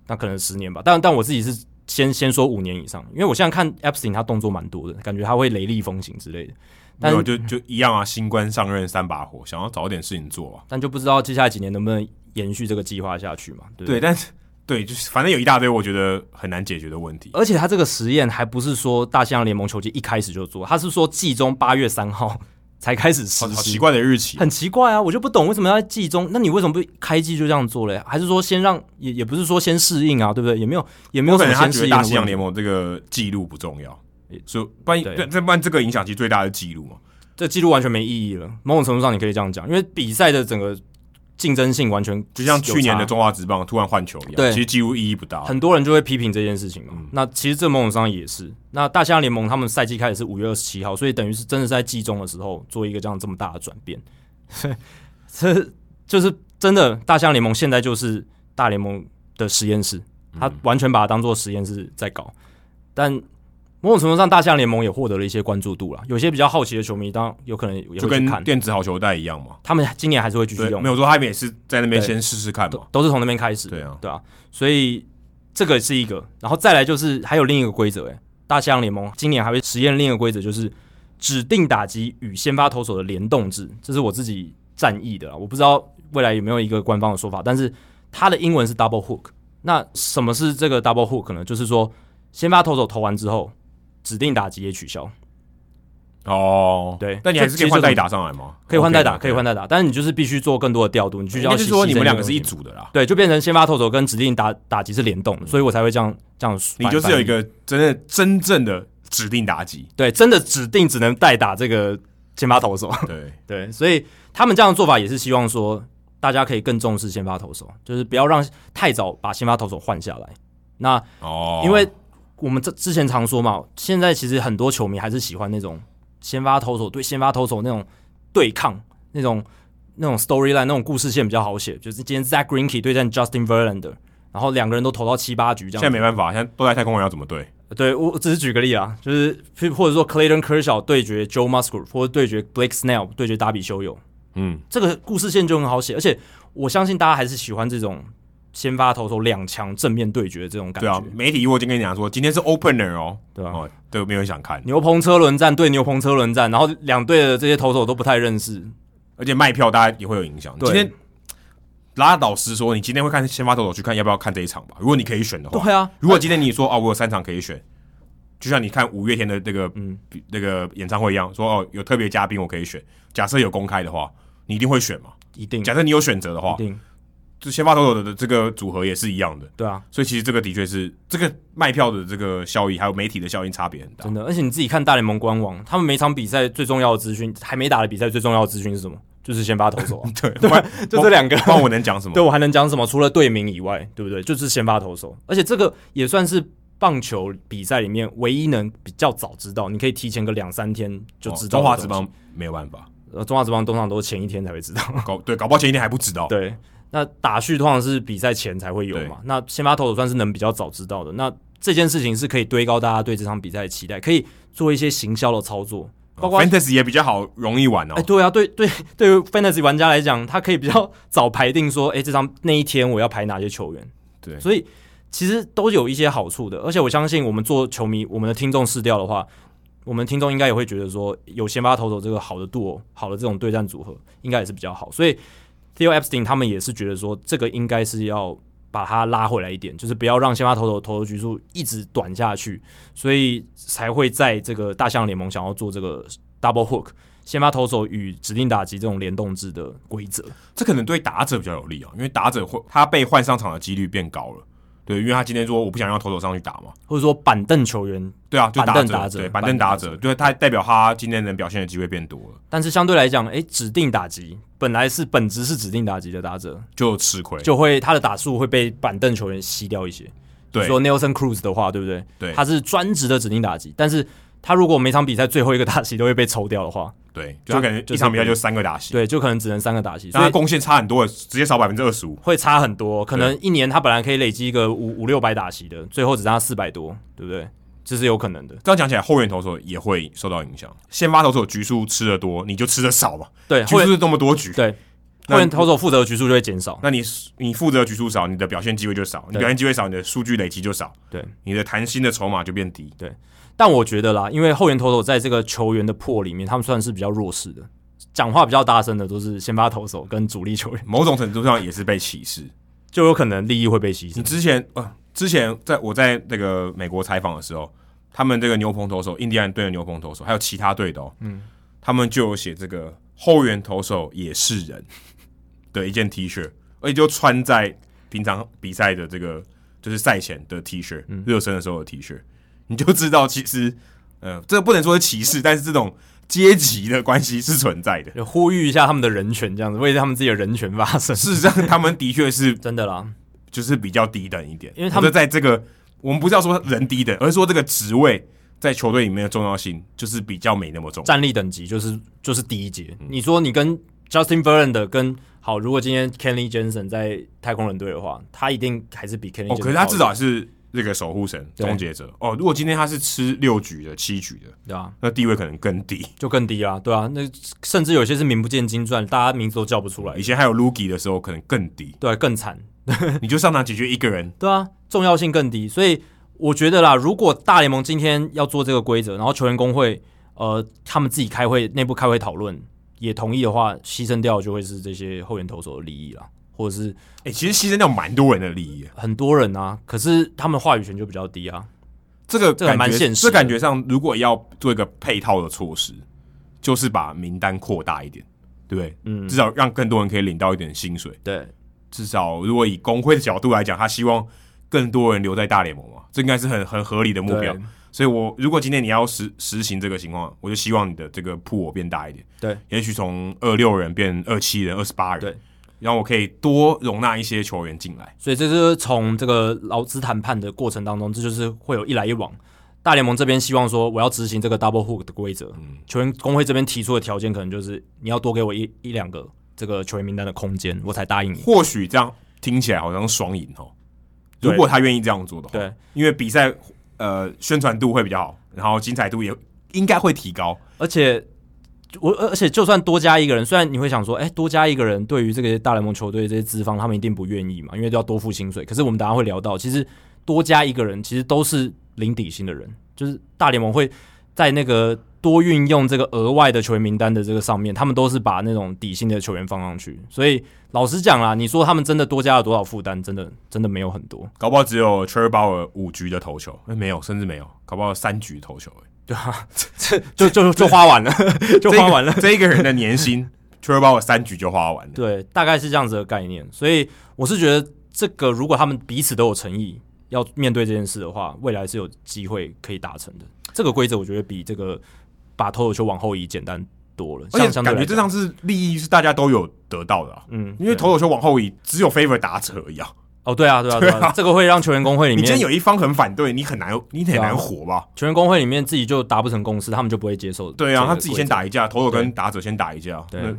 S2: 那可能十年吧。但但我自己是先先说五年以上，因为我现在看 Epstein 他动作蛮多的，感觉他会雷厉风行之类的，
S1: 没
S2: 但
S1: 有就就一样啊，新官上任三把火，想要找点事情做啊。
S2: 但就不知道接下来几年能不能延续这个计划下去嘛？对不对
S1: 对，但是对，就是反正有一大堆我觉得很难解决的问题。
S2: 而且他这个实验还不是说大西洋联盟球季一开始就做，他是说季中八月三号 才开始实
S1: 好好
S2: 施，
S1: 奇，怪的日期，
S2: 很奇怪啊！我就不懂为什么要在季中，那你为什么不开季就这样做嘞？还是说先让也也不是说先适应啊，对不对？也没有也没有
S1: 可
S2: 什么
S1: 能他
S2: 先
S1: 觉
S2: 适
S1: 得
S2: 应的
S1: 大
S2: 问
S1: 西
S2: 题
S1: 洋联盟这个记录不重要
S2: 也，
S1: 所以不然
S2: 对
S1: 对，这不然这个影响其实最大的记录嘛。
S2: 这记录完全没意义了。某种程度上你可以这样讲，因为比赛的整个竞争性完全
S1: 就像
S2: 有
S1: 去年的
S2: 差
S1: 中华职棒突然换球一样，
S2: 对
S1: 其实几乎意义不大。
S2: 很多人就会批评这件事情嘛。
S1: 嗯
S2: 那其实这某种程度上也是。那大西洋联盟他们赛季开始是五月二十七号，所以等于是真的是在季中的时候做一个这样这么大的转变， 这就是真的。大西洋联盟现在就是大联盟的实验室，
S1: 嗯
S2: 他完全把它当做实验室在搞。但某种程度上，大象联盟也获得了一些关注度了。有些比较好奇的球迷，当然有可能也
S1: 就
S2: 会去
S1: 跟
S2: 看。
S1: 电子好球袋一样嘛。
S2: 他们今年还是会继续
S1: 对，
S2: 用
S1: 没，有说他们也是在那边
S2: 对
S1: 先试试看
S2: 都
S1: 嘛。
S2: 都是从那边开始。
S1: 对啊，
S2: 对啊，所以这个是一个，然后再来就是还有另一个规则，诶，大西洋联盟今年还会实验另一个规则，就是指定打击与先发投手的联动制，这是我自己战意的啦，我不知道未来有没有一个官方的说法，但是它的英文是 double hook。那什么是这个 double hook 呢？就是说先发投手投完之后，指定打击也取消，
S1: 哦，
S2: 对
S1: 那你还是可以换代打上来吗？
S2: 可以换代打，
S1: OK 的
S2: 可以换。代打，但是你就是必须做更多的调度，你必须
S1: 应
S2: 要
S1: 该是说
S2: 牺牲
S1: 你们两个
S2: 这
S1: 是一
S2: 东西
S1: 组的啦，
S2: 对，就变成先发投手跟指定打打击是联动的，所以我才会这样这样翻。
S1: 你就是有一
S2: 翻译
S1: 个真的真正的指定打 击。
S2: 对，真的指定只能代打这个先发 投手。
S1: 对，
S2: 对，所以他们这样的做法也是希望说，大家可以更重视先发投手，就是不要让太早把先发投手换下来。那
S1: 哦，
S2: 因为我们这之前常说嘛，现在其实很多球迷还是喜欢那种先发投手对先发投手那种对抗，那种那种 storyline 那种故事线比较好写，就是今天 Zach Greinke 对战 Justin Verlander，然后两个人都投到七八局这
S1: 现
S2: 样
S1: 在没
S2: 子。
S1: 办法，现在都在太空人要怎么对？
S2: 对我我只是举个例啊，就是或者说 Clayton Kershaw 对决 Joe Musgrove，或者对决 Blake Snell，对决达比修友，
S1: 嗯，
S2: 这个故事线就很好写，而且我相信大家还是喜欢这种先发投手两强正面对决的这种感
S1: 对
S2: 觉，
S1: 啊，媒体我已经跟你讲说，今天是 opener 哦，
S2: 对啊吧、
S1: 哦，对，没有人想看，
S2: 牛棚车轮战对牛棚车轮战，然后两队的这些投手都不太认识，
S1: 而且卖票大家也会有影响。
S2: 对
S1: 今天拉老师说，你今天会看先发投手去看，要不要看这一场吧？如果你可以选的话，
S2: 对啊，
S1: 如果今天你说哦，我有三场可以选，就像你看五月天的那个
S2: 嗯
S1: 比那个演唱会一样，说哦有特别嘉宾我可以选。假设有公开的话，你一定会选嘛？
S2: 一定
S1: 假设你有选择的哦
S2: 一
S1: 话，
S2: 定，
S1: 就先发投手的的这个组合也是一样的。
S2: 对啊，
S1: 所以其实这个的确是这个卖票的这个效益，还有媒体的效应差别很大
S2: 真。的，而且你自己看大联盟官网，他们每场比赛最重要的资讯，还没打的比赛最重要的资讯是什么？就是先发投手啊，
S1: 对，不然
S2: 就这两个。
S1: 不然我能讲什么
S2: 对？我还能讲什么？除了队名以外，对不对？就是先发投手，而且这个也算是棒球比赛里面唯一能比较早知道，你可以提前个两三天就
S1: 哦
S2: 知道、
S1: 中华职，棒没有办 法，
S2: 呃，中华职棒通常都前一天才会知道。
S1: 搞对搞不好前一天还不知道。哦
S2: 对， 那打序通常是比赛前才会有嘛。那先发投手算是能比较早知道的。那这件事情是可以堆高大家对这场比赛的期待，可以做一些行销的操作，包括
S1: Fantasy 也比较好，容易玩哦
S2: 哎、。对啊，对对，对于 fantasy 玩家来讲，他可以比较早排定说，哎、这张那一天我要排哪些球员。
S1: 对
S2: 所以其实都有一些好处的，而且我相信我们做球迷，我们的听众试掉的话，我们听众应该也会觉得说，有先发投手这个好的度、哦，好的这种对战组合，应该也是比较好。所以 Theo Epstein 他们也是觉得说，这个应该是要把它拉回来一点，就是不要让先发投手投球局数一直短下去，所以才会在这个大象联盟想要做这个 double hook。先发投手与指定打击这种联动制的规则，
S1: 这可能对打者比较有利啊，因为打者会他被换上场的几率变高了。对，因为他今天说我不想让投手上去打嘛，
S2: 或者说板凳球员
S1: 对啊，就
S2: 板凳
S1: 者，
S2: 打者
S1: 对，
S2: 板
S1: 板凳
S2: 凳打
S1: 打
S2: 者
S1: 者，对，他代表他今天能表现的机会变多了，
S2: 但是相对来讲，诶，指定打击本来是本职是指定打击的打者，
S1: 就吃亏，
S2: 就会他的打数会被板凳球员吸掉一些。
S1: 对
S2: 说 Nelson Cruz 的话，对不对？
S1: 对
S2: 他是专职的指定打击，但是他如果每场比赛最后一个打击都会被抽掉的话，
S1: 对，就他可能
S2: 就
S1: 一场比赛就三个打席，
S2: 对，就可能只能三个打击，
S1: 但
S2: 所
S1: 他
S2: 以
S1: 贡献差很多，直接少百分之二十五。
S2: 会差很多。可能一年他本来可以累积一个五五六百打席的，最后只剩下四百多，对不对？这是有可能的。
S1: 这样讲起来，后援投手也会受到影响。先发投手局数吃的多，你就吃的少嘛，
S2: 对，
S1: 局
S2: 后
S1: 数
S2: 援
S1: 是这么多局，
S2: 对
S1: 那
S2: 后援投手负责的局数就会减少。
S1: 那你你负责的局数少，你的表现机会就少，你
S2: 对
S1: 表现机会少，你的数据累积就少，
S2: 对，
S1: 你的谈心的筹码就变低。
S2: 但我觉得啦，因为后援投手在这个球员的破里面，他们算是比较弱势的，讲话比较大声的都是先发投手跟主力球员，
S1: 某种程度上也是被歧视。
S2: 就有可能利益会被牺
S1: 你
S2: 牲。
S1: 之前呃，之前在我在那个美国采访的时候，他们这个牛棚投手，印第安队的牛棚投手，还有其他队的哦，嗯，他们就有写这个后援投手也是人的一件 T 恤，而且就穿在平常比赛的这个就是赛前的 T 恤，热身的时候的 T 恤，你就知道其实呃，这不能说是歧视，但是这种阶级的关系是存在的。
S2: 就呼吁一下他们的人权，这样子为他们自己的人权发声，
S1: 事实上，他们的确是
S2: 真的啦。
S1: 就是比较低等一点，
S2: 因为他们
S1: 或者在这个我们不是要说人低等，而是说这个职位在球队里面的重要性就是比较没那么重。嗯
S2: 战力等级就是就是第一节。你说你跟 Justin Verlander 跟好，如果今天 Kenny Jensen 在太空人队的话，他一定还是比 Kenny
S1: 哦，
S2: Jensen
S1: 可是他
S2: 好一
S1: 至少是这个守护神、
S2: 对
S1: 终结者哦。如果今天他是吃六局的、七局的，
S2: 点对啊，
S1: 那地位可能更低。
S2: 就更低啦，对啊，那甚至有些是名不见经传，大家名字都叫不出来。
S1: 以，前还有 Lugi 的时候，可能更低
S2: 对啊、更惨，
S1: 你就上场解决一个人，
S2: 对啊，重要性更低。所以我觉得啦，如果大联盟今天要做这个规则，然后球员工会呃他们自己开会内部开会讨论也同意的话，牺牲掉就会是这些后援投手的利益啦，或者是
S1: 哎、其实牺牲掉蛮多人的利益耶。
S2: 很多人啊，可是他们话语权就比较低啊。
S1: 这个
S2: 这个
S1: 感觉，
S2: 蛮现实的
S1: 这感觉上，如果要做一个配套的措施，就是把名单扩大一点，对不对？
S2: 嗯
S1: 至，少让更多人可以领到一点薪水。
S2: 对，
S1: 至少如果以工会的角度来讲，他希望更多人留在大联盟嘛，这应该是很很合理的目标
S2: 对。
S1: 所以我如果今天你要实实行这个情况，我就希望你的这个铺我变大一点，
S2: 对，
S1: 也许从二六人变二七人、二十八人，
S2: 对，
S1: 让我可以多容纳一些球员进来。
S2: 所以这就是从这个劳资谈判的过程当中，这就是会有一来一往。大联盟这边希望说，我要执行这个 double hook 的规则，球员工会这边提出的条件可能就是你要多给我一一两个这个球员名单的空间，我才答应你。
S1: 或许这样听起来好像双赢哦，
S2: 对
S1: 如果他愿意这样做的话，
S2: 对，
S1: 因为比赛呃宣传度会比较好，然后精彩度也应该会提高。
S2: 而且我而而且就算多加一个人，虽然你会想说，哎、多加一个人对于这个大联盟球队这些资方，他们一定不愿意嘛，因为都要多付薪水。可是我们等一下会聊到，其实多加一个人其实都是零底薪的人，就是大联盟会在那个多运用这个额外的球员名单的这个上面，他们都是把那种底薪的球员放上去。所以老实讲啦，你说他们真的多加了多少负担，真的真的没有很多。
S1: 搞不好只有 t r e b o w e 五局的投球，哎、没有，甚至没有，搞不好三局投球、哎
S2: 就就就花完了， 就花完了。
S1: 这一个人的年薪 t r e b o w e 三局就花完了。
S2: 对，大概是这样子的概念。所以我是觉得，这个如果他们彼此都有诚意，要面对这件事的话，未来是有机会可以达成的。这个规则我觉得比这个把投手球往后移简单多了，
S1: 而且
S2: 相相对
S1: 感
S2: 来
S1: 觉这
S2: 讲
S1: 上次利益是大家都有得到的、啊，
S2: 嗯，
S1: 因为
S2: 对
S1: 投手球往后移只有 favor 打扯一样，
S2: 哦，对啊，对啊，对
S1: 对
S2: 啊，这个会让球员工会里
S1: 你今
S2: 面
S1: 天有一方很反对，你很难你很
S2: 对啊
S1: 难活吧？
S2: 球员工会里面自己就达不成共识，他们就不会接受。
S1: 对啊，他自己先，打一架，投手
S2: 对
S1: 跟打者先打一架，
S2: 对
S1: 那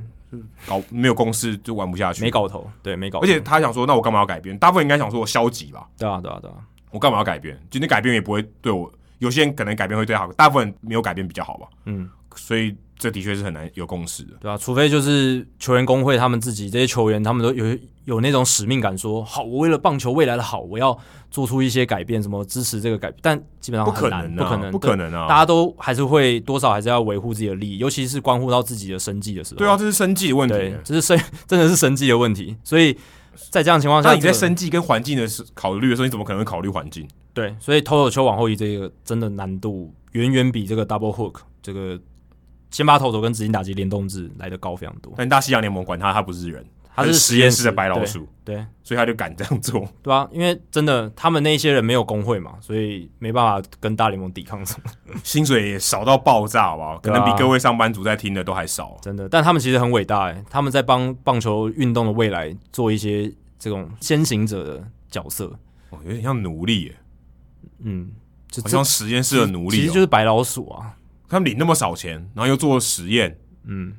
S1: 搞没有共识就玩不下去，
S2: 没搞头，对，没搞头。
S1: 而且他想说，那我干嘛要改变？大部分应该想说我消极吧，
S2: 对啊，对啊，对啊，
S1: 我干嘛要改变？今天改变也不会对我，有些人可能改变会对他好，大部分没有改变比较好吧。
S2: 嗯，
S1: 所以这的确是很难有共识的。
S2: 对啊，除非就是球员工会他们自己这些球员，他们都有有那种使命感说好，我为了棒球未来的好，我要做出一些改变，什么支持这个改变，但基本上
S1: 不
S2: 很
S1: 可
S2: 难，
S1: 能
S2: 不
S1: 啊，
S2: 可能，
S1: 不可能啊！
S2: 大家都还是会多少还是要维护自己的利益，尤其是关乎到自己的生计的时候。
S1: 对啊，，这是生计的问题。
S2: 对，这是生 真的是生计的问题，所以在这样的情况下，
S1: 那你在
S2: 这个
S1: 生计跟环境的时考虑的时候，你怎么可能会考虑环境？
S2: 对，所以投手球往后移这个真的难度远远比这个 double hook 这个先发投手跟直径打击联动制来的高非常多。
S1: 但大西洋联盟管他，他不是人，
S2: 它
S1: 是
S2: 是
S1: 实验室的白老
S2: 对，
S1: 鼠，
S2: 对。
S1: 所以他就敢这样做。
S2: 对啊，因为真的，他们那些人没有工会嘛，所以没办法跟大联盟抵抗什 么，
S1: 薪水也少到爆炸，好不好？可
S2: 对啊
S1: 能比各位上班族在听的都还少。
S2: 真的。但他们其实很伟大哎、他们在帮棒球运动的未来做一些这种先行者的角色，
S1: 哦，有点像奴隶耶，
S2: 嗯，就
S1: 好
S2: 这
S1: 像实验室的奴
S2: 其
S1: 隶
S2: 实
S1: 哦
S2: 就。是白老鼠啊，
S1: 他们领那么少钱，然后又做实验，
S2: 嗯，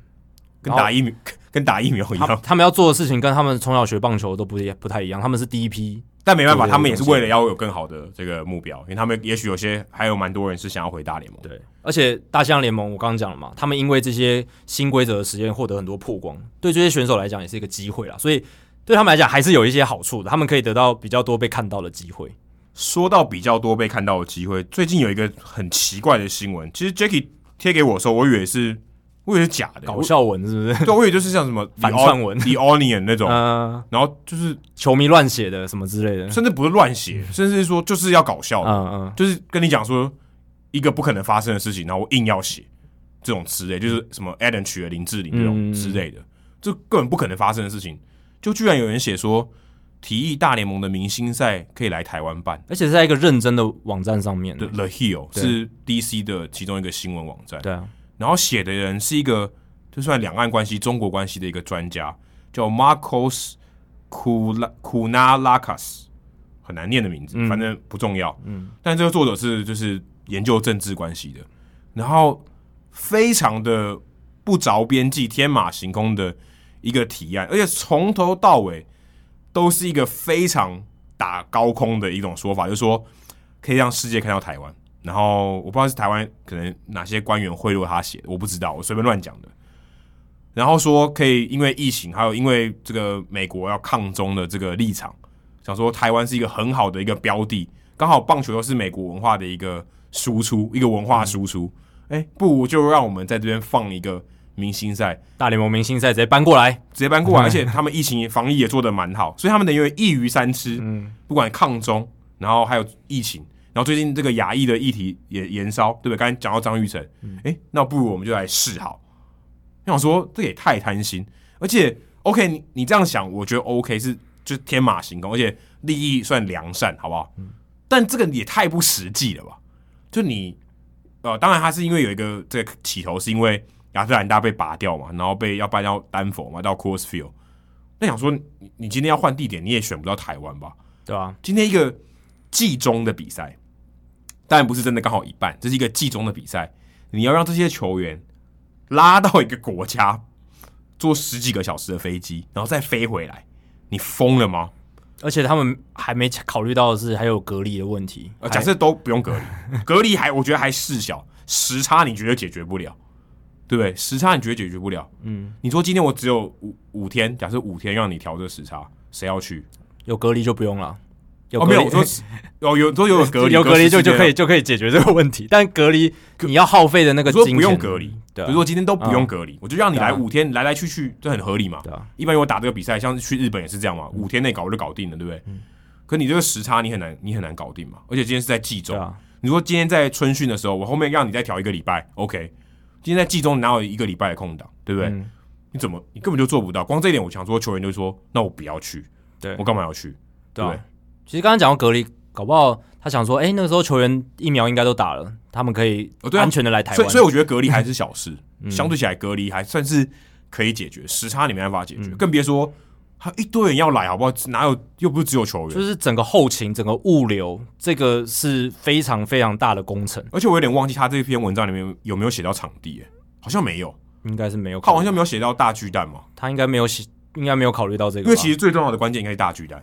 S1: 跟
S2: 然后
S1: 打疫苗 跟打疫苗一
S2: 他
S1: 样，
S2: 他们要做的事情跟他们从小学棒球都不一不太一样，他们是第一批，
S1: 但没办法，
S2: 对对对
S1: 他们也是为了要有更好的这个目标，因为他们也许有些还有蛮多人是想要回大联盟。
S2: 对，而且大西洋联盟我刚刚讲了嘛，他们因为这些新规则的实验获得很多曝光，对这些选手来讲也是一个机会啦，所以对他们来讲还是有一些好处的，他们可以得到比较多被看到的机会。
S1: 说到比较多被看到的机会，最近有一个很奇怪的新闻，其实 Jacky 贴给我的时候，我以为是我以为是假的，
S2: 搞笑文是不是？
S1: 我，对，我以为就是像什么
S2: 反串文
S1: The Onion 那种，
S2: 呃，
S1: 然后就是
S2: 球迷乱写的什么之类的。
S1: 甚至不是乱写，甚至是说就是要搞笑的，
S2: 嗯嗯，
S1: 就是跟你讲说一个不可能发生的事情，然后我硬要写这种之类，就是什么 Adam 娶了林志玲这种
S2: 嗯
S1: 之类的，这根本不可能发生的事情，就居然有人写说提议大联盟的明星赛可以来台湾办。
S2: 而且是在一个认真的网站上面。
S1: The The Hill
S2: 对
S1: 是 DC 的其中一个新闻网站，
S2: 对啊，
S1: 然后写的人是一个就算两岸关系、中国关系的一个专家，叫 Marcos Kula Kunalakas，很难念的名字，
S2: 嗯
S1: 反正不重要。
S2: 嗯，
S1: 但这个作者是就是研究政治关系的，然后非常的不着边际、天马行空的一个提案，而且从头到尾都是一个非常打高空的一种说法，就是说可以让世界看到台湾。然后我不知道是台湾可能哪些官员贿赂他写的，我不知道，我随便乱讲的。然后说可以因为疫情，还有因为这个美国要抗中的这个立场，想说台湾是一个很好的一个标的，刚好棒球又是美国文化的一个输出，一个文化输出。哎、不如就让我们在这边放一个明星赛，
S2: 大联盟明星赛直接搬过来，
S1: 直接搬过来，而且他们疫情防疫也做得蛮好，所以他们等于一鱼三吃，
S2: 嗯
S1: 不管抗中，然后还有疫情，然后最近这个亚裔的议题也延烧，对不对？刚才讲到张玉成，哎、那不如我们就来试好。我想说，这也太贪心，而且 OK，你你这样想，我觉得 OK 是就是天马行空，而且利益算良善，好不好？但这个也太不实际了吧？就你呃，当然他是因为有一个这个起头，是因为亚特兰大被拔掉嘛，然后被要搬到丹佛嘛，到 Coors Field。那想说，你你今天要换地点，你也选不到台湾吧？
S2: 对吧、
S1: 今天一个季中的比赛，当然不是真的刚好一半，这是一个季中的比赛，你要让这些球员拉到一个国家，坐十几个小时的飞机，然后再飞回来，你疯了吗？
S2: 而且他们还没考虑到的是还有隔离的问题。
S1: 呃，假设都不用隔离，隔离还我觉得还事小，时差你绝对解决不了，对不对？时差你绝对解决不了。
S2: 嗯，
S1: 你说今天我只有五五天，假设五天让你调这个时差，谁要去？
S2: 有隔离就不用了。有
S1: 哦，
S2: 隔
S1: 没
S2: 离
S1: 有，我说哦，有都有隔离，
S2: 有隔离就
S1: 14
S2: 就
S1: 天
S2: 可以就可以解决这个问题，但隔离你要耗费的那个
S1: 比如
S2: 金
S1: 说
S2: 钱，
S1: 不用隔离，
S2: 对啊、
S1: 比如说今天都不用隔离，我就让你来
S2: 对啊
S1: 五天，来来去去，这很合理嘛
S2: 对。啊，嗯
S1: 一般我打这个比赛，像去日本也是这样嘛，五天内搞就搞定了，对不对？可你这个时差你很难，你很难搞定嘛。而且今天是在季
S2: 对
S1: 中，
S2: 啊，
S1: 你说今天在春训的时候，我后面让你再调一个礼拜，OK？今天在季中哪有一个礼拜的空档，对不对？
S2: 嗯
S1: 你怎么你根本就做不到？光这一点，我想说球员就说，那我不要去，
S2: 对
S1: 我干嘛要去？
S2: 对
S1: 对
S2: 啊。其实刚刚讲到隔离，搞不好他想说，哎、那个时候球员疫苗应该都打了，他们可以
S1: 哦对啊
S2: 安全的来台
S1: 所
S2: 湾、嗯
S1: 以，所以我觉得隔离还是小 事，相对起来隔离还算是可以解决，时差你没办法解决，
S2: 嗯
S1: 更别说还一堆人要来，好不好？哪有又不是只有球员？
S2: 就是整个后勤、整个物流，这个是非常非常大的工程，
S1: 而且我有点忘记他这篇文章里面有没有写到场地、欸，好像没有，
S2: 应该是没有
S1: 靠，
S2: 考
S1: 好
S2: 虑，
S1: 像没有写到大巨蛋嘛，
S2: 他应该没有想，应该没有考虑到这个
S1: 因
S2: 吧，
S1: 为其实最重要的关键应该是大巨蛋，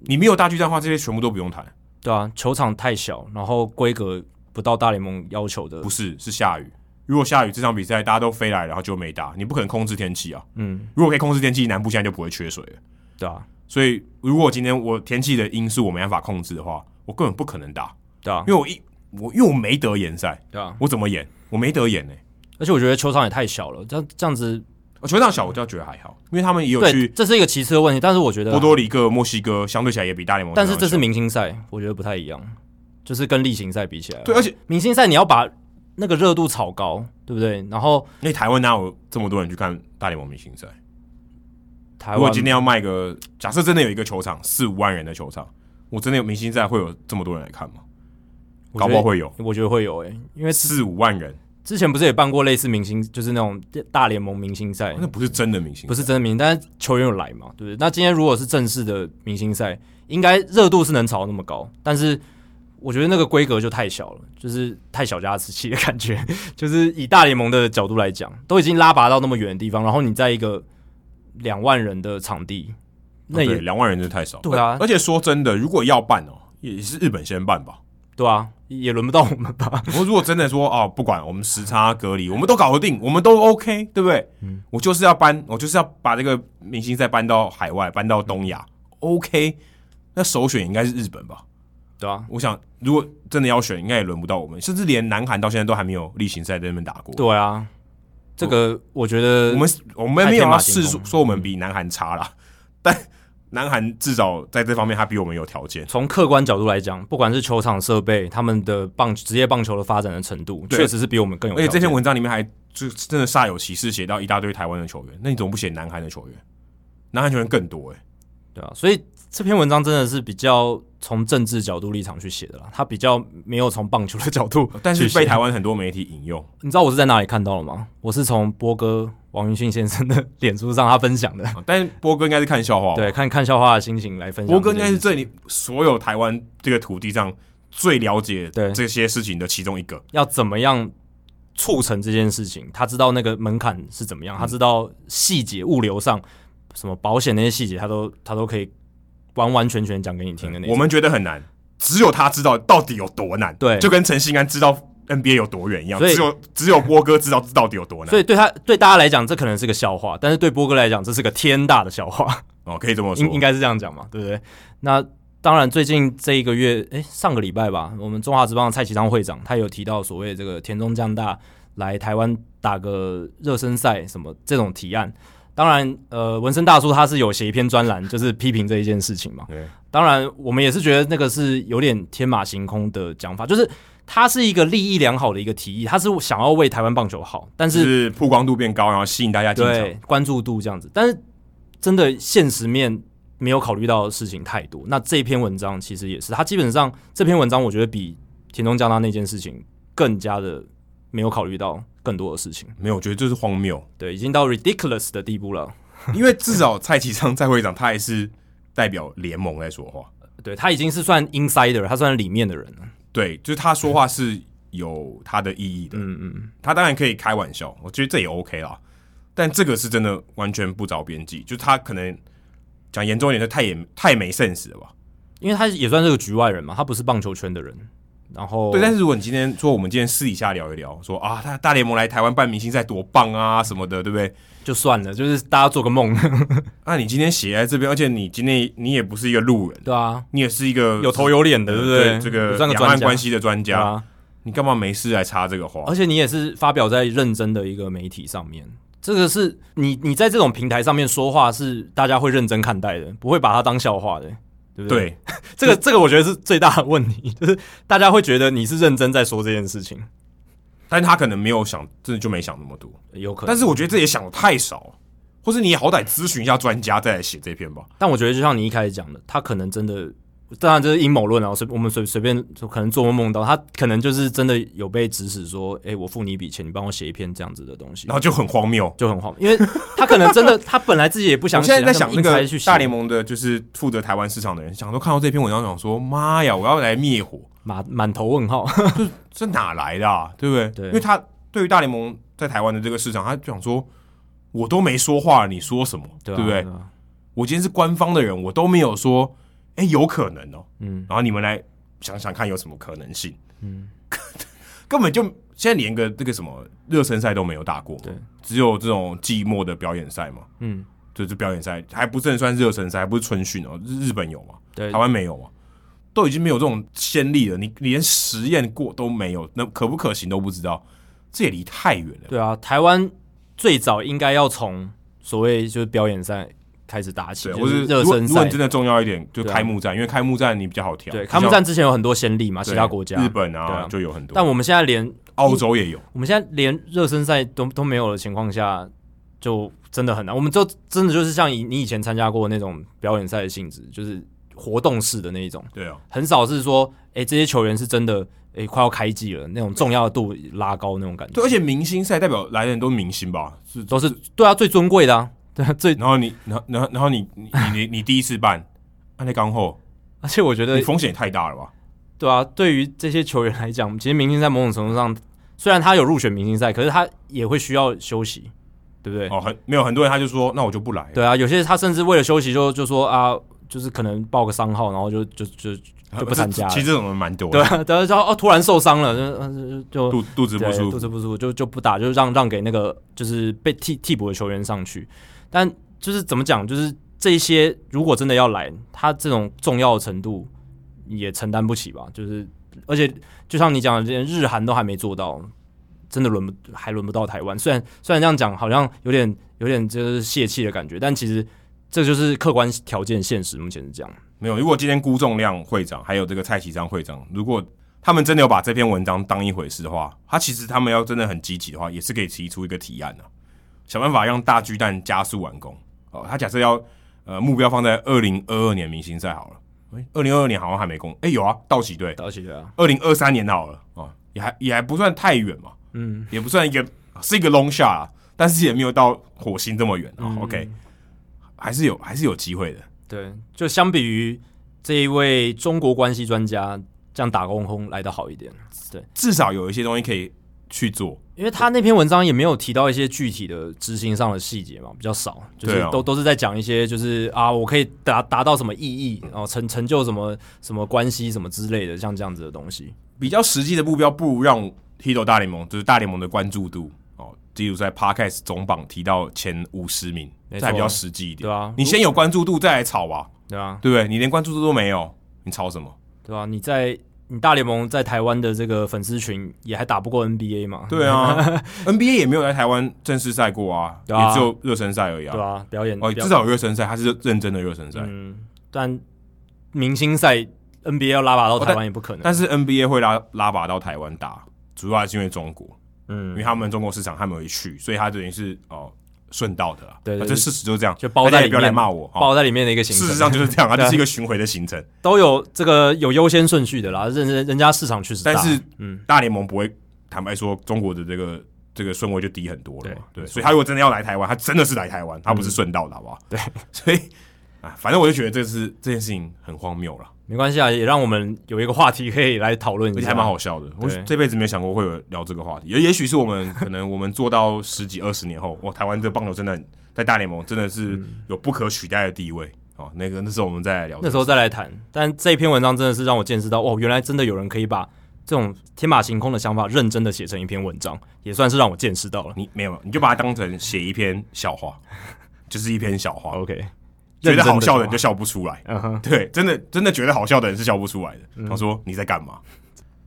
S1: 你没有大巨蛋的话，这些全部都不用谈，
S2: 对啊，球场太小，然后规格不到大联盟要求的
S1: 不，是是下雨。如果下雨，这场比赛大家都飞来，然后就没打，你不可能控制天气啊。
S2: 嗯，
S1: 如果可以控制天气，南部现在就不会缺水了。
S2: 对啊，
S1: 所以，如果今天我天气的因素我没办法控制的话，我根本不可能打。
S2: 对啊，
S1: 因为我一我因为我没得演赛，
S2: 对啊，
S1: 我怎么演？我没得演呢、
S2: 而且我觉得球场也太小了，这样这样子，
S1: 我哦球场小，我倒觉得还好，因为他们也有
S2: 对，
S1: 去
S2: 这是一个其次的问题，但是我觉得啊
S1: 波，多黎各、墨西哥，相对起来也比大联盟。
S2: 但是这是明星赛，我觉得不太一样，就是跟例行赛比起来，啊
S1: 对，而且
S2: 明星赛你要把那个热度炒高，对不对？然后
S1: 那哎台湾哪有这么多人去看大联盟明星赛？
S2: 台
S1: 如果
S2: 湾
S1: 今天要卖个，假设真的有一个球场四五万人的球场，我真的有明星赛会有这么多人来看吗？
S2: 我
S1: 搞
S2: 觉得
S1: 不好会有
S2: 我觉得会有诶、因为
S1: 四五万人，
S2: 之前不是也办过类似明星，就是那种大联盟明星赛，
S1: 哦那不是真的明星，哦
S2: 不是真的明星，但是球员有来嘛，对不对？那今天如果是正式的明星赛，应该热度是能炒到那么高，但是我觉得那个规格就太小了，就是太小家子气的感觉。 就是以大联盟的角度来讲，都已经拉拔到那么远的地方，然后你在一个两万人的场地，那
S1: 哦
S2: 也、
S1: 对两万人真的太少。
S2: 对啊
S1: 而且说真的，如果要办哦，也是日本先办吧。
S2: 对啊，也轮不到我们吧？
S1: 我如果真的说哦，不管我们时差隔离，我们都搞得定，我们都 OK，对不对？
S2: 嗯
S1: 我就是要搬，我就是要把这个明星赛搬到海外，搬到东亚，OK。那首选应该是日本吧？
S2: 对啊，
S1: 我想，如果真的要选，应该也轮不到我们，甚至连南韩到现在都还没有例行赛在那边打过。
S2: 对啊，这个我觉得
S1: 我们我们没有要试
S2: 太天马行
S1: 说
S2: 空
S1: 说我们比南韩差啦，但南韩至少在这方面他比我们有条件。
S2: 从客观角度来讲，不管是球场设备，他们的棒职业棒球的发展的程度，
S1: 对
S2: 确实是比我们更有
S1: 而且
S2: 条件。
S1: 这篇文章里面还就真的煞有其事写到一大堆台湾的球员，那你怎么不写南韩的球员？南韩球员更 多哎、
S2: 对啊，所以这篇文章真的是比较从政治角度立场去写的啦，他比较没有从棒球的 角度去写。
S1: 但是被台湾很多媒体引用，
S2: 你知道我是在哪里看到了吗？我是从波哥王云信先生的脸书上他分享的，
S1: 啊但是波哥应该是看笑话吧。哦
S2: 对，看看笑话的心情来分享
S1: 波
S2: 这
S1: 哥应
S2: 件事。
S1: 该是这里所有台湾这个土地上最了解
S2: 对
S1: 这些事情的其中一个。
S2: 要怎么样促成这件事情，他知道那个门槛是怎么
S1: 嗯
S2: 样，他知道细节物流上什么保险那些细节，他都他都可以完完全全讲给你听的那种。
S1: 我们觉得很难，只有他知道到底有多难。
S2: 对
S1: 就跟陈信安知道 NBA 有多远一样，
S2: 所以
S1: 只有只有波哥知道到底有多难
S2: 所。以对他对大家来讲，这可能是个笑话，但是对波哥来讲，这是个天大的笑话，
S1: 哦，可以这么说
S2: 应应。该是这样讲嘛，对不对？那当然，最近这一个月，诶，上个礼拜吧，我们中华职棒的蔡其昌会长他有提到所谓这个田中将大来台湾打个热身赛什么这种提案。当然，呃，纹身大叔他是有写一篇专栏，就是批评这一件事情嘛。
S1: 对，
S2: 当然，我们也是觉得那个是有点天马行空的讲法，就是他是一个利益良好的一个提议，他是想要为台湾棒球好，但
S1: 就是是曝光度变高，然后吸引大家进场。
S2: 对关注度这样子，但是真的现实面没有考虑到的事情太多。那这篇文章其实也是，他基本上这篇文章我觉得比田中将大那件事情更加的没有考虑到更多的事情，
S1: 没有，我觉得这是荒 谬，
S2: 对，已经到 ridiculous 的地步了。
S1: 因为至少蔡其昌蔡会长他也是代表联盟在说话，
S2: 对他已经是算 insider，他算里面的人了。
S1: 对，就是他说话是有他的意义的。
S2: 嗯嗯，
S1: 他当然可以开玩笑，我觉得这也 OK 啦。但这个是真的完全不着边际，就是他可能讲严重一点，就太也太没 sense 了吧？
S2: 因为他也算是个局外人嘛，他不是棒球圈的人。然后
S1: 对，但是如果你今天说我们今天私底下聊一聊，说啊，他大联盟来台湾办明星赛多棒啊什么的，对不对？
S2: 就算了，就是大家做个梦，
S1: 那、你今天写在这边，而且你今天你也不是一个路人，
S2: 对啊，
S1: 你也是一个
S2: 有头有脸的，对不
S1: 对这
S2: 有
S1: 个
S2: 算个
S1: 两
S2: 专
S1: 岸
S2: 家
S1: 关系的专
S2: 对
S1: 家，
S2: 啊，哦
S1: 你干嘛没事来插这个话？
S2: 而且你也是发表在认真的一个媒体上面，这个是你你在这种平台上面说话是大家会认真看待的，不会把它当笑话的，对不对？
S1: 对，
S2: 这个这个我觉得是最大的问题， 就是大家会觉得你是认真在说这件事情，
S1: 但是他可能没有想，真的就没想那么多。
S2: 有可能。
S1: 但是我觉得这也想的太少，或是你也好歹咨询一下专家再来写这篇吧。
S2: 但我觉得就像你一开始讲的，他可能真的，当然这是阴谋论啊，我随我们随随便就可能做梦梦到，他可能就是真的有被指使说，诶，我付你一笔钱，你帮我写一篇这样子的东西
S1: 然，后就很荒谬。
S2: 就很好，因为他可能真的他本来自己也不想
S1: 我
S2: 写，
S1: 现在在
S2: 他
S1: 想
S2: 硬
S1: 那
S2: 塞
S1: 个
S2: 去写
S1: 大联盟的，就是负责台湾市场的人，想都看到这篇文章，想说妈呀，我要来灭火，
S2: 满满头问号。
S1: 这哪来的、啊，对不对？
S2: 对
S1: 因为他对于大联盟在台湾的这个市场，他就想说，我都没说话，你说什么，
S2: 对,、
S1: 不 对？
S2: 啊？
S1: 我今天是官方的人，我都没有说，哎，有可能哦，
S2: 嗯
S1: 然后你们来想想看有什么可能性，
S2: 嗯，
S1: 根本就现在连个这个什么热身赛都没有打过，
S2: 对，
S1: 只有这种季末的表演赛嘛，
S2: 嗯，
S1: 就是表演赛，还不是算热身赛，还不是春训哦，日日本有嘛？
S2: 对
S1: 台，湾没有啊，都已经没有这种先例了，你你连实验过都没有，那可不可行都不知道，这也离太远了。
S2: 对啊，台湾最早应该要从所谓就是表演赛开始打起，
S1: 对，
S2: 就
S1: 或是
S2: 热
S1: 如果
S2: 身
S1: 如果
S2: 赛
S1: 你真。的重要一点，就
S2: 对啊
S1: 开幕战，因为开幕战你比较好调。
S2: 对，
S1: 就
S2: 开
S1: 像
S2: 幕战之前有很多先例嘛，其他
S1: 对
S2: 国家、
S1: 日本
S2: 对
S1: 啊
S2: 啊
S1: 就有很多，
S2: 但我们现在连
S1: 澳洲也有，
S2: 我们现在连热身赛都都没有的情况下，就真的很难。我们就真的就是像以你以前参加过那种表演赛的性质，就是活动式的那一种，
S1: 对啊，
S2: 很少是说，哎、这些球员是真的，哎、快要开季了，那种重要度拉高那种感觉。
S1: 对，而且明星赛代表来的人都是明星吧，是，
S2: 都是对啊，最尊贵的啊， 对啊，最
S1: 然后你，然后然后然后你你你你你第一次办，安内刚后，
S2: 而且我觉得
S1: 你风险也太大了吧？
S2: 对啊，对于这些球员来讲，其实明星赛某种程度上，虽然他有入选明星赛，可是他也会需要休息，对不对？
S1: 哦，很没有很多人他就说，那我就不来了。
S2: 对啊，有些他甚至为了休息就就说啊，就是可能报个伤号，然后就就就就不参加了
S1: 呃其实这种人蛮多
S2: 对
S1: 的，
S2: 啊，然后说哦突然受伤了，就就就
S1: 肚肚子不
S2: 对
S1: 舒
S2: 肚
S1: 服。
S2: 子不舒服就就不打，就让让给那个就是被替替补的球员上去。但就是怎么讲，就是这些如果真的要来，他这种重要的程度也承担不起吧？就是而且就像你讲的，连日韩都还没做到，真的轮不还轮不到台湾。虽然虽然这样讲好像有点有点就是泄气的感觉，但其实这就是客观条件现实，目前是这样。
S1: 没有，如果今天辜仲亮会长还有这个蔡其章会长，如果他们真的有把这篇文章当一回事的话，他其实他们要真的很积极的话，也是可以提出一个提案啊，想办法让大巨蛋加速完工。哦，他假设要呃目标放在二零二二年明星赛好了，二零二二年好像还没公，哎有啊，道奇队
S2: 而且啊，
S1: 二零二三年好了哦，也还也还不算太远嘛，
S2: 嗯，
S1: 也不算一个是一个 long shot，啊但是也没有到火星这么远啊。
S2: 嗯
S1: OK，还是有还是有机会的。
S2: 对，就相比于这一位中国关系专家这样打工轰来的好一点。对，
S1: 至少有一些东西可以去做。
S2: 因为他那篇文章也没有提到一些具体的执行上的细节嘛，比较少，就是
S1: 对啊
S2: 都、都是在讲一些就是啊，我可以达达到什么意义，然后成成就什么什么关系什么之类的，像这样子的东西。
S1: 比较实际的目标，不如让 Hito 大联盟就是大联盟的关注度哦，例如在 Podcast 总榜提到前五十名，这
S2: 没错
S1: 还比较实际一点。
S2: 对啊
S1: 你先有关注度再来炒吧，
S2: 对啊，
S1: 对不对？你连关注度都没有，你炒什么？
S2: 对啊，你在你大联盟在台湾的这个粉丝群也还打不过 NBA 嘛？
S1: 对 啊，NBA 也没有来台湾正式赛过啊，
S2: 对啊
S1: 也只有热身赛而已
S2: 对
S1: 啊。
S2: 啊，表演
S1: 哦，
S2: 表
S1: 至少有热身赛，它是认真的热身赛。
S2: 嗯，但明星赛 NBA 要拉拔到
S1: 哦
S2: 台湾也不可能。
S1: 但是 NBA 会拉拉拔到台湾打，主要还是因为中国，因为
S2: 嗯，
S1: 他们中国市场他们有去，所以他等于是哦顺道的啦。
S2: 对对
S1: 啊
S2: 对
S1: 这事实就是这样，
S2: 就包
S1: 大
S2: 在
S1: 家也
S2: 里
S1: 不要来
S2: 面，
S1: 骂我。哦
S2: 包在里面的一个行程。
S1: 事实上就是这 样，它
S2: 啊
S1: 就是一个巡回的行程。
S2: 都有这个有优先顺序的啦，人人人家市场确实大，
S1: 但是
S2: 嗯，
S1: 大联盟不会，坦白说，中国的这个这个顺位就低很多了嘛。
S2: 对嗯
S1: 对，所以他如果真的要来台湾，他真的是来台湾，他不是顺道的，好不好？对， 所以啊，反正我就觉得这是这件事情很荒谬了，
S2: 没关系啊，也让我们有一个话题可以来讨论一
S1: 而且
S2: 下，
S1: 还蛮好笑的。我这辈子没有想过会有聊这个话题，也也许是我们可能我们做到十几二十年后，哇，台湾这棒球真的很在大联盟真的是
S2: 嗯
S1: 有不可取代的地位。哦，那个那时候我们再来聊这
S2: 那
S1: 个，
S2: 时候再来谈。但这篇文章真的是让我见识到，哦，原来真的有人可以把这种天马行空的想法认真的写成一篇文章，也算是让我见识到了。
S1: 你没有，你就把它当成写一篇笑话， 就是一篇笑话，
S2: OK，
S1: 嗯觉
S2: 认真
S1: 得
S2: 的
S1: 好笑的人
S2: 话
S1: 就笑不出来。
S2: 嗯哼，
S1: 对，真的真的觉得好笑的人是笑不出来的。他说你在干嘛？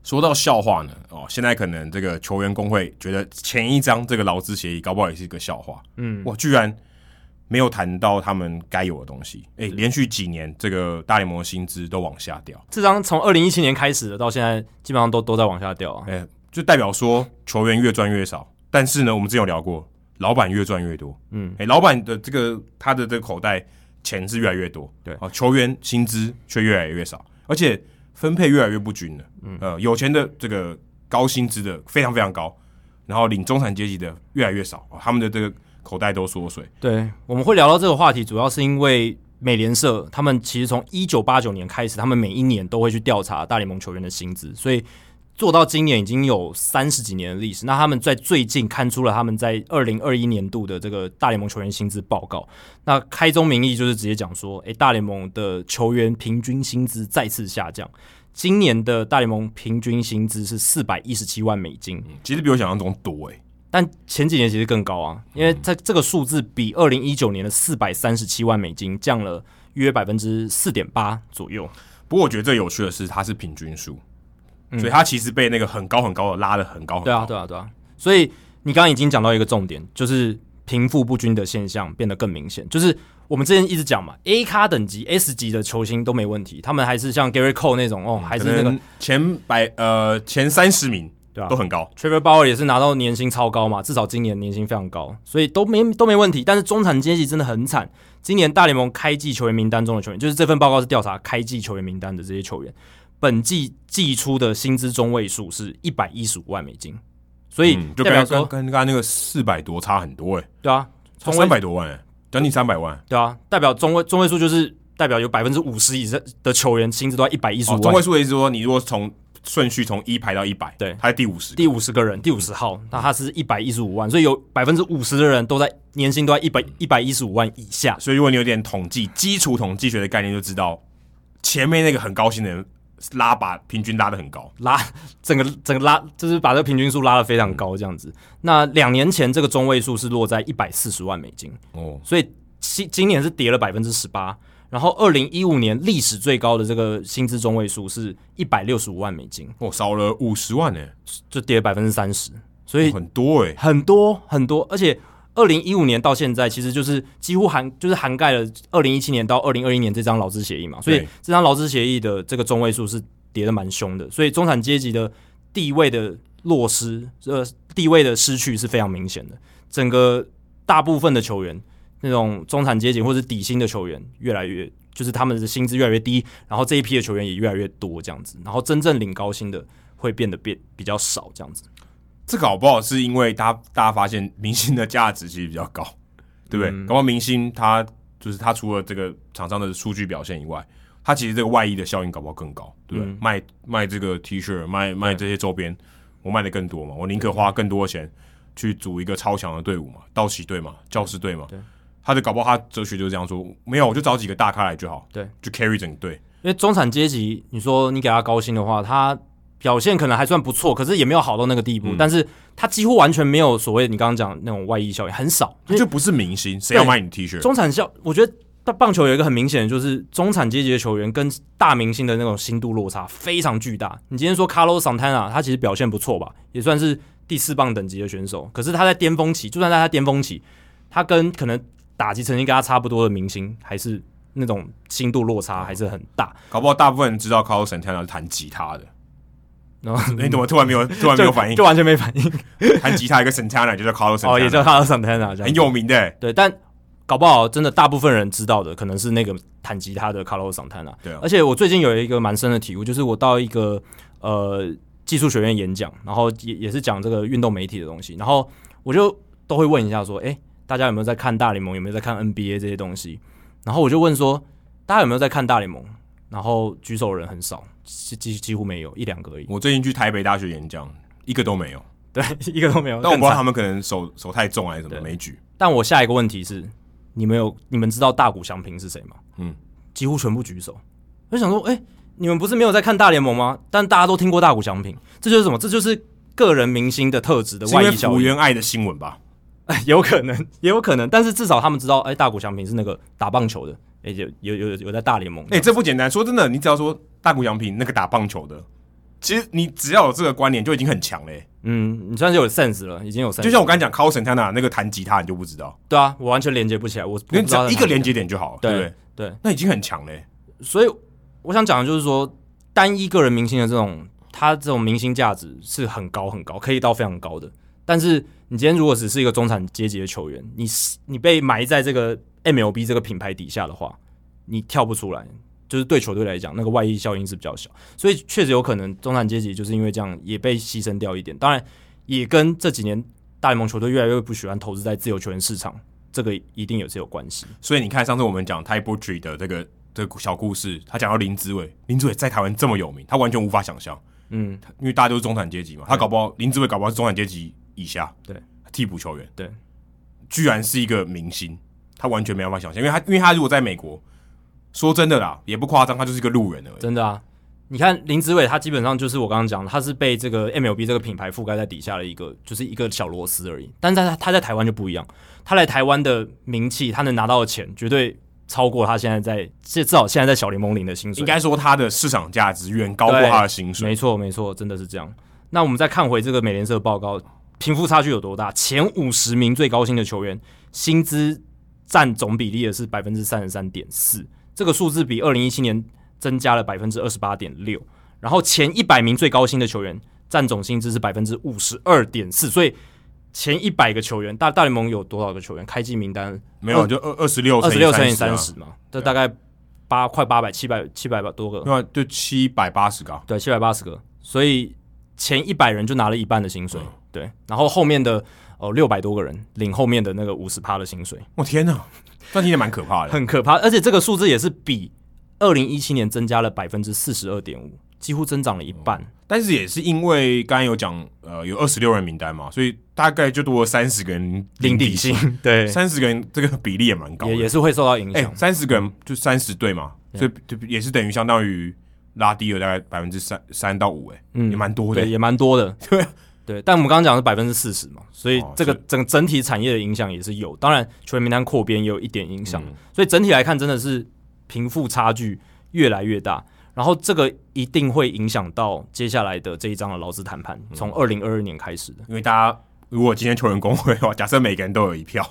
S1: 说到笑话呢，哦，现在可能这个球员工会觉得前一章这个劳资协议搞不好也是一个笑话。
S2: 嗯，
S1: 哇，居然没有谈到他们该有的东西。诶，连续几年这个大联盟的薪资都往下掉，
S2: 这张从二零一七年开始的到现在，基本上都都在往下掉啊。
S1: 诶，哎就代表说球员越赚越少。但是呢，我们之前有聊过，老板越赚越多。
S2: 嗯，
S1: 诶，老板的这个他的这个口袋钱是越来越多，
S2: 对
S1: 啊，球员薪资却越来越少，而且分配越来越不均了。嗯，呃，有钱的这个高薪资的非常非常高，然后领中产阶级的越来越少，哦他们的这个口袋都缩水。
S2: 对，我们会聊到这个话题，主要是因为美联社他们其实从一九八九年开始，他们每一年都会去调查大联盟球员的薪资，所以做到今年已经有三十几年的历史。那他们在最近看出了他们在二零二一年度的这个大联盟球员薪资报告，那开宗明义就是直接讲说，诶，大联盟的球员平均薪资再次下降。今年的大联盟平均薪资是四百一十七万美金，
S1: 嗯其实比我想象中多诶、欸
S2: 但前几年其实更高啊，因为在这个数字比二零一九年的四百三十七万美金降了约百分之四点八左右。
S1: 不过我觉得最有趣的是，它是平均数，所以它其实被那个很高很高的拉的很高很高。
S2: 嗯对啊，对啊，对啊。所以你刚刚已经讲到一个重点，就是贫富不均的现象变得更明显。就是我们之前一直讲嘛，A 咖等级、S 级的球星都没问题，他们还是像 Gary Cole 那种哦，还是那
S1: 可
S2: 个
S1: 能前百呃前三十名
S2: 对啊
S1: 都很高，
S2: Trevor Bauer 也是拿到年薪超高嘛，至少今年年薪非常高，所以都没都没问题。但是中产阶级真的很惨，今年大联盟开季球员名单中的球员，就是这份报告是调查开季球员名单的这些球员，本季季初的薪资中位数是一百一十五万美金，所以
S1: 嗯，就
S2: 代
S1: 跟
S2: 表
S1: 跟
S2: 说，
S1: 跟跟刚才那个四百多差很多诶、欸
S2: 对啊，
S1: 差
S2: 中
S1: 三
S2: 位
S1: 百多万、欸，将近三百万。
S2: 对啊，代表中位中位数就是代表有百分之五十以上的球员薪资都在一百一十
S1: 哦
S2: 五，
S1: 中
S2: 万
S1: 位数的意思是说，你如果从顺序从一排到一百，
S2: 对
S1: 他在第五十，
S2: 第五十个人，第五十号，那他是一百一十五万，所以有百分之五十的人都在年薪都在一百一百一十五万以下。
S1: 所以如果你有点统计基础统计学的概念，就知道前面那个很高薪的人拉把平均拉的很高，
S2: 拉 整个整个拉，就是把这个平均数拉得非常高这样子。那两年前这个中位数是落在一百四十万美金，
S1: 哦，
S2: 所以今今年是跌了百分之十八。然后二零一五年历史最高的这个薪资中位数是一百六十五万美金，
S1: 哦，少了五十万呢、欸
S2: 就跌百分之三十，所以
S1: 很多哎、
S2: 很多很多，而且。二零一五年到现在，其实就是几乎涵就是涵盖了二零一七年到二零二一年这张劳资协议嘛，所以
S1: 对
S2: 这张劳资协议的这个中位数是跌的蛮凶的，所以中产阶级的地位的落失，呃，地位的失去是非常明显的。整个大部分的球员，那种中产阶级或是底薪的球员，越来越就是他们的薪资越来越低，然后这一批的球员也越来越多这样子，然后真正领高薪的会变得变比较少这样子。
S1: 这搞不好是因为他大家发现明星的价值其实比较高， 对不对？
S2: 嗯
S1: 搞不好明星他就是他除了这个厂商的数据表现以外，他
S2: 嗯
S1: 其实这个外溢的效应搞不好更高，对不对？卖卖这个 T 恤，卖卖这些周边，我卖的更多嘛，我宁可花更多的钱去组一个超强的队伍嘛，道奇队嘛，教师队嘛。
S2: 对
S1: 他的搞不好他哲学就是这样说，没有我就找几个大咖来就好，
S2: 对，
S1: 就 carry 整个队。
S2: 因为中产阶级，你说你给他高薪的话，他表现可能还算不错，可是也没有好到那个地
S1: 嗯
S2: 步。但是他几乎完全没有所谓你刚刚讲那种外溢效应，很少。
S1: 他就不是明星，谁要买你的 T 恤？
S2: 中产效，我觉得棒棒球有一个很明显的，就是中产阶级的球员跟大明星的那种心度落差非常巨大。你今天说 Carlos Santana，他其实表现不错吧，也算是第四棒等级的选手，可是他在巅峰期，就算在他巅峰期，他跟可能打击成绩跟他差不多的明星，还是那种心度落差还是很大。
S1: 搞不好大部分人知道 Carlos Santana 是弹吉他的。
S2: 然后
S1: 你怎么突然没 有突然没有反应
S2: 哦就？完全没反应。
S1: 弹吉他一个 Santana 就叫 Carlos Santana，
S2: 哦，也叫 Carlos Santana 这样
S1: 啊很。有名的、欸。
S2: 对，但搞不好真的大部分人知道的可能是那个弹吉他的 Carlos Santana。
S1: 对啊
S2: 而且我最近有一个蛮深的体悟，就是我到一个呃技术学院演讲，然后也也是讲这个运动媒体的东西，然后我就都会问一下说，哎、大家有没有在看大联盟？有没有在
S1: 嗯
S2: 看 NBA 这些东西？然后我就问说，大家有没有在看大联盟？然后举手的人很少，几几几乎没有一两个而已，
S1: 我最近去台北大学演讲，一个都没有。
S2: 对，一个都没有。
S1: 但我
S2: 哦更
S1: 不知道
S2: 惨
S1: 他们可能手手太重还是什么
S2: 对
S1: 没举。
S2: 但我下一个问题是，你们有你们知道大谷翔平是谁吗？
S1: 嗯，
S2: 几乎全部举手。我就想说，哎、你们不是没有在看大联盟吗？但大家都听过大谷翔平，这就是什么？这就是个人明星的特质的
S1: 是因
S2: 外
S1: 为
S2: 溢效
S1: 福
S2: 应。
S1: 原爱的新闻吧？
S2: 有可能，也有可能，但是至少他们知道，哎、大谷翔平是那个打棒球的，哎、有有有有在大联盟。
S1: 哎、这不简单。说真的，你只要说大谷翔平那个打棒球的，其实你只要有这个观念就已经很强嘞、
S2: 嗯，你算是有 sense 了，已经有 sense 了。
S1: 就像我刚才讲 Carlos Santana 那个弹吉他，你就不知道，
S2: 对啊，我完全连接不起来，我不
S1: 你
S2: 知
S1: 只
S2: 道
S1: 要
S2: 在
S1: 一
S2: 哪
S1: 个
S2: 里啊
S1: 连接点就好了，对不
S2: 对
S1: 对？
S2: 对，
S1: 那已经很强嘞、
S2: 所以我想讲的就是说，单一个人明星的这种，他这种明星价值是很高很高，可以到非常高的。但是你今天如果只是一个中产阶级的球员，你是你被埋在这个 MLB 这个品牌底下的话，你跳不出来，就是对球队来讲，那个外溢效应是比较小。所以确实有可能中产阶级就是因为这样也被牺牲掉一点。当然，也跟这几年大联盟球队越来越不喜欢投资在自由球员市场，这个一定也是有关系。
S1: 所以你看，上次我们讲 Ty b u t r y 的这个这个小故事，他讲到林志伟，林志伟在台湾这么有名，他完全无法想象，
S2: 嗯，
S1: 因为大家都是中产阶级嘛，他搞不好林志伟搞不好是中产阶级以下，
S2: 对，
S1: 替补球员，
S2: 对，
S1: 居然是一个明星，他完全没办法想象，因为他因为他如果在美国，说真的啦，也不夸张，他就是一个路人而已。
S2: 真的啊！你看林子伟，他基本上就是我刚刚讲的，他是被这个 MLB 这个品牌覆盖在底下的一个，就是一个小螺丝而已。但是他他在台湾就不一样，他来台湾的名气，他能拿到的钱绝对超过他现在在，至至少现在在小联盟领的薪水。
S1: 应该说他的市场价值远高过
S2: 对
S1: 他的薪水，
S2: 没错没错，真的是这样。那我们再看回这个美联社报告，贫富差距有多大？前五十名最高薪的球员，薪资占总比例的是百分之三十三点四，这个数字比二零一七年增加了百分之二十八点六。然后前一百名最高薪的球员占总薪资是百分之五十二点四，所以前一百个球员，大大联盟有多少个球员？开季名单
S1: 没有就二二十啊六
S2: 二十六乘以
S1: 三
S2: 三，十嘛，这大概八快八百七百七百多个，
S1: 对啊，就七百八十啊个，
S2: 对，七百八十个，所以前一百人就拿了一半的薪水，
S1: 嗯
S2: 对，然后后面的哦六百多个人领后面的那个五十趴的薪水，
S1: 我天哪， 那听起来蛮可怕的。
S2: 很可怕，而且这个数字也是比二零一七年增加了百分之四十二点五，几乎增长了一半，
S1: 但是也是因为刚刚有讲，呃，有二十六人名单嘛，所以大概就多了三十个人
S2: 零底薪，对，
S1: 三十个人这个比例也蛮高的
S2: 也。也是会受到影
S1: 哎
S2: 响，，
S1: 三十、个人就三十队嘛，所以就也是等于相当于拉低了大概百分之三三到五，哎、
S2: 嗯
S1: 也蛮多的、
S2: 对，也蛮多的，
S1: 对啊
S2: 对，但我们刚刚讲的是百分之四十嘛，所以
S1: 哦
S2: 这个
S1: 是
S2: 整整体产业的影响也是有，当然球员名单扩编也有一点影响，所以整体来看真的是贫富差距越来越大，然后这个一定会影响到接下来的这一章的劳资谈判，从二零二二年开始的，
S1: 因为大家如果今天球员工会的话，假 设每个人都有一票，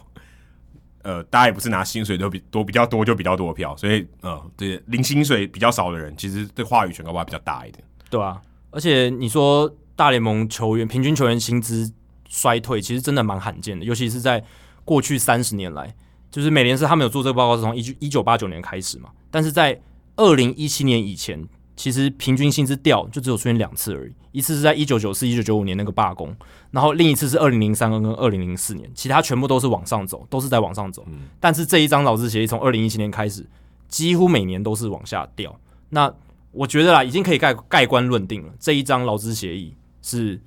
S1: 呃，大家也不是拿薪水都比多比较多就比较多的票，所以呃，对零薪水比较少的人，其实对话语权搞不好比较大一点。
S2: 对啊，而且你说大联盟球员平均球员薪资衰退，其实真的蛮罕见的，尤其是在过去三十年来，就是美联社他们有做这个报告是从一九一九八九年开始嘛，但是在二零一七年以前，其实平均薪资掉就只有出现两次而已，一次是在一九九四、一九九五年那个罢工，然后另一次是二零零三跟二零零四年，其他全部都是往上走，都是在往上走。但是这一张劳资协议从二零一七年开始，几乎每年都是往下掉。那我觉得啦，已经可以盖盖棺论定了，这一张劳资协议是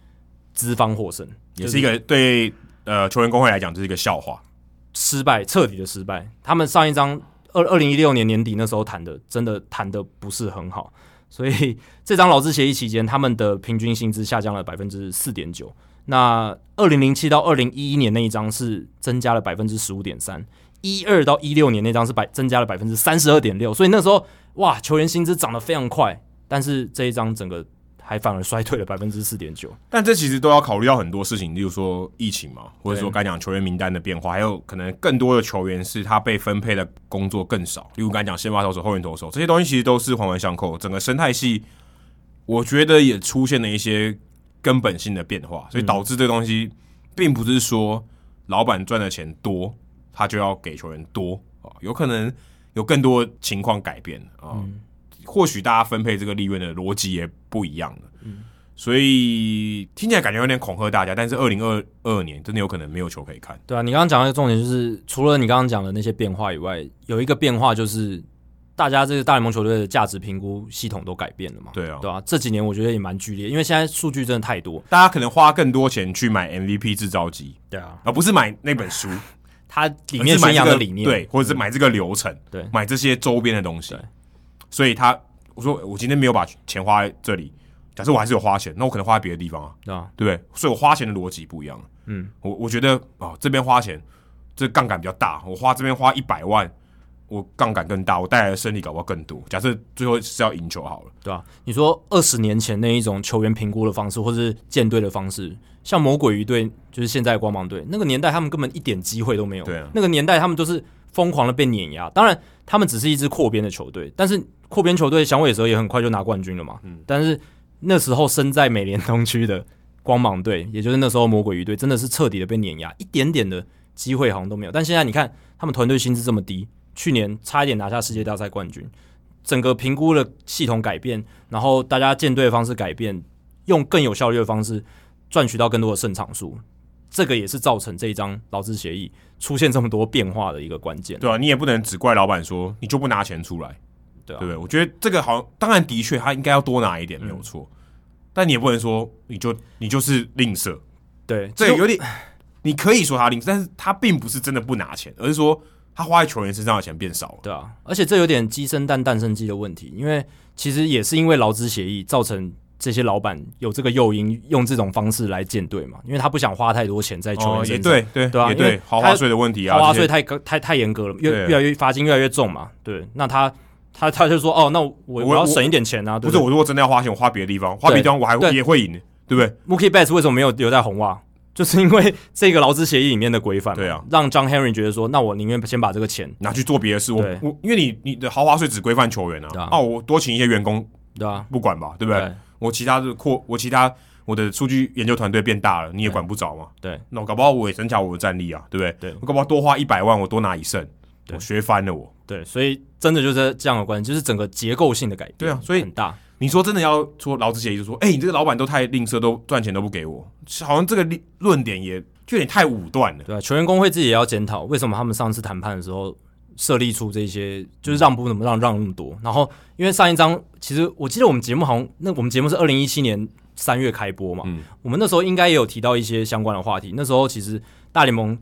S2: 资方获胜，
S1: 也是一个对呃球员工会来讲，这是一个笑话。
S2: 失败，彻底的失败。他们上一张二二零一六年年底那时候谈的，真的谈的不是很好，所以 这张劳资协议期间，他们的平均薪资下降了百分之四点九。那二零零七到二零一一年那一张是增加了百分之十五点三，一二到一六年那张是百增加了百分之三十二点六，所以那时候哇，球员薪资涨得非常快，但是这一张整个还反而衰退了百分之四点九。
S1: 但这其实都要考虑到很多事情，例如说疫情嘛，或者说
S2: 对
S1: 刚讲球员名单的变化，还有可能更多的球员是他被分配的工作更少，例如刚讲先发投手、后援投手这些东西，其实都是环环相扣。整个生态系，我觉得也出现了一些根本性的变化，所以导致这个东西并不是说老板赚的钱多，他就要给球员多啊，有可能有更多情况改变啊。或许大家分配这个利润的逻辑也不一样了。所以听起来感觉有点恐吓大家，但是二零二二年真的有可能没有球可以看。
S2: 对啊，你刚刚讲的重点就是，除了你刚刚讲的那些变化以外，有一个变化就是，大家这个大联盟球队的价值评估系统都改变了嘛？
S1: 对啊
S2: 对啊，这几年我觉得也蛮剧烈，因为现在数据真的太多。
S1: 大家可能花更多钱去买 MVP 制造机，
S2: 对啊，
S1: 而不是买那 本书，
S2: 它里
S1: 而
S2: 面
S1: 是买
S2: 宣
S1: 这
S2: 扬
S1: 个
S2: 的理念，嗯
S1: 对，或者是买这个流程，
S2: 对
S1: 买这些周边的东西
S2: 对。
S1: 所以他我说我今天没有把钱花在这里，假设我还是有花钱，那我可能花在别的地方啊，
S2: 对啊，
S1: 对不对？所以我花钱的逻辑不一样。
S2: 嗯，
S1: 我我觉得啊、哦这边花钱，这杠杆比较大，我花这边花一百万，我杠杆更大，我带来的胜利搞不好更多。假设最后是要赢球好了，
S2: 对啊。你说二十年前那一种球员评估的方式，或者是舰队的方式，像魔鬼鱼队，就是现在的光芒队，那个年代他们根本一点机会都没有。
S1: 对啊
S2: 那个年代他们都是疯狂的被碾压。当然，他们只是一支扩编的球队，但是扩编球队响尾蛇也很快就拿冠军了嘛。
S1: 嗯
S2: 但是那时候身在美联东区的光芒队，也就是那时候魔鬼鱼队，真的是彻底的被碾压，一点点的机会好像都没有。但现在你看，他们团队薪资这么低，去年差一点拿下世界大赛冠军，整个评估的系统改变，然后大家建队的方式改变，用更有效率的方式赚取到更多的胜场数。这个也是造成这一张劳资协议出现这么多变化的一个关键。
S1: 对啊，你也不能只怪老板说你就不拿钱出来，
S2: 对
S1: 对
S2: 啊嗯
S1: 不对？我觉得这个好像，当然的确他应该要多拿一点，没有错，但你也不能说你就你就是吝啬，
S2: 对，
S1: 这
S2: 其
S1: 个
S2: 实
S1: 有点，你可以说他吝啬，但是他并不是真的不拿钱，而是说他花在球员身上的钱变少了。
S2: 对啊，而且这有点鸡生蛋，蛋生鸡的问题，因为其实也是因为劳资协议造成这些老板有这个诱因，用这种方式来建队嘛，因为他不想花太多钱在球员
S1: 哦，
S2: 身上。
S1: 也对，对，
S2: 对啊
S1: 也
S2: 因
S1: 对
S2: 为，
S1: 豪华税的问题啊，
S2: 花花
S1: 这些
S2: 税太高太太严格了，越
S1: 对
S2: 越来越罚金越来越重嘛。对，那他他他就说哦，那我
S1: 我
S2: 我要省一点钱啊。
S1: 不是，我如果真的要花钱，我花别的地方，花别的地方我还
S2: 对
S1: 也会赢，对不对？
S2: Mookie Betts 为什么没有留在红袜？就是因为 这个劳资协议里面的规范嘛，
S1: 对啊
S2: 让 John Henry 觉得说，那我宁愿先把这个钱，
S1: 拿去做别的事，我
S2: 对
S1: 我因为你你的豪华税只规范球员啊
S2: 对啊，
S1: 哦，我多请一些员工
S2: 对啊，
S1: 不管吧，对不对？我其他的扩，我其他我的数据研究团队变大了，你也管不着嘛。
S2: 对，
S1: 那我搞不好我也增强我的战力啊，对不对？
S2: 对
S1: 我搞不好多花一百万，我多拿一胜，
S2: 对
S1: 我学翻了我。
S2: 对，所以真的就是这样的关系，就是整个结构性的改变，
S1: 对啊所以
S2: 很大，
S1: 你说真的要说劳资协议，就说，哎、你这个老板都太吝啬，都赚钱都不给我，好像这个利论点也就有点太武断了。
S2: 对啊，球员工会自己也要检讨，为什么他们上次谈判的时候设立出这些，就是让步怎么让让那么多？然后因为上一张，其实我记得我们节目好像，那我们节目是二零一七年三月开播嘛，
S1: 嗯
S2: 我们那时候应该也有提到一些相关的话题。那时候其实大联盟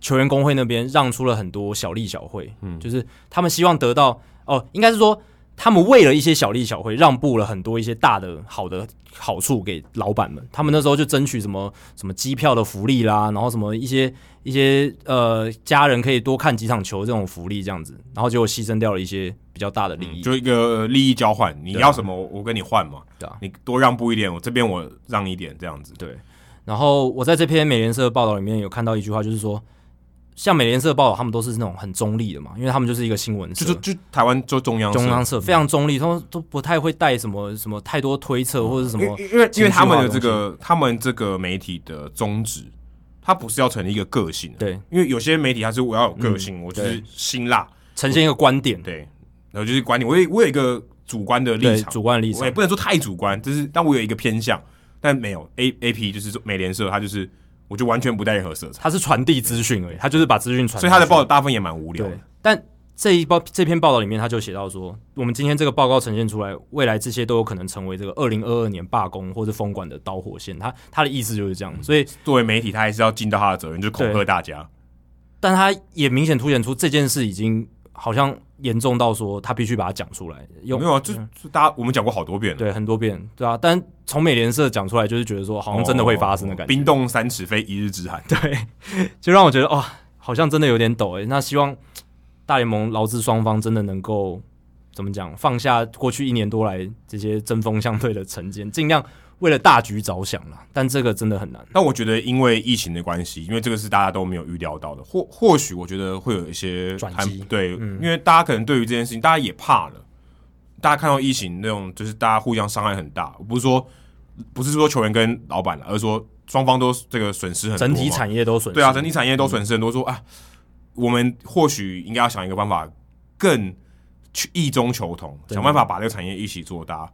S2: 球员工会那边让出了很多小利小惠，
S1: 嗯
S2: 就是他们希望得到哦，应该是说。他们为了一些小利小惠，让步了很多一些大的好的好处给老板们。他们那时候就争取什么什么机票的福利啦，然后什么一些一些呃家人可以多看几场球这种福利这样子，然后结果牺牲掉了一些比较大的利益。
S1: 就一个利益交换，你
S2: 对啊
S1: 要什么我我跟你换嘛，
S2: 对啊
S1: 你多让步一点，我这边我让一点这样子。
S2: 对，啊然后我在这篇美联社的报道里面有看到一句话，就是说，像美联社的报道，他们都是那种很中立的嘛，因为他们就是一个新闻社
S1: 就，就就台湾就中央社
S2: 中央社非常中立，他们都不太会带什么什么太多推测或者是什
S1: 因
S2: 么
S1: 为因为因为他们的这
S2: 情绪化
S1: 个他们这个媒体的宗旨，它不是要成立一个个性，，
S2: 对嗯
S1: 因为有些媒体它是我要有个性，我就是辛辣，
S2: 呈现一个观点，
S1: 对，然后就是观点，我有我有一个主观的立
S2: 对
S1: 场，
S2: 主观的立
S1: 我
S2: 场
S1: 也，不能说太主观，就是但我有一个偏向，但没有 A A P 就是美联社，它就是我就完全不带任何色彩，
S2: 他是传递资讯而已，他就是把资讯传，
S1: 所以它的报道大部分也蛮无聊
S2: 对
S1: 的，，
S2: 但这一报这篇报道里面，他就写到说，我们今天这个报告呈现出来，未来这些都有可能成为这个二零二二年罢工或者封管的导火线。他他的意思就是这样，所以
S1: 作为媒体，他还是要尽到他的责任，就是恐吓大家。
S2: 但他也明显凸显出这件事已经好像严重到说他必须把它讲出来，
S1: 有
S2: 用
S1: 没有啊？这这大家我们讲过好多遍了，
S2: 嗯对很多遍，对啊。但从美联社讲出来，就是觉得说好像真的会发生的感
S1: 哦
S2: 觉，
S1: 冰冻三尺非一日之寒。
S2: 就让我觉得哦，好像真的有点抖诶、欸那希望大联盟劳资双方真的能够怎么讲，放下过去一年多来这些针锋相对的成见，尽量为了大局着想啦。但这个真的很难。
S1: 但我觉得，因为疫情的关系，因为这个是大家都没有预料到的，或或许我觉得会有一些
S2: 转
S1: 还
S2: 机嗯
S1: 对，因为大家可能对于这件事情，大家也怕了。大家看到疫情那种，就是大家互相伤害很大。我不是说，不是说球员跟老板了，而是说双方都这个损失很多
S2: 整
S1: 嘛。
S2: 体产业都损失，嗯
S1: 对啊，整体产业都损失很多。说啊，我们或许应该要想一个办法，更去异中求同，
S2: 真的
S1: 想办法把这个产业一起做大，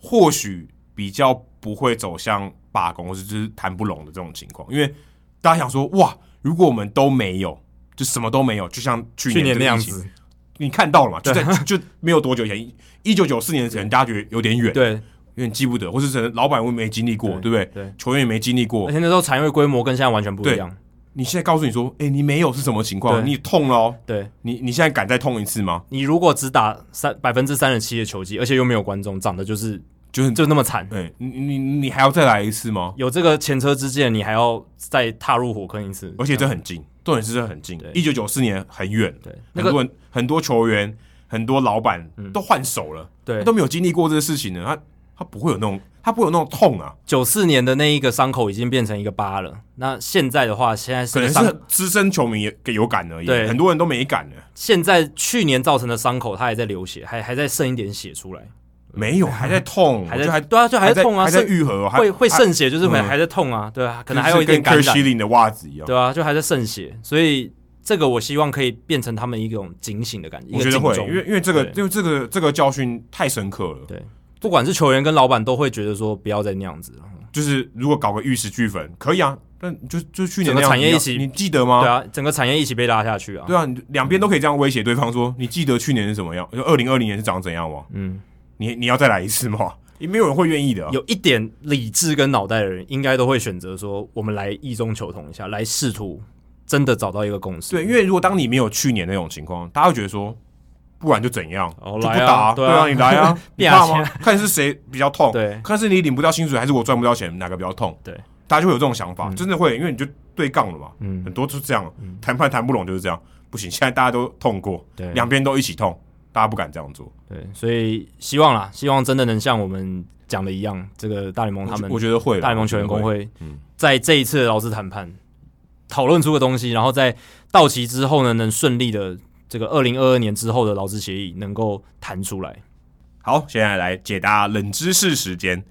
S1: 或许比较不会走向罢工或是就是谈不拢的这种情况。因为大家想说，哇，如果我们都没有，就什么都没有，就像去
S2: 去年
S1: 年
S2: 那样
S1: 这个疫情
S2: 子，
S1: 你看到了嘛？就在就就没有多久以前，一九九四年前，大家觉得有点远，
S2: 对，
S1: 有点记不得，或是可能老板我没经历过，对
S2: 对
S1: 不对？
S2: 对
S1: 球员也没经历过
S2: 而，且那时候产业规模跟现在完全不一样，
S1: 你现在告诉你说，哎、你没有是什么情况？
S2: 对
S1: 你痛了哦，
S2: 对。
S1: 你你现在敢再痛一次吗？
S2: 你如果只打三百分之三十七的球技，而且又没有观众，长得就是
S1: 就是，
S2: 就那么惨，
S1: 哎、你你你还要再来一次吗？
S2: 有这个前车之鉴，你还要再踏入火坑一次，
S1: 而且这很近，重点是这很近
S2: 对，
S1: 一九九四年很远，
S2: 对那
S1: 很
S2: 个嗯
S1: 多人很多球员、很多老板都换手了，
S2: 对
S1: 他都没有经历过这个事情呢，他他不会有那种他不会有那种痛啊，
S2: 九四年的那一个伤口已经变成一个疤了。那现在的话，现在
S1: 可能
S2: 是伤，
S1: 是资深球迷也有感而已，
S2: 对嗯
S1: 很多人都没感呢，
S2: 现在去年造成的伤口，它还在流血，还还在渗一点血出来，
S1: 没有，还在痛，
S2: 还
S1: 我觉得
S2: 在
S1: 哦还
S2: 对啊，就还
S1: 还
S2: 在痛啊，
S1: 还在
S2: 渗
S1: 愈合哦，还
S2: 会会
S1: 还
S2: 渗血，就是还
S1: 嗯
S2: 还在痛啊，对啊，可
S1: 可
S2: 能还有一点感
S1: 跟 k
S2: 染
S1: i，l i n 的袜子一样，
S2: 对啊，就还在渗血，所以这个我希望可以变成他们一种警醒的感觉，一
S1: 我觉
S2: 个
S1: 得
S2: 警
S1: 会，
S2: 钟
S1: 因为因为这个
S2: 对
S1: 因为这个这个教训太深刻了。
S2: 对，不管是球员跟老板都会觉得说不要再那样子了，
S1: 就是如果搞个玉石俱焚，可以啊，但就就去年
S2: 整
S1: 那
S2: 个
S1: 样
S2: 产业
S1: 你要
S2: 一起
S1: 你记得吗？
S2: 对
S1: 啊，
S2: 啊，整个产业一起被拉下去啊，
S1: 对啊，你两边都可以这样威胁对方说，你记得去年是怎么样？就二零二零年是长怎样吗？
S2: 嗯，
S1: 你你要再来一次 吗？也没有人会愿意的啊、
S2: 有一点理智跟脑袋的人，应该都会选择说，我们来异中求同一下，来试图真的找到一个共识。
S1: 对，因为如果当你没有去年那种情况，大家会觉得说，不然就怎样，
S2: 哦
S1: 就不
S2: 来啊
S1: 打、
S2: 对
S1: 对
S2: 啊
S1: 你 来啊，你
S2: 变
S1: 怕
S2: 啊
S1: 吗？看是谁比较痛，
S2: 对
S1: 看是你领不到薪水，还是我赚不到钱，哪个比较痛？
S2: 对，
S1: 大家就会有这种想法，
S2: 嗯
S1: 真的会，因为你就对杠了嘛，
S2: 嗯
S1: 很多就是这样，谈判谈不拢就是这样，不行，现在大家都痛过，
S2: 对
S1: 两边都一起痛，大家不敢这样做。
S2: 对，所以希望啦，希望真的能像我们讲的一样，这个大联盟他们
S1: 我觉得会啦，
S2: 大联盟球员
S1: 我觉
S2: 工
S1: 得会，
S2: 会
S1: 嗯
S2: 在这一次的劳资谈判讨论出个东西，然后在到期之后呢，能顺利的这个二零二二年之后的劳资协议能够谈出来。
S1: 好，现在来解答冷知识时间。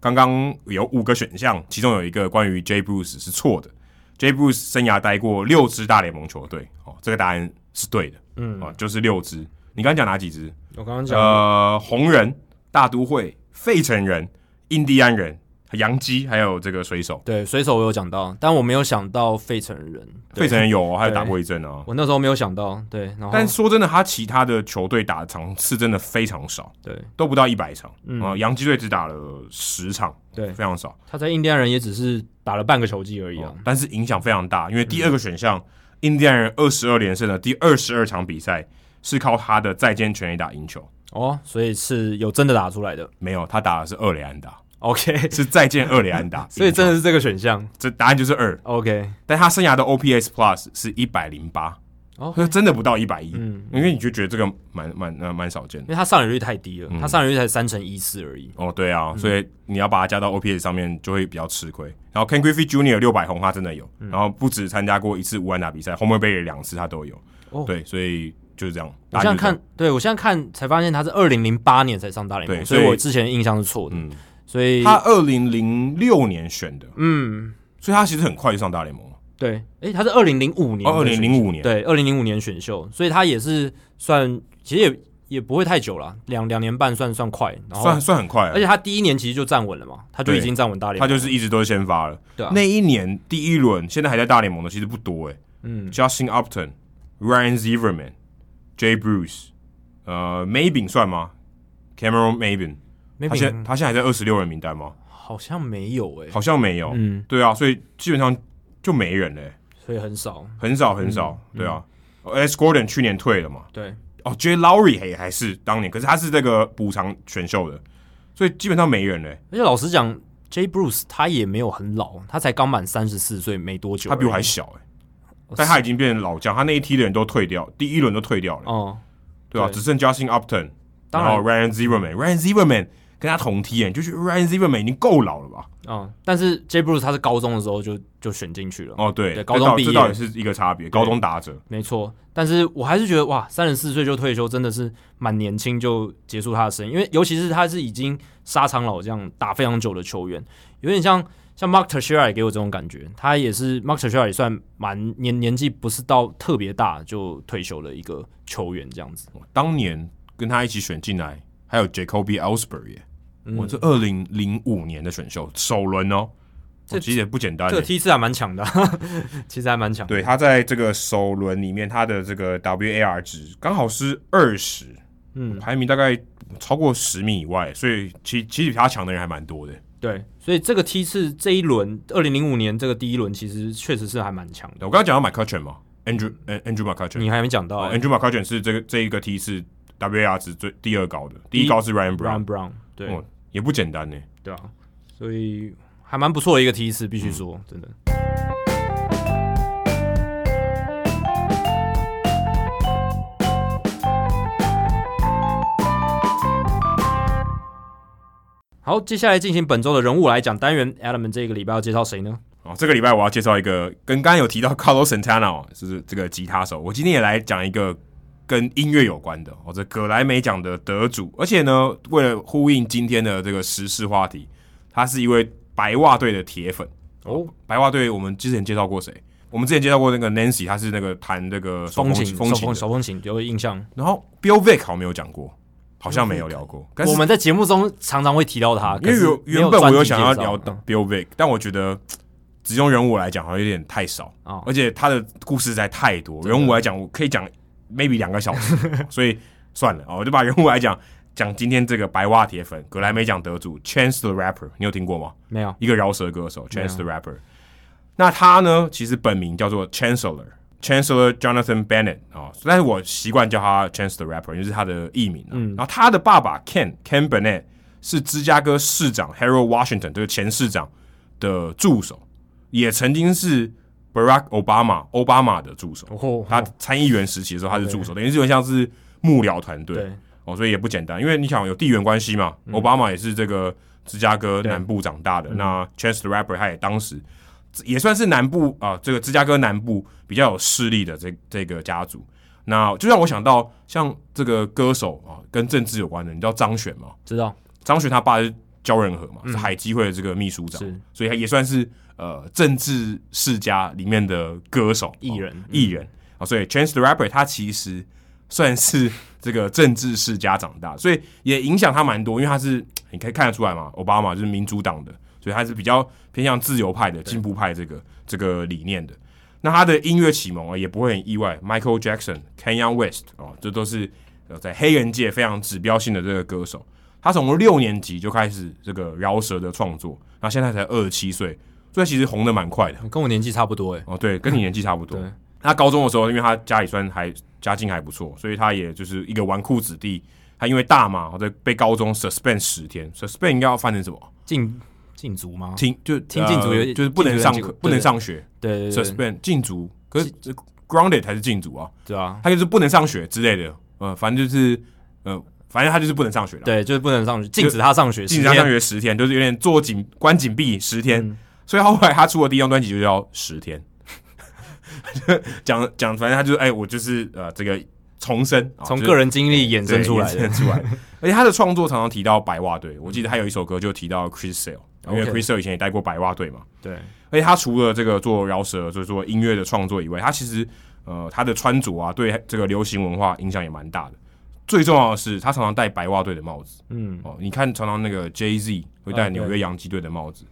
S1: 刚刚有五个选项，其中有一个关于 J. Bruce 是错的。J. Bruce 生涯待过六支大联盟球队，哦，这个答案是对的，
S2: 嗯
S1: 哦，就是六支。你刚刚讲哪几支？
S2: 我刚刚
S1: 呃，红人、大都会、费城人、印第安人、洋基，还有这个水手。
S2: 对，水手我有讲到，但我没有想到费城人。对
S1: 费城人有、哦，还有打
S2: 对
S1: 过一阵啊。
S2: 我那时候没有想到，对，然后
S1: 但说真的，他其他的球队打的场次真的非常少，
S2: 对
S1: 都不到一百场。啊、洋基队只打了十场，
S2: 嗯对，
S1: 非常少。
S2: 他在印第安人也只是打了半个球季而已啊
S1: 哦，但是影响非常大，因为第二个选项，
S2: 嗯
S1: 印第安人二十二连胜的第二十二场比赛是靠他的再见全垒打赢球，
S2: 哦，所以是有真的打出来的。
S1: 没有，他打的是二垒安打，
S2: OK，
S1: 是再见二垒安打赢球，
S2: 所以真的是这个选项。
S1: 这答案就是二，
S2: OK，
S1: 但他生涯的 OPS Plus 是一百零八，
S2: 哦
S1: 所以真的不到一百一，
S2: 嗯，
S1: 因为你就觉得这个蛮蛮呃蛮少见
S2: 因
S1: 的。
S2: 为他上垒率太低了，
S1: 嗯
S2: 他上垒率才三成一四而已。
S1: 哦，对啊，所以你要把它加到 OPS 上面就会比较吃亏。然后 Ken Griffey Jr. 六百红他真的有，
S2: 嗯
S1: 然后不止参加过一次无安打比赛，Homer Bay 两次他都有。
S2: 哦
S1: 对，所以就是这样。
S2: 我
S1: 大家就
S2: 现在
S1: 这样
S2: 看，对我现在看才发现他是二零零八年才上大联盟，
S1: 对
S2: 所以
S1: 所以
S2: 我之前的印象是错的。
S1: 嗯
S2: 所以
S1: 他二零零六年选的，
S2: 嗯，
S1: 所以他其实很快就上大联盟了。
S2: 对，诶、他是二零零五
S1: 哦，
S2: 年
S1: 二
S2: 的选
S1: 零
S2: 秀，
S1: 零五年，
S2: 对，二零零五年选秀，所以他也是算，其实也也不会太久了，两两年半算算快，然后
S1: 算算很快
S2: 哦而
S1: 了。
S2: 且他第一年其实就站稳了嘛，他就
S1: 对
S2: 已经站稳大联
S1: 他就
S2: 盟，
S1: 是一直都是先发了。
S2: 对啊，
S1: 那一年第一轮，现在还在大联盟的其实不多哎、
S2: 嗯
S1: j u s t i n Upton、Ryan Zimmerman、 J. Bruce，呃，Mabin 算吗？Cameron Mabin，他现在
S2: maybe 嗯
S1: 他现在还在二十六人名单吗？
S2: 好像没有哎、
S1: 好像没有。
S2: 嗯，
S1: 对啊，所以基本上就没人嘞、
S2: 所以很少。
S1: 很少很少。对啊、s Gordon 去年退了嘛？
S2: 对，
S1: 哦，J. Lowry 还还是当年，可是他是这个补偿选秀的，所以基本上没人嘞、
S2: 而且老实讲，J. Bruce 他也没有很老，他才刚满三十四岁没多久而已。
S1: 他比我还小哎、
S2: 哦
S1: 但他已经变成老将，他那一梯的人都退掉，第一轮都退掉了，
S2: 哦、
S1: 对啊，
S2: 对
S1: 只剩 Justin Upton，
S2: 当
S1: 然
S2: 然
S1: 后 Ryan Zimmerman，Ryan Zimmerman 跟他同梯哎、你就觉得 Ryan Zimmerman 已经够老了吧？
S2: 嗯，但是 J. Bruce 他是高中的时候就就选进去了，
S1: 哦，对，
S2: 对
S1: 这
S2: 高中
S1: 倒
S2: 毕业
S1: 这倒也是一个差别，高中打者，
S2: 没错。但是我还是觉得哇，三十四岁就退休真的是蛮年轻就结束他的生涯，因为尤其是他是已经沙场老将打非常久的球员，有点像像 Mark Teixeira 也给我这种感觉，他也是 Mark Teixeira 也算蛮年年纪不是到特别大就退休的一个球员这样子。
S1: 当年跟他一起选进来还有 Jacoby Ellsbury，、欸
S2: 嗯
S1: 我这二零零五年的选秀首轮哦，
S2: 这
S1: 这其实也不简单、
S2: 这个
S1: 欸。
S2: 梯次还蛮强的， 其实还蛮强。
S1: 对，他在这个首轮里面，他的这个 WAR 值刚好是二十，
S2: 嗯，
S1: 排名大概超过十名以外，所以其其实比他强的人还蛮多的。
S2: 对，所以这个梯次这一轮，二零零五年这个第一轮其实确实是还蛮强的。
S1: 我刚刚讲到 McCutcheon 嘛，Andrew 呃 Andrew McCutcheon，、
S2: 你还没讲到、
S1: 哦
S2: 欸、
S1: Andrew McCutcheon 是这个这一个 T 是 WAR 值最第二高的，第
S2: 第一
S1: 一高是 Ryan Brown，
S2: Brown Brown，对、
S1: 哦也不简单呢。
S2: 对啊，所以还蛮不错的一个梯次，必须说、
S1: 嗯
S2: 真的。好，接下来进行本周的人物来讲单元，Element 这个礼拜要介绍谁呢？
S1: 哦，这个礼拜我要介绍一个跟刚刚有提到 Carlos Santana，哦就是这个吉他手。我今天也来讲一个跟音乐有关的，哦，这葛莱美奖的得主。而且呢，为了呼应今天的这个时事话题，他是一位白袜队的铁粉。
S2: 哦，
S1: 白袜队我们之前介绍过谁？我们之前介绍过那个 Nancy，她是那个弹这个手
S2: 风
S1: 风
S2: 琴，
S1: 风
S2: 手
S1: 琴
S2: 风
S1: 的。
S2: 手风琴有印象。
S1: 然后 Bill Vick 好像没有讲过，好像没有聊过。但是
S2: 我们在节目中常常会提到他，
S1: 因为
S2: 可是
S1: 原
S2: 没有
S1: 原本我
S2: 专题
S1: 有想要
S2: 介
S1: 聊
S2: 绍嗯
S1: Bill Vick，但我觉得只用人物来讲好像有点太少。
S2: 嗯哦
S1: 而且他的故事实在太多，人物来讲我可以讲 maybe 两个小时， 所以算了哦，我就把人物来讲讲今天这个白袜铁粉格莱美奖得主 Chance the Rapper，你有听过吗？
S2: 没有
S1: 一个饶舌歌手 Chance the Rapper。那他呢，其实本名叫做 Chancellor Chancellor Jonathan Bennett 啊、哦，但是我习惯叫他 Chance the Rapper，就是他的艺名、啊。然后他的爸爸 Ken Ken Bennett 是芝加哥市长 Harold Washington 这个前市长的助手，也曾经是 Barack Obama 奥巴马的助手。
S2: 哦
S1: 他参议员时期的时候他是助手，等于是有点像是幕僚团队。
S2: 对
S1: 哦，所以也不简单，因为你想有地缘关系嘛，
S2: 嗯
S1: 奥巴马也是这个芝加哥南部长大的，那 Chance the Rapper 他也当时也算是南部啊、这个芝加哥南部比较有势力的这这个家族。那就让我想到像这个歌手啊，跟政治有关的，你知道张悬吗？
S2: 知道
S1: 张悬他爸是焦仁和嘛，是海基会的这个秘书长
S2: 嗯是，
S1: 所以他也算是呃政治世家里面的歌手
S2: 艺人
S1: 哦
S2: 嗯
S1: 艺人啊、所以 Chance the Rapper 他其实算是这个政治世家长大，所以也影响他蛮多，因为他是你可以看得出来嘛，奥巴马就是民主党的，所以他是比较偏向自由派的进步派这个这个理念的。那他的音乐启蒙啊，也不会很意外，Michael Jackson、Kanye West 哦，这都是呃在黑人界非常指标性的这个歌手。他从六年级就开始这个饶舌的创作，那现在才二十七岁，所以其实红的蛮快的。
S2: 哦跟我年纪差不多哎，
S1: 哦，对，跟你年纪差不多。
S2: 对
S1: 他高中的时候，因为他家里算还家境还不错，所以他也就是一个纨绔子弟。他因为大麻，在被高中 suspend 十天，suspend 应该要翻成什么？
S2: 禁禁足吗？
S1: 停，就
S2: 听禁足有
S1: 呃就是不能上
S2: 禁足
S1: 课
S2: 有，点
S1: 不能上学
S2: 对对对对，
S1: ，suspend 禁足。可是呃 grounded 才是禁足啊，
S2: 对啊，
S1: 他就是不能上学之类的。呃，反正就是呃，反正他就是不能上学了。
S2: 对，就是不能上学，禁止他上学，
S1: 禁止他
S2: 十
S1: 上
S2: 天
S1: 学十天，就是有点做紧关紧闭十天。
S2: 嗯
S1: 所以后来他出的第一张专辑就叫《十天》 讲，讲反正他就是哎、我就是呃这个重生，啊
S2: 从
S1: 就是
S2: 个人经历衍生
S1: 对
S2: 出来
S1: 衍
S2: 的，
S1: 生出 来的。而且他的创作常常提到白袜队，我记得他有一首歌就提到 Chris Sale，因为
S2: OK
S1: Chris Sale 以前也带过白袜队嘛。
S2: 对，
S1: 而且他除了这个做饶舌，就是做音乐的创作以外，他其实呃他的穿着啊，对这个流行文化影响也蛮大的。最重要的是，他常常戴白袜队的帽子。
S2: 嗯，
S1: 哦，你看常常那个 Jay Z 会
S2: 啊
S1: 戴
S2: 对嗯
S1: 纽约洋基队的帽子，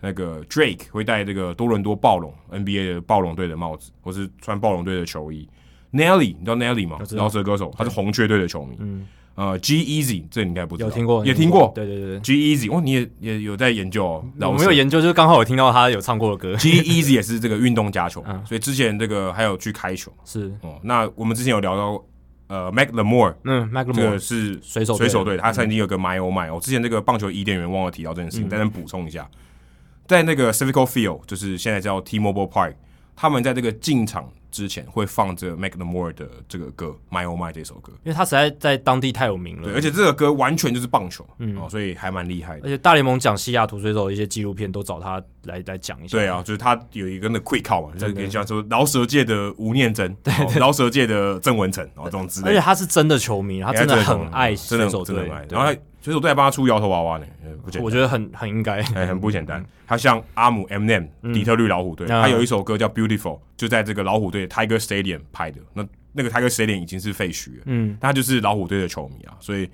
S1: 那个 Drake 会戴这个多伦多暴龙 NBA 的暴龙队的帽子，或是穿暴龙队的球衣。 Nelly，你知道 Nelly 吗
S2: 我？知道
S1: 饶舌歌手，他是红雀队的球迷。
S2: 嗯，
S1: 呃，G Easy 这你应该不知道，
S2: 有听过，
S1: 也听过。
S2: 对对对
S1: G Easy，哦，你也也有在研究哦，
S2: 对，
S1: 饶
S2: 我没
S1: 舌
S2: 有研究，就是刚好有听到他有唱过的 歌，
S1: G Easy 也是这个运动家 球，
S2: 嗯
S1: 所以之前这个还有去开球
S2: 是，
S1: 哦。那我们之前有聊到呃，Mac Lemore
S2: 嗯 m a c l
S1: 这
S2: e m o
S1: 个是
S2: 水手
S1: 水手
S2: 队嗯
S1: 队，他曾经有个 My Oh My，我之前这个棒球伊甸园忘了提到这件事情，在这补充一下，在那个 Civico Field，就是现在叫 T-Mobile Park，他们在这个进场之前会放这个 Mac Lemore 的这个歌 My Oh My 这首歌，
S2: 因为他实在在当地太有名了，
S1: 对，而且这个歌完全就是棒球哦，所以还蛮厉害的
S2: 嗯而。且大联盟讲西雅图水手的一些纪录片都找他来来讲一下。
S1: 对啊，就是他有一个那 quick call 嘛，就是跟你像说饶舌界的吴念真，哦饶舌界的郑文成，然后这种之
S2: 而
S1: 类
S2: 且
S1: 的，
S2: 他是真的球迷，他
S1: 哎
S2: 真的很
S1: 懂
S2: 爱
S1: 真的
S2: 水手
S1: 真的
S2: 队
S1: 很爱。，
S2: 对
S1: 然后还水手队还帮他出摇头娃娃呢，呃不简
S2: 我
S1: 单，
S2: 觉得很很应该。
S1: 哎，很不简单。他像阿姆 M M 底特律老虎队，
S2: 嗯啊
S1: 他有一首歌叫 Beautiful，就在这个老虎队 Tiger Stadium 拍的。那那个 Tiger Stadium 已经是废墟了，
S2: 嗯，
S1: 他就是老虎队的球迷啊，所以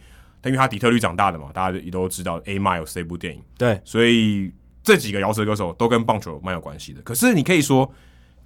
S1: 他因为他底特律长大的嘛，大家也都知道 A Miles 这部电影。
S2: 对，
S1: 所以这几个饶舌歌手都跟棒球蛮有关系的。可是你可以说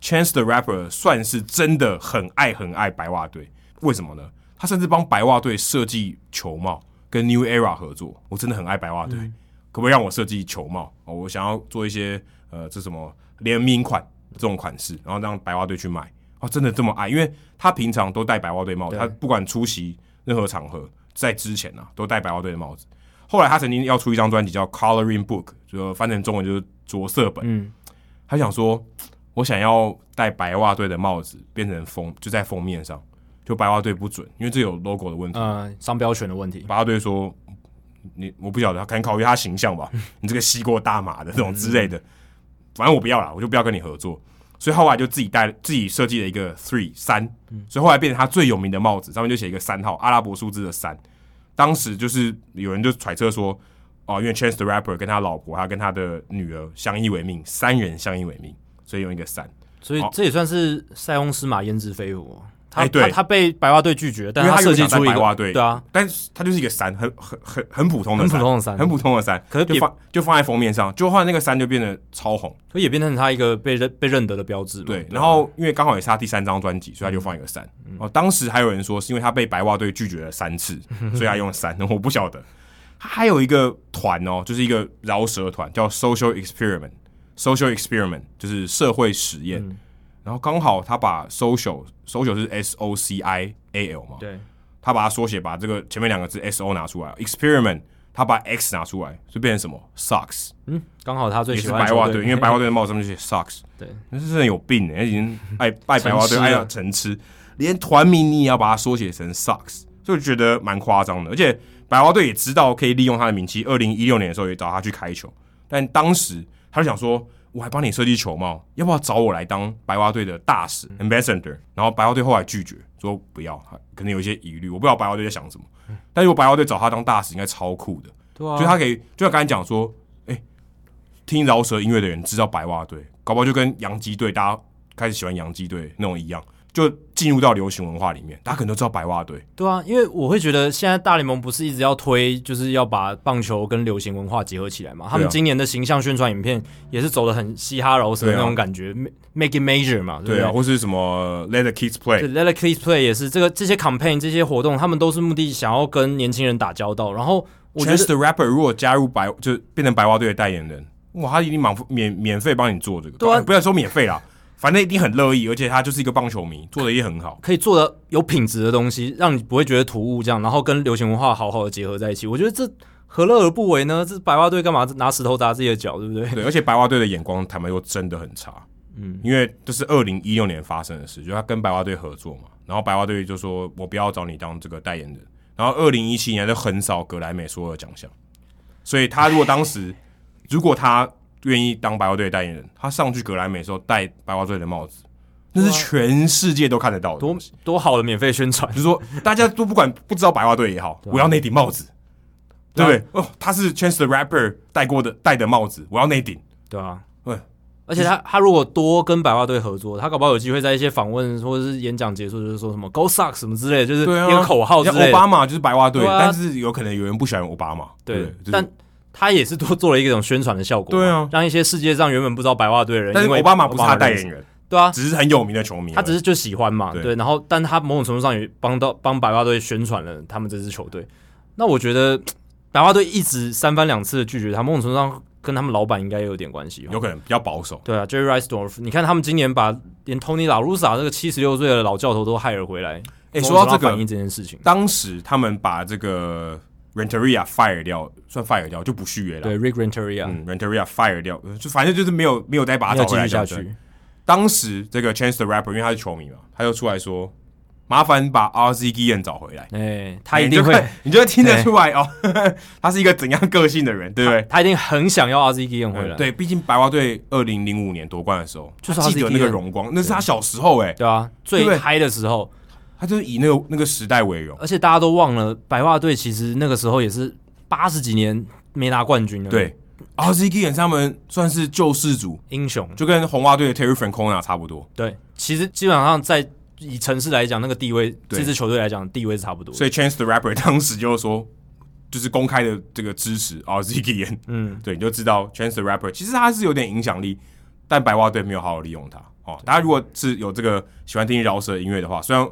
S1: ，Chance the Rapper 算是真的很爱很爱白袜队，为什么呢？他甚至帮白袜队设计球帽，跟 New Era 合作。我真的很爱白袜队，
S2: 嗯
S1: 可不可以让我设计球帽？哦，我想要做一些呃，这什么联名款这种款式，然后让白袜队去买。哦，真的这么爱？因为他平常都戴白袜队帽子，他不管出席任何场合，在之前啊都戴白袜队的帽子。后来他曾经要出一张专辑叫《Coloring Book》，就翻成中文就是着色本。
S2: 嗯，
S1: 他想说，我想要戴白袜队的帽子变成封，就在封面上，就白袜队不准，因为这有 logo 的问题。
S2: 呃，商标权的问题。
S1: 白袜队说，你我不晓得，可能考虑他形象吧，你这个吸过大麻的这种之类
S2: 嗯
S1: 的，反正我不要啦，我就不要跟你合作。所以后来就自己带自己设计了一个 three 三，
S2: 嗯
S1: 所以后来变成他最有名的帽子，上面就写一个三号阿拉伯数字的三。当时就是有人就揣测说，哦，因为 Chance the Rapper 跟他老婆还有跟他的女儿相依为命，三人相依为命，所以用一个三，
S2: 所以
S1: 好
S2: 这也算是塞翁失马焉知非福。他
S1: 哎对
S2: 他他被白袜队拒绝，但
S1: 因为他
S2: 设
S1: 有
S2: 计
S1: 想在
S2: 出一
S1: 白袜
S2: 个
S1: 队，
S2: 对啊，，
S1: 但是他就是一个三，很很很很普通的
S2: 很普
S1: 三，
S2: 通的三，
S1: 很普通的三，
S2: 可是
S1: 就
S2: 也
S1: 放就放在封面上，就后来那个三就变得超红。
S2: 可也变成他一个被认被认得的标志嘛。
S1: 对，
S2: 吧
S1: 然后因为刚好也是他第三张专辑，所以他就放一个三。哦，当时还有人说是因为他被白袜队拒绝了三 次，所以他用三。我不晓得。他还有一个团哦，就是一个饶舌团，叫 Social Experiment。Social Experiment 就是社会实验。然后刚好他把 social social 是 S O C I A L 嘛，
S2: 对，
S1: 他把它缩写，把这个前面两个字 S O 拿出来，experiment 他把 X 拿出来，就变成什么 socks，
S2: 嗯，刚好他最
S1: 也
S2: 喜
S1: 是
S2: 欢的
S1: 白
S2: 球
S1: 袜队，因为白袜
S2: 队
S1: 队的帽子上面就写 socks，
S2: 对
S1: 那是真的有病、欸，已 经爱爱白袜
S2: 成痴
S1: 队，
S2: 了
S1: 爱到成痴，连团名你也要把它缩写成 socks，所以我觉得蛮夸张的。而且白袜队也知道可以利用他的名气，二零一六年的时候也找他去开球，但当时他就想说，我还帮你设计球帽，要不要找我来当白袜队的大使
S2: 嗯
S1: ambassador？然后白袜队后来拒绝，说不要，可能有一些疑虑，我不知道白袜队在想什么。但如果白袜队找他当大使，应该超酷的。
S2: 对啊，
S1: 就他可以，就像刚才讲说，哎、听饶舌音乐的人知道白袜队，搞不好就跟洋基队大家开始喜欢洋基队那种一样，就进入到流行文化里面，大家可能都知道白袜队。
S2: 对啊，因为我会觉得现在大联盟不是一直要推，就是要把棒球跟流行文化结合起来嘛。
S1: 啊
S2: 他们今年的形象宣传影片也是走的很嘻哈饶舌的那种感觉、m a k e it major 嘛，对不
S1: 啊对啊，
S2: 对？
S1: 或是什么 Let the Kids Play，
S2: 对 Let it Kids Play 也是这个这些 campaign 这些活动，他们都是目的想要跟年轻人打交道。然后我觉
S1: Chance
S2: 得
S1: the Rapper 如果加入白，就变成白袜队的代言人，哇，他一定免免免费帮你做这个，
S2: 对啊
S1: 哎不要说免费啦，反正一定很乐意，而且他就是一个棒球迷，做的也很好。
S2: 可以做的有品质的东西，让你不会觉得突兀这样，然后跟流行文化好好的结合在一起。我觉得这何乐而不为呢？这白袜队干嘛拿石头砸自己的脚，对不对？
S1: 对，而且白袜队的眼光，坦白说真的很差。嗯，因为这是二零一六年发生的事，就他跟白袜队合作嘛，然后白袜队就说我不要找你当这个代言人，然后二零一七年就横扫格莱美所有的奖项，所以他如果当时 如果他愿意当白袜队的代言人，他上去格莱美的时候戴白袜队的帽子，那是全世界都看得到的
S2: 多
S1: 东西。
S2: 多好的免费宣传
S1: 就，是说，大家都不管不知道白袜队也好，我要那顶帽子，对
S2: 对啊
S1: 不啊对？哦，他是 Chance the Rapper 戴过的戴的帽子，我要那顶。
S2: 对啊。
S1: 对，
S2: 而且他他如果多跟百袜队合作，他搞不好有机会在一些访问或者是演讲结束，就是说什么 “Go Sox” 什么之类的，就是一
S1: 对啊，
S2: 个口号之
S1: 像
S2: 类
S1: 奥
S2: 的。
S1: 巴马就是白袜队，
S2: 对啊
S1: 但是有可能有人不喜欢奥巴马，对
S2: 对
S1: 不，就是
S2: 但他也是多做了一个种宣传的效果嘛。
S1: 对啊
S2: 让一些世界上原本不知道白袜队的人，
S1: 但是
S2: 因为
S1: 奥巴马不是他代
S2: 认
S1: 言
S2: 识，
S1: 人，
S2: 对啊，
S1: 只是很有名的球迷而已，
S2: 他只是就喜欢嘛，
S1: 对
S2: 对，然后但他某种程度上也帮到帮白袜队宣传了他们这支球队。那我觉得白袜队一直三番两次的拒绝他，某种程度上跟他们老板应该也有点关系哦。
S1: 有可能比较保守。
S2: 对啊，Jerry Rice-Dorf，你看他们今年把连 Tony La Russa 这个七十六岁的老教头都害了回来。
S1: 哎、
S2: 某种
S1: 说到
S2: 程度
S1: 这
S2: 上反映
S1: 个，嗯
S2: 这件事情，
S1: 当时他们把这个 Renteria fire 掉，算 fire 掉就不续约了。
S2: 对啊 Rick Renteria、
S1: 嗯，Renteria fire 掉，就反正就是没有没有再把他
S2: 要
S1: 找
S2: 继
S1: 回来
S2: 续下
S1: 这样子
S2: 去。
S1: 当时这个 Chance the Rapper，因为他是球迷嘛，他就出来说：“麻烦把 RZ Gian 找回来。
S2: 哎、”他一
S1: 你就
S2: 定会，
S1: 看你就会听得出来哦， 他是一个怎样个性的人，对不对？
S2: 他一定很想要 RZ g 回
S1: 嗯
S2: 来。
S1: 对，毕竟白袜队二零零五年夺冠的时候，
S2: 就是
S1: 他记
S2: RZ
S1: 得
S2: Gian
S1: 那个荣光，那是他小时候哎、
S2: 对啊，
S1: 对不
S2: 最
S1: 对
S2: 嗨的时候，
S1: 他就是以那个那个时代为荣。
S2: 而且大家都忘了，白袜队其实那个时候也是八十几年没拿冠军了，，
S1: 对，RZ Gian 他们算是救世主，
S2: 英雄，
S1: 就跟红袜队的 Terry Francona 差不多。
S2: 对，其实基本上在以城市来讲，那个地位，
S1: 对
S2: 这支球队来讲地位是差不多的，
S1: 所以 Chance the Rapper 当时就说，就是公开的这个支持 RZ Gian。
S2: 嗯，
S1: 对，你就知道 Chance the Rapper 其实他是有点影响力，但白袜队没有好好利用他。哦，大家如果是有这个喜欢听饶舌音乐的话，虽然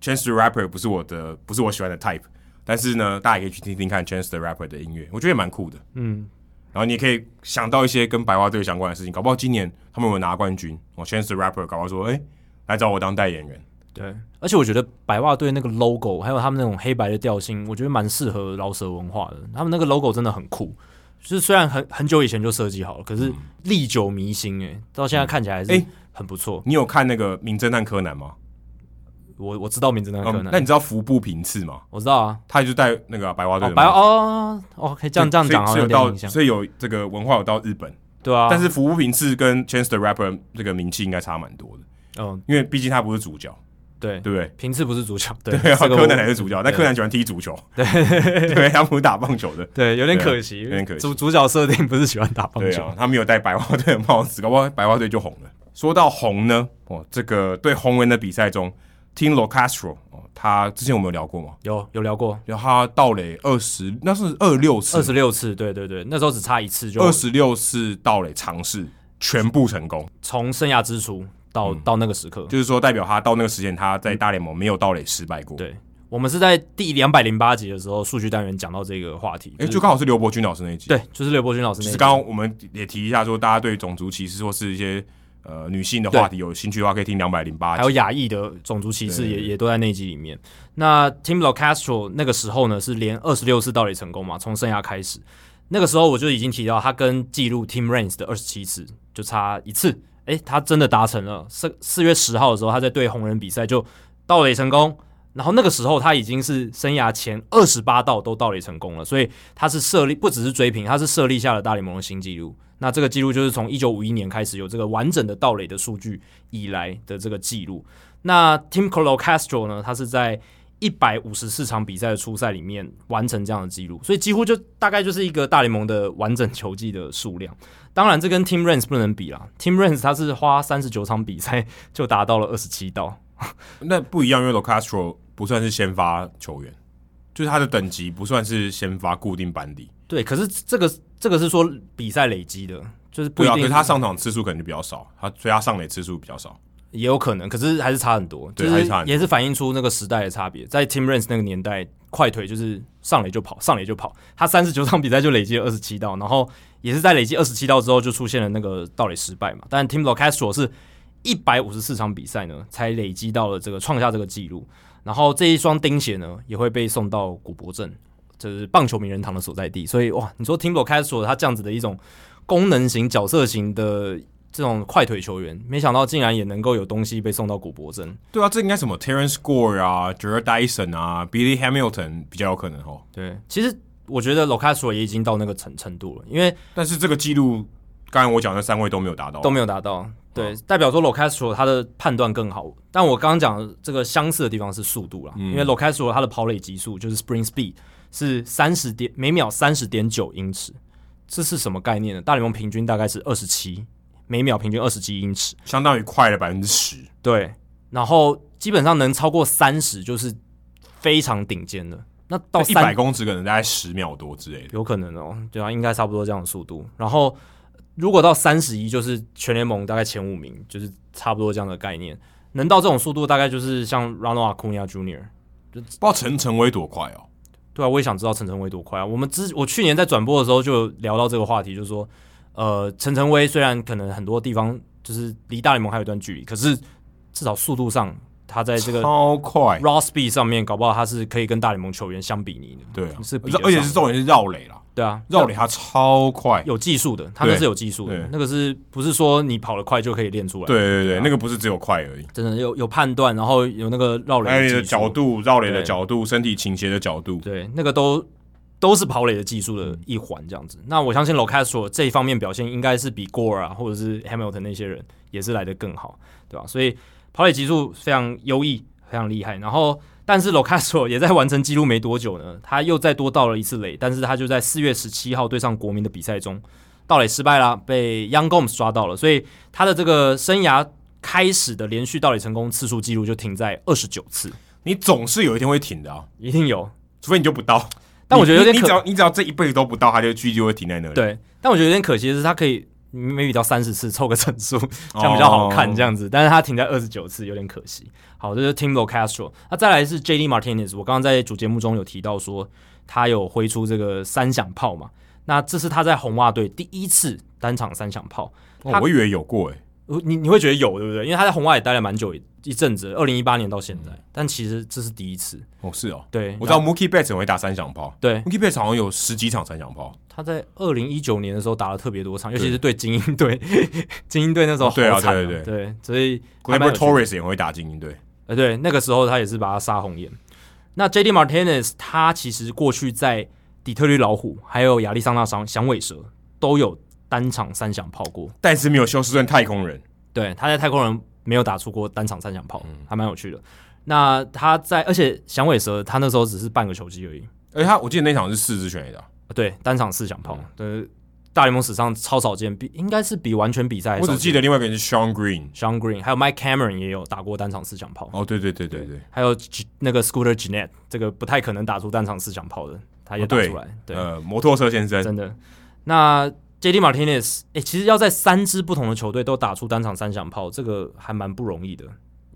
S1: Chance the Rapper 不是我的，不是我喜欢的 type，但是呢，大家也可以去听听看 Chance the Rapper 的音乐，我觉得也蛮酷的。
S2: 嗯，
S1: 然后你也可以想到一些跟白袜队相关的事情，搞不好今年他们有拿冠军哦，Chance the Rapper 搞不好说，哎、来找我当代言人。
S2: 对，而且我觉得白袜队那个 logo，还有他们那种黑白的调性，我觉得蛮适合饶舌文化的，他们那个 logo 真的很酷。就是虽然很很久以前就设计好了，可
S1: 嗯
S2: 是历久弥新哎、到现在看起来还是
S1: 哎
S2: 很不错。
S1: 你有看那个《名侦探柯南》吗？
S2: 我我知道名字那个柯
S1: 嗯
S2: 南，
S1: 那你知道服部平次吗？
S2: 我知道啊，
S1: 他就带那个白袜队
S2: 哦
S1: 的
S2: 白
S1: 帽子
S2: 哦，OK，这样这样
S1: 所以
S2: 讲好
S1: 所以有
S2: 像有点影
S1: 到，
S2: 响，
S1: 所以有这个文化有到日本，
S2: 对啊，
S1: 但是服部平次跟 Chance the Rapper 这个名气应该差蛮多的，
S2: 嗯，
S1: 因为毕竟他不是主角，
S2: 对，
S1: 对不 对？
S2: 平次不是主角，对，
S1: 对啊，
S2: 这个我
S1: 柯南才是主角，但
S2: 对
S1: 柯南喜欢踢足球，对对，他不是打棒球的，
S2: 对有点
S1: 对啊
S2: 可惜，
S1: 有点可惜
S2: 主主角设定不是喜欢打 棒
S1: 对
S2: 球
S1: 啊，，他没有戴白袜队的帽子，搞不好白袜队就红了。说到红呢，哦，这个对红人的比赛中，Tim Locastro 哦，他之前我们有聊过嘛，
S2: 有有聊过
S1: 就他盗垒二十，那是二六次，
S2: 二十六次，对对对，那时候只差一次就
S1: 嗯二十六次盗垒尝试全部成功。
S2: 从生涯之初到到那个时刻，
S1: 嗯就是说代表他到那个时间他在大联盟没有盗垒失败过。，
S2: 嗯对我们是在第两百零八集的时候，数据单元讲到这个话题，
S1: 哎，
S2: 是
S1: 就刚好是刘伯君老师那一集。，
S2: 对，就是刘伯钧老师
S1: 就
S2: 那
S1: 是
S2: 一集
S1: 刚刚我们也提一下，说大家对种族歧视或是一些呃女性的话题有兴趣的话，可以听两百零八
S2: 还有亚裔的种族歧视
S1: 对
S2: 也也都在那一集里面。那 Tim Locastro 那个时候呢是连二十六次盗垒成功嘛，从生涯开始，那个时候我就已经提到他跟记录 Tim Raines 的二十七次就差一次，诶，他真的达成了。四四月十号的时候，他在对红人比赛就盗垒成功。然后那个时候他已经是生涯前二十八道都盗垒成功了，所以他是设立不只是追平，他是设立下了大联盟的新纪录。那这个记录就是从一九五一年开始有这个完整的盗垒的数据以来的这个记录。那 Tim c o l o Castro 呢，他是在一百五十四场比赛的初赛里面完成这样的记录，所以几乎就大概就是一个大联盟的完整球季的数量。当然，这跟 Tim Raines 不能比啦。Tim Raines 他是花三十九场比赛 就达到了二十七道，
S1: 那不一样，因为 Locastro 不算是先发球员，就是他的等级不算是先发固定班底。
S2: 对，可是这个这个是说比赛累积的，就是不
S1: 对
S2: 一
S1: 啊，可
S2: 定、
S1: 是他上场次数可能就比较少，他所以他上垒次数比较少。
S2: 也有可能，可是还是差很多，
S1: 对
S2: 就
S1: 还
S2: 是
S1: 是差很多
S2: 也是反映出那个时代的差别。在 Tim Raines 那个年代，快腿就是上垒就跑，上垒就跑，他三十九场比赛就累积了二十七道，然后也是在累积二十七道之后就出现了那个盗垒失败嘛。但 Tim Locastro 是一百五十四场比赛呢，才累积到了这个创下这个记录。然后这一双钉鞋呢，也会被送到古柏镇，就是棒球名人堂的所在地。所以哇，你说 Tim Locastro 他这样子的一种功能型、角色型的这种快腿球员，没想到竟然也能够有东西被送到古柏镇。
S1: 对啊，这应该什么 Terrence Gore 啊、Jared Dyson 啊、Billy Hamilton 比较有可能哦。
S2: 对，其实我觉得 Locastro 也已经到那个程程度了，因为
S1: 但是这个记录，刚才我讲的那三位都没有达到，
S2: 都没有达到。
S1: 嗯
S2: 对，代表说 Locastro 他的判断更好，但我刚刚讲的这个相似的地方是速度啦，
S1: 嗯
S2: 因为 Locastro 他的跑垒极速就是 Spring Speed 是三十点每秒三十点九英尺，这是什么概念呢？大联盟平均大概是二十七每秒平均二十七英尺，
S1: 相当于快了百分之十。
S2: 对，然后基本上能超过三十就是非常顶尖的。那到
S1: 一百
S2: 三
S1: 公尺可能大概十秒多之类的。
S2: 有可能哦，对啊，应该差不多这样的速度。然后如果到三十一，就是全联盟大概前五名，就是差不多这样的概念。能到这种速度，大概就是像 Ronald Acuna Jr.，
S1: 不知道陈晨威多快哦。
S2: 对啊，我也想知道陈晨威多快啊！我们之我去年在转播的时候就聊到这个话题，就是说，呃，陈晨威虽然可能很多地方就是离大联盟还有一段距离，可是至少速度上，他在这个
S1: 超快，
S2: raw speed 上面，搞不好他是可以跟大联盟球员相比拟的。
S1: 对啊，
S2: 是比得上
S1: 而且是重点是绕垒啦，
S2: 对啊，
S1: 绕垒他超快，
S2: 有技术的，他那是有技术的
S1: 对，
S2: 那个是不是说你跑得快就可以练出来？
S1: 对，对对，那个不是只有快而已，
S2: 真的有有判断，然后有那个绕垒
S1: 还哎有你
S2: 技
S1: 的
S2: 术
S1: 角，度、绕垒的
S2: 对
S1: 角度、身体倾斜的角度，
S2: 对，那个都都是跑垒的技术
S1: 嗯
S2: 的一环，这样子。那我相信 Locastro 这一方面表现应该是比 Gore 啊，或者是 Hamilton 那些人也是来得更好，对吧、所以跑垒技术非常优异，非常厉害。然后，但是 Locastro 也在完成记录没多久呢，他又再多到了一次垒，但是他就在四月十七号对上国民的比赛中盗垒失败啦，被 Young Gomes 抓到了，所以他的这个生涯。开始的连续盗垒成功次数记录就停在二十九次，
S1: 你总是有一天会停的啊，
S2: 一定有。
S1: 除非你就不到。
S2: 但我觉得有点
S1: 你你
S2: 可
S1: 只要你只要这一辈子都不到，他就狙击会停在那里。
S2: 对，但我觉得有点可惜的是，他可以 maybe 到三十次凑个整数， 这样比较好
S1: 哦
S2: 看，这样子。但是他停在二十九次，有点可惜。好，这就是 Tim Lo Castro。那再来是 J.D. Martinez，我刚刚在主节目中有提到说，他有挥出这个三响炮嘛？那这是他在红袜队第一次单场三响炮。
S1: 哦
S2: 他
S1: 我以为有过诶、哎
S2: 呃你你会觉得有对不对？因为他在红袜也待了蛮久一一阵子，二零一八年到现在，但其实这是第一次。
S1: 哦是哦，
S2: 对，
S1: 嗯我知道 Mookie Betts 很会打三响炮
S2: 对，
S1: ，Mookie Betts 好像有十几场三响炮，
S2: 他在二零一九年的时候打了特别多场，尤其是对精英队， 精英队那时候好
S1: 对啊
S2: 惨、
S1: 对对
S2: 对所以
S1: g l a
S2: 还
S1: b e
S2: 蛮有
S1: r
S2: 趣
S1: Torres 也很会打精英队，
S2: 呃对，那个时候他也是把他杀红眼。那 J.D. Martinez 他其实过去在底特律老虎还有亚利桑那响响尾蛇都有单场三响炮过，
S1: 但是没有休斯顿太空人。
S2: 对，他在太空人没有打出过单场三响
S1: 嗯
S2: 炮，还蛮有趣的。那他在，而且响尾蛇他那时候只是半个球击而已，
S1: 而且他，我记得那场是四支全垒打，
S2: 对，单场四响炮，
S1: 嗯
S2: 对，大联盟史上超少见，比应该是比完全比赛还
S1: 我
S2: 少
S1: 只
S2: 见
S1: 记得另外一个人是 Sean Green。
S2: Sean Green，还有 Mike Cameron 也有打过单场四响炮，
S1: 哦，对对对对对，
S2: 还有 G- 那个 Scooter Jeanette，这个不太可能打出单场四响炮的，他也
S1: 哦
S2: 打
S1: 对
S2: 出来，对，
S1: 呃，摩托车先生，
S2: 真的。那 J.D. Martinez，哎、其实要在三支不同的球队都打出单场三响炮，这个还蛮不容易的，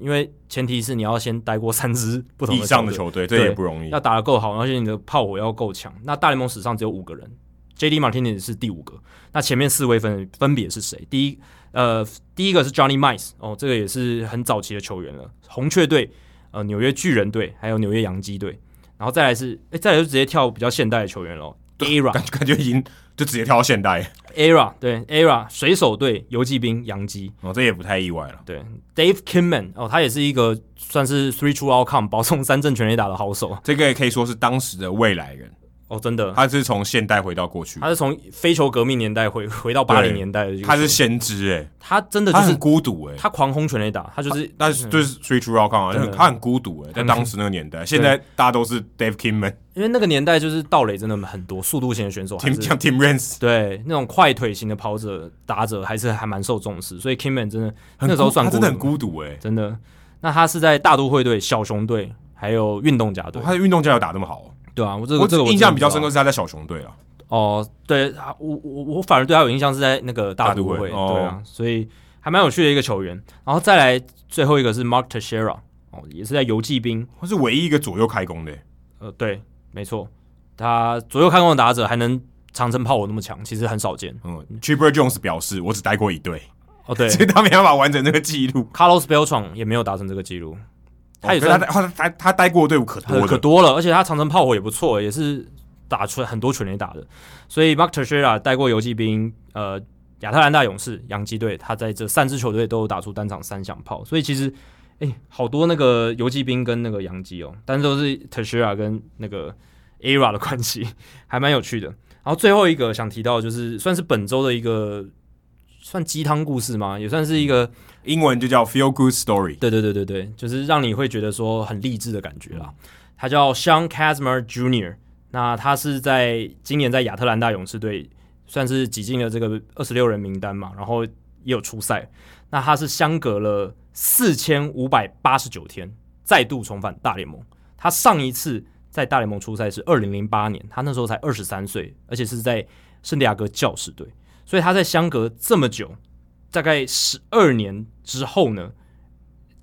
S2: 因为前提是你要先待过三支不同
S1: 以上的
S2: 队
S1: 球队，这
S2: 对
S1: 也不容易
S2: 要。打得够好，而且你的炮火要够强。那大联盟史上只有五个人，J.D. Martinez 是第五个。那前面四位分分别是谁？第一，呃，第一个是 Johnny Mice，哦，这个也是很早期的球员了，红雀队、呃，纽约巨人队，还有纽约洋基队。然后再来是，诶，再来就直接跳比较现代的球员喽，Era 哦
S1: 感觉感觉已经就直接跳到现代，
S2: Era 对 Era 水手队、游击兵、洋基。
S1: 哦，这也不太意外了。
S2: 对，Dave Kinman 哦，他也是一个算是 three true outcome 保送三振全垒打的好手
S1: 这个也可以说是当时的未来人，
S2: 哦，真的，
S1: 他是从现代回到过去，
S2: 他是从非球革命年代回回到八零年代的一个球
S1: 他
S2: 员，
S1: 是先知哎、
S2: 他真的就
S1: 他
S2: 是
S1: 很啊孤独哎、
S2: 他狂轰全垒打，他就是
S1: 但是就是 three true outcome 啊，
S2: 真的嗯
S1: 就是他很孤独哎、在当时那个年代，现在大家都是 Dave Kingman、
S2: 因为那个年代就是盗垒真的很多，速度型的选手还
S1: Tim
S2: 是
S1: 像 Tim Rance，
S2: 对那种快腿型的跑者打者还是还蛮受重视，所以 Kimman 真的那时候算
S1: 他真的很
S2: 孤独欸
S1: 孤独哎、
S2: 真的。那他是在大都会队、小熊队还有运动家队，
S1: 哦他的运动家有打这么好哦、
S2: 对啊，我这
S1: 我
S2: 个这个
S1: 印象比较深刻
S2: 刻
S1: 是他在小熊队啊，
S2: 哦，对，啊我我我反而对他有印象是在那个大都
S1: 大都会
S2: 会，
S1: 哦
S2: 对啊，所以还蛮有趣的一个球员。然后再来最后一个是 Mark Teixeira 哦，也是在游骑兵。
S1: 他是唯一一个左右开弓的、欸，
S2: 呃，对，没错，他左右开弓的打者还能长城炮火那么强，其实很少见。
S1: 嗯 c h i p p e r Jones 表示我只待过一队，
S2: 哦，对
S1: 所以他没办法完成这个记录。
S2: ，Carlos Beltran 也没有达成这个记录， 他
S1: 哦
S2: 也
S1: 可是
S2: 算
S1: 他他他他待过的队伍可多
S2: 很
S1: 了，
S2: 可多了，而且他长城炮火也不错，也是打出很多全垒打的。所以 Mark Teixeira 带过游击兵，呃，亚特兰大勇士、洋基队，他在这三支球队都有打出单场三响炮，所以其实。哎、好多那个游击兵跟那个洋基哦，但是都是 Teixeira 跟那个 ERA 的关系， 还蛮有趣的。然后最后一个想提到的就是算是本周的一个算鸡汤故事吗？也算是一个
S1: 英文就叫 Feel Good Story。
S2: 对对对对对，就是让你会觉得说很励志的感觉啦。他叫 Sean Kazmir Jr.，那他是在今年在亚特兰大勇士队算是挤进了这个二十六人名单嘛，然后也有出赛。那他是相隔了四千五百八十九天再度重返大联盟。他上一次在大联盟出赛是二零零八年，他那时候才二十三岁，而且是在圣地亚哥教士队。所以他在相隔这么久，大概十二年之后呢，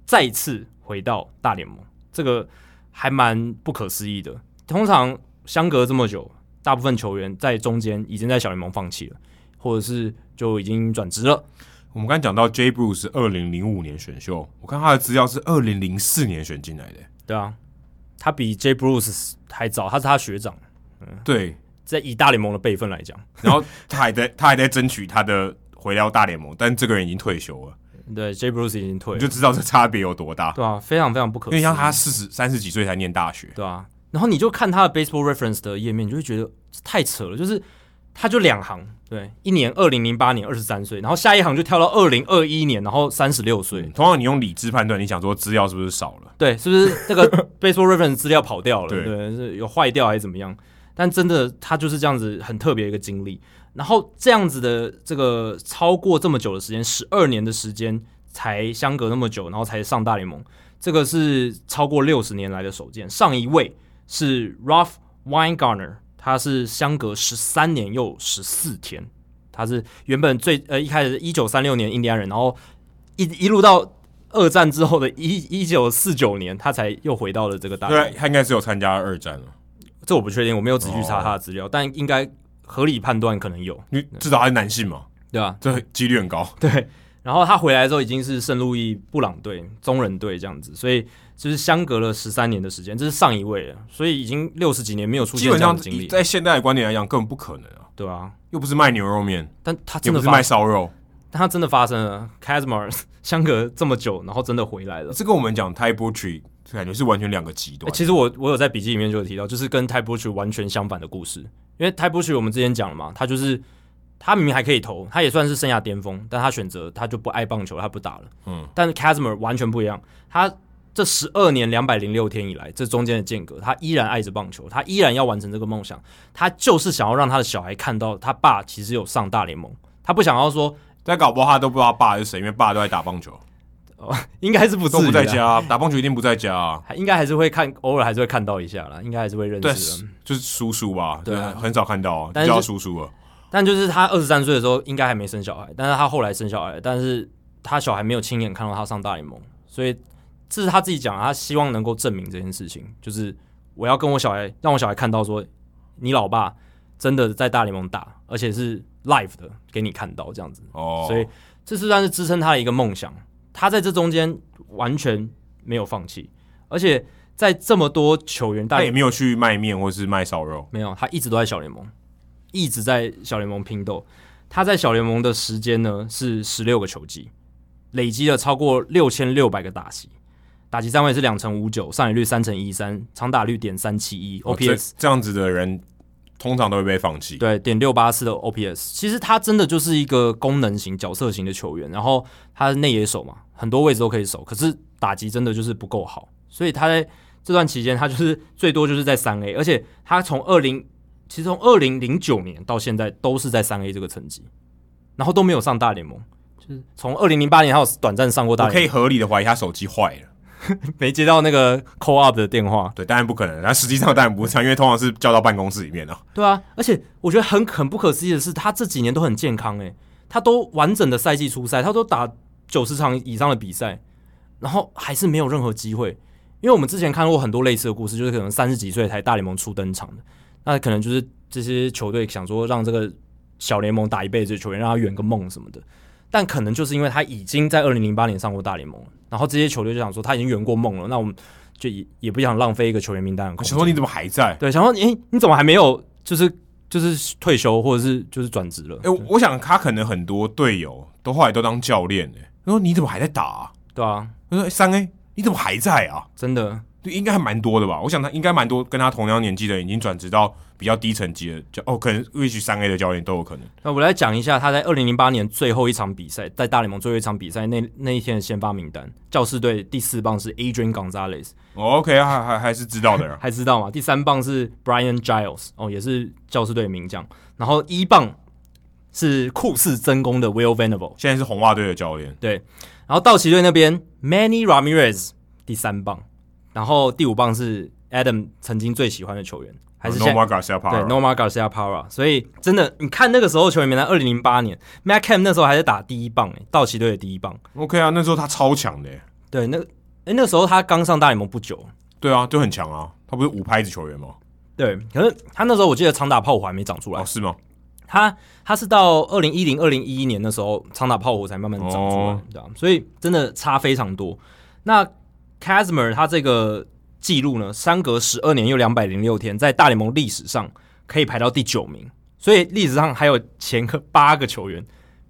S2: 再次回到大联盟，这个还蛮不可思议的。通常相隔这么久，大部分球员在中间已经在小联盟放弃了，或者是就已经转职了。
S1: 我们刚才讲到 J. Bruce 是二零零五年选秀，我看他的资料是二零零四年选进来的、
S2: 对啊，他比 J. Bruce 还早，他是他学长，
S1: 对，
S2: 在以大联盟的辈分来讲，
S1: 然后他还在他还在争取他的回到大联盟，但这个人已经退休了，
S2: 对 J. Bruce 已经退
S1: 你
S2: 了
S1: 就，知道这差别有多大。
S2: 对啊，非常非常不
S1: 因
S2: 可思议。
S1: 为像他四十三十几岁才念大学，
S2: 对啊，然后你就看他的 Baseball Reference 的页面，你就会觉得这太扯了，就是他就两行，对，一年二零零八年二十三岁，然后下一行就跳到二零二一年，然后三十六岁，
S1: 通常你用理智判断，你想说资料是不是少了？
S2: 对，是不是那个 Baseball Reference 资料跑掉了？
S1: 对
S2: 对，是有坏掉还是怎么样？但真的，他就是这样子很特别的一个经历。然后这样子的这个超过这么久的时间，十二年的时间才相隔那么久，然后才上大联盟，这个是超过六十年来的首见。上一位是 Ralph Weingartner，他是相隔十三年又十四天，他是原本最呃一开始一九三六年印第安人，然后一一路到二战之后的一一九四九年，他才又回到了这个大
S1: 对
S2: 联，盟。
S1: 他应该是有参加二战哦了，
S2: 这我不确定，我没有仔细
S1: 哦
S2: 查他的资料，但应该合理判断可能有，
S1: 因为至少他是男性嘛，
S2: 对吧、
S1: 这几率很高。
S2: 对。然后他回来之后已经是圣路易布朗队、中人队这样子，所以就是相隔了十三年的时间，这是上一位了，所以已经六十几年没有出
S1: 基
S2: 现这
S1: 本
S2: 样
S1: 上
S2: 的经历，
S1: 在现代的观点来讲，根本不可能啊，
S2: 对啊。
S1: 又不是卖牛肉面，
S2: 但他
S1: 也
S2: 真
S1: 不
S2: 的
S1: 是
S2: 发
S1: 卖，烧肉。
S2: 但他真的发生了 k a z m a r 相隔这么久，然后真的回来了。
S1: 这跟我们讲 t y p e Tree 感觉是完全两个极
S2: 欸
S1: 端。
S2: 其实我我有在笔记里面就有提到，就是跟 t y p e Bush 完全相反的故事。因为 t y p e Bush 我们之前讲了嘛，他就是他明明还可以投，他也算是生涯巅峰，但他选择他就不爱棒球，他不打了。
S1: 嗯，
S2: 但是 Kazmer 完全不一样，他这十二年两百零六天以来，这中间的间隔，他依然爱着棒球，他依然要完成这个梦想，他就是想要让他的小孩看到他爸其实有上大联盟，他不想要说
S1: 但搞不好他都不知道他爸是谁，因为爸都在打棒球，
S2: 应该是不至
S1: 都
S2: 于
S1: 不在
S2: 啊，
S1: 家啊、打棒球一定不在家啊。
S2: 还应该还是会看，偶尔还是会看到一下啦，应该还是会认
S1: 对
S2: 识的。，
S1: 就是叔叔吧，
S2: 对啊
S1: 很少看到啊，
S2: 但
S1: 就是叫他叔叔了。
S2: 但就是他二十三岁的时候，应该还没生小孩，但是他后来生小孩，但是他小孩没有亲眼看到他上大联盟，所以这是他自己讲，他希望能够证明这件事情，就是我要跟我小孩，让我小孩看到说，你老爸真的在大联盟打，而且是 live 的给你看到这样子，
S1: 哦，
S2: 所以这是算是支撑他的一个梦想。他在这中间完全没有放弃，而且在这么多球员大
S1: 他
S2: 联
S1: 也没有去卖面或是卖烧肉。
S2: 没有，他一直都在小联盟，一直在小联盟拼斗。他在小联盟的时间呢是十六个球季，累积了超过六千六百个打席，打击三位是两成五九，上垒率三成一三，长打率点三七一
S1: 哦这
S2: ，OPS
S1: 这样子的人通常都会被放弃。
S2: 对，点六八四的 OPS，其实他真的就是一个功能型、角色型的球员。然后他是内野手嘛，很多位置都可以守，可是打击真的就是不够好，所以他在这段期间，他就是最多就是在三 A，而且他从二零，其实从二零零九年到现在都是在三 A 这个层级，然后都没有上大联盟。就是从二零零八年，他有短暂上过大
S1: 我可
S2: 联
S1: 以合理的怀疑他手机坏了。
S2: 盟，没接到那个 call up 的电话。
S1: 对，当然不可能。但实际上当然不是这样，因为通常是叫到办公室里面啊。
S2: 对啊，而且我觉得很很不可思议的是，他这几年都很健康诶、欸他都完整的赛季出赛，他都打九十场以上的比赛，然后还是没有任何机会。因为我们之前看过很多类似的故事，就是可能三十几岁才大联盟初登场的，那可能就是这些球队想说让这个小联盟打一辈子的球员，让他圆个梦什么的。但可能就是因为他已经在二零零八年上过大联盟了，然后这些球队就想说他已经圆过梦了，那我们就也也不想浪费一个球员名单的空
S1: 我
S2: 间
S1: 想说你怎么还在？
S2: 对，想说，诶、你怎么还没有就是就是退休或者是就是转职了？
S1: 哎、我我想他可能很多队友都后来都当教练呢、他说你怎么还在打、啊？
S2: 对啊，
S1: 他说三 A 你怎么还在啊？
S2: 真的，
S1: 对，应该还蛮多的吧？我想他应该蛮多跟他同样年纪的人已经转职到比较低层级的教哦，可能 which 三 A 的教练都有可能。
S2: 那我来讲一下他在二零零八年最后一场比赛，在大联盟最后一场比赛那那一天的先发名单，教士队第四棒是 Adrian Gonzalez，。
S1: 哦、OK，还还还是知道的人
S2: 还知道吗？第三棒是 Brian Giles，哦，也是教士队的名将，然后一棒是酷似真攻的 Will Venable，
S1: 现在是红袜队的教练，
S2: 对，然后道奇队那边 Manny Ramirez 第三棒，然后第五棒是 Adam 曾经最喜欢的球员，还是
S1: n o
S2: 现
S1: m
S2: 在
S1: a Garcia
S2: 对
S1: Parra，
S2: Nomar Garcia Para，所以真的，你看那个时候球员名单，二零零八年 Matt Cam 那时候还在打第一棒、欸，道奇队的第一棒。
S1: OK 啊，那时候他超强的、欸，
S2: 对，那哎、诶那时候他刚上大联盟不久，
S1: 对啊，就很强啊，他不是五拍子球员吗？
S2: 对，可是他那时候我记得长打炮火还没长出来
S1: 哦，，是吗？
S2: 他他是到二零一零、二零一一年的时候，长打炮火才慢慢长出来，
S1: 哦
S2: 对啊，所以真的差非常多。那 Kazmer 他这个记录呢，相隔十二年又两百零六天，在大联盟历史上可以排到第九名，所以历史上还有前个八个球员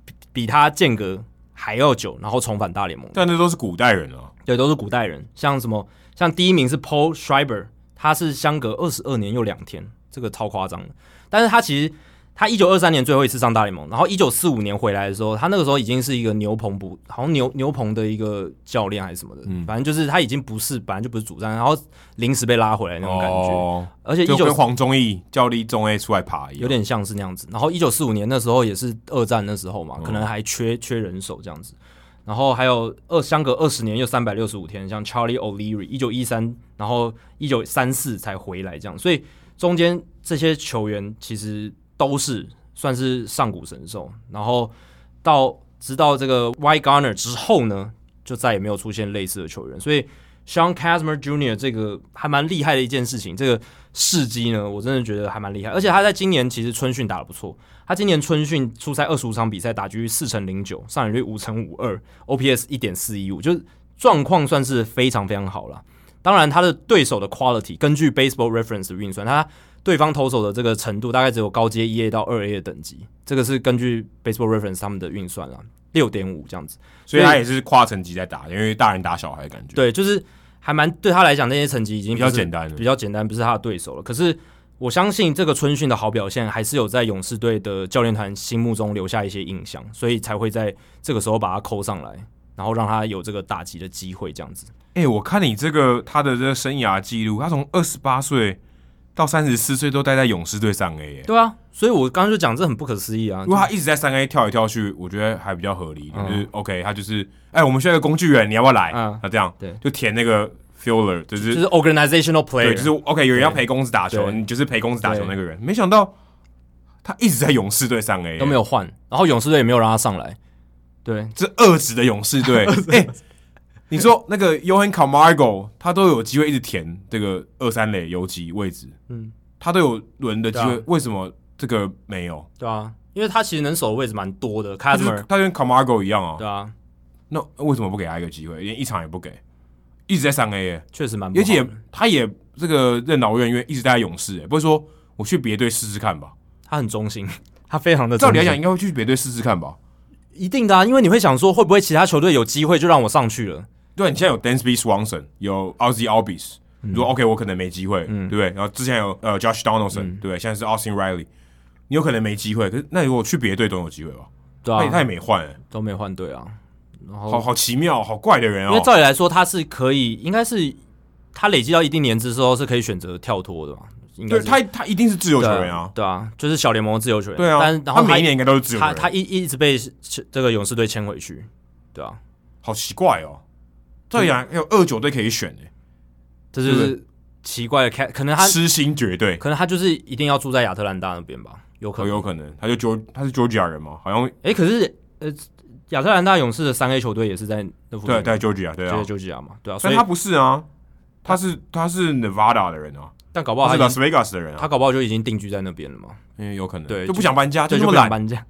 S2: 比比他间隔还要久，然后重返大联盟。
S1: 但那都是古代人啊，
S2: 对，都是古代人，像什么，像第一名是 Paul Schreiber，他是相隔二十二年又两天，这个超夸张的。但是他其实他一九二三年最后一次上大联盟，然后一九四五年回来的时候，他那个时候已经是一个牛棚捕，好像牛牛棚的一个教练还是什么的，
S1: 嗯
S2: 反正就是他已经不是本来就不是主战，然后临时被拉回来那种感觉。
S1: 哦、
S2: 而且一
S1: 就
S2: 九
S1: 跟黄忠义教力中 A 出来爬一样，
S2: 有点像是那样子。然后一九四五年那时候也是二战那时候嘛，可能还缺缺人手这样子。然后还有二相隔二十年又三百六十五天，像 Charlie O'Leary 一九一三，然后一九三四才回来这样，所以中间这些球员其实都是算是上古神兽。然后到直到这个 Y Garner 之后呢，就再也没有出现类似的球员，所以 Sean Casmer Jr. 这个还蛮厉害的一件事情，这个事迹呢，我真的觉得还蛮厉害。而且他在今年其实春训打得不错，他今年春训出赛二十五场比赛，打局四成零九，上垒率五成五二，OPS 一点四一五，就是状况算是非常非常好了。当然，他的对手的 quality 根据 Baseball Reference 运算，他对方投手的这个程度大概只有高阶一 A 到二 A 的等级，这个是根据 Baseball Reference 他们的运算啦，六点五这样子。
S1: 所以他也是跨层级在打，因为大人打小孩的感觉，，
S2: 对，就是还蛮对他来讲，那些成绩已经
S1: 比较
S2: 不是
S1: 简单的
S2: 比较简单，不是他的对手了。可是我相信这个春训的好表现，还是有在勇士队的教练团心目中留下一些印象，所以才会在这个时候把他扣上来，然后让他有这个打击的机会，这样子。
S1: 哎、我看你这个他的这个生涯记录，他从二十八岁到三十四岁都待在勇士队上 A，、欸、
S2: 对啊，所以我刚刚就讲这很不可思议啊
S1: 如。果他一直在三 A 跳来跳去，我觉得还比较合理一点，就是 OK，他就是哎、我们需要一个工具人，你要不要来？
S2: 嗯
S1: 那这样
S2: 对
S1: 就填那个 filler，就
S2: 就是是 organizational player，
S1: 对，就是 OK，有人要陪公子打球，
S2: 对
S1: 你就是陪公子打球那个人。没想到他一直在勇士队上 A，
S2: 都没
S1: 有
S2: 有换，然后勇士队也没有让他上来。对，
S1: 这二职的勇士 队，哎、你说那个 Yohan Camargo，他都有机会一直填这个二三垒游击位置，
S2: 嗯，
S1: 他都有轮的机会，
S2: 对啊
S1: 为什么这个没有？
S2: 对啊，因为他其实能守的位置蛮多的
S1: 他就是
S2: ，Casmer，
S1: 他跟 Camargo 一样啊，
S2: 对啊，
S1: 那为什么不给他一个机会？连一场也不给，一直在上 A，耶
S2: 确实蛮不
S1: 而
S2: 好的。
S1: 且他也这个任劳任怨，一直待在勇士，哎，不会说我去别队试试看吧？
S2: 他很忠心， 他非常的
S1: 照理来讲，应该会去别队试试看吧？
S2: 一定的啊，因为你会想说，会不会其他球队有机会就让我上去了？
S1: 对，你现在有 Dansby Swanson，有 Ozzy Albies，如果
S2: 嗯
S1: OK，我可能没机会，对不对？然后之前有呃 Josh
S2: 嗯
S1: Donaldson，对不对？现在是 Austin Riley，你有可能没机会，可是那如果去别队总有机会吧？
S2: 对
S1: 他也他
S2: 啊，
S1: 也没换，哎
S2: 都没换队啊。然
S1: 好
S2: 后，
S1: 好奇妙，好怪的人
S2: 因
S1: 哦
S2: 为。照理来说，他是可以，应该是他累积到一定年资之后是可以选择跳脱的嘛？应该
S1: 对
S2: 是
S1: 他，他一定是自由球
S2: 对
S1: 员啊，
S2: 对啊，就是小联盟的自由球员。
S1: 对啊，
S2: 但然后
S1: 他每一年应该都是自由球
S2: 他
S1: 员，
S2: 他一一直被这个勇士队签回去，对啊，
S1: 好奇怪哦。照理讲，有二九队可以选欸诶、
S2: 这就是奇怪的开，可能他
S1: 痴心绝对，
S2: 可能他就是一定要住在亚特兰大那边吧，有可
S1: 很
S2: 能。
S1: 有可能。他就 George，他是 Georgia 人嘛，好像
S2: 哎、可是呃，亚特兰大勇士的三 A 球队也是在那附近
S1: 对
S2: 嘛，
S1: 对 Georgia 对
S2: 就
S1: 啊
S2: 是，就是这样嘛，对啊，所
S1: 但
S2: 以
S1: 他不是啊，他是他是 Nevada 的人啊，
S2: 但搞不好
S1: 他
S2: 他
S1: 是
S2: 已经
S1: Las Vegas 的人啊
S2: 他，搞不好就已经定居在那边了嘛，
S1: 嗯，有可能
S2: 对
S1: 就不想搬家，就
S2: 对，
S1: 这
S2: 就
S1: 么
S2: 不想
S1: 懒，
S2: 搬家。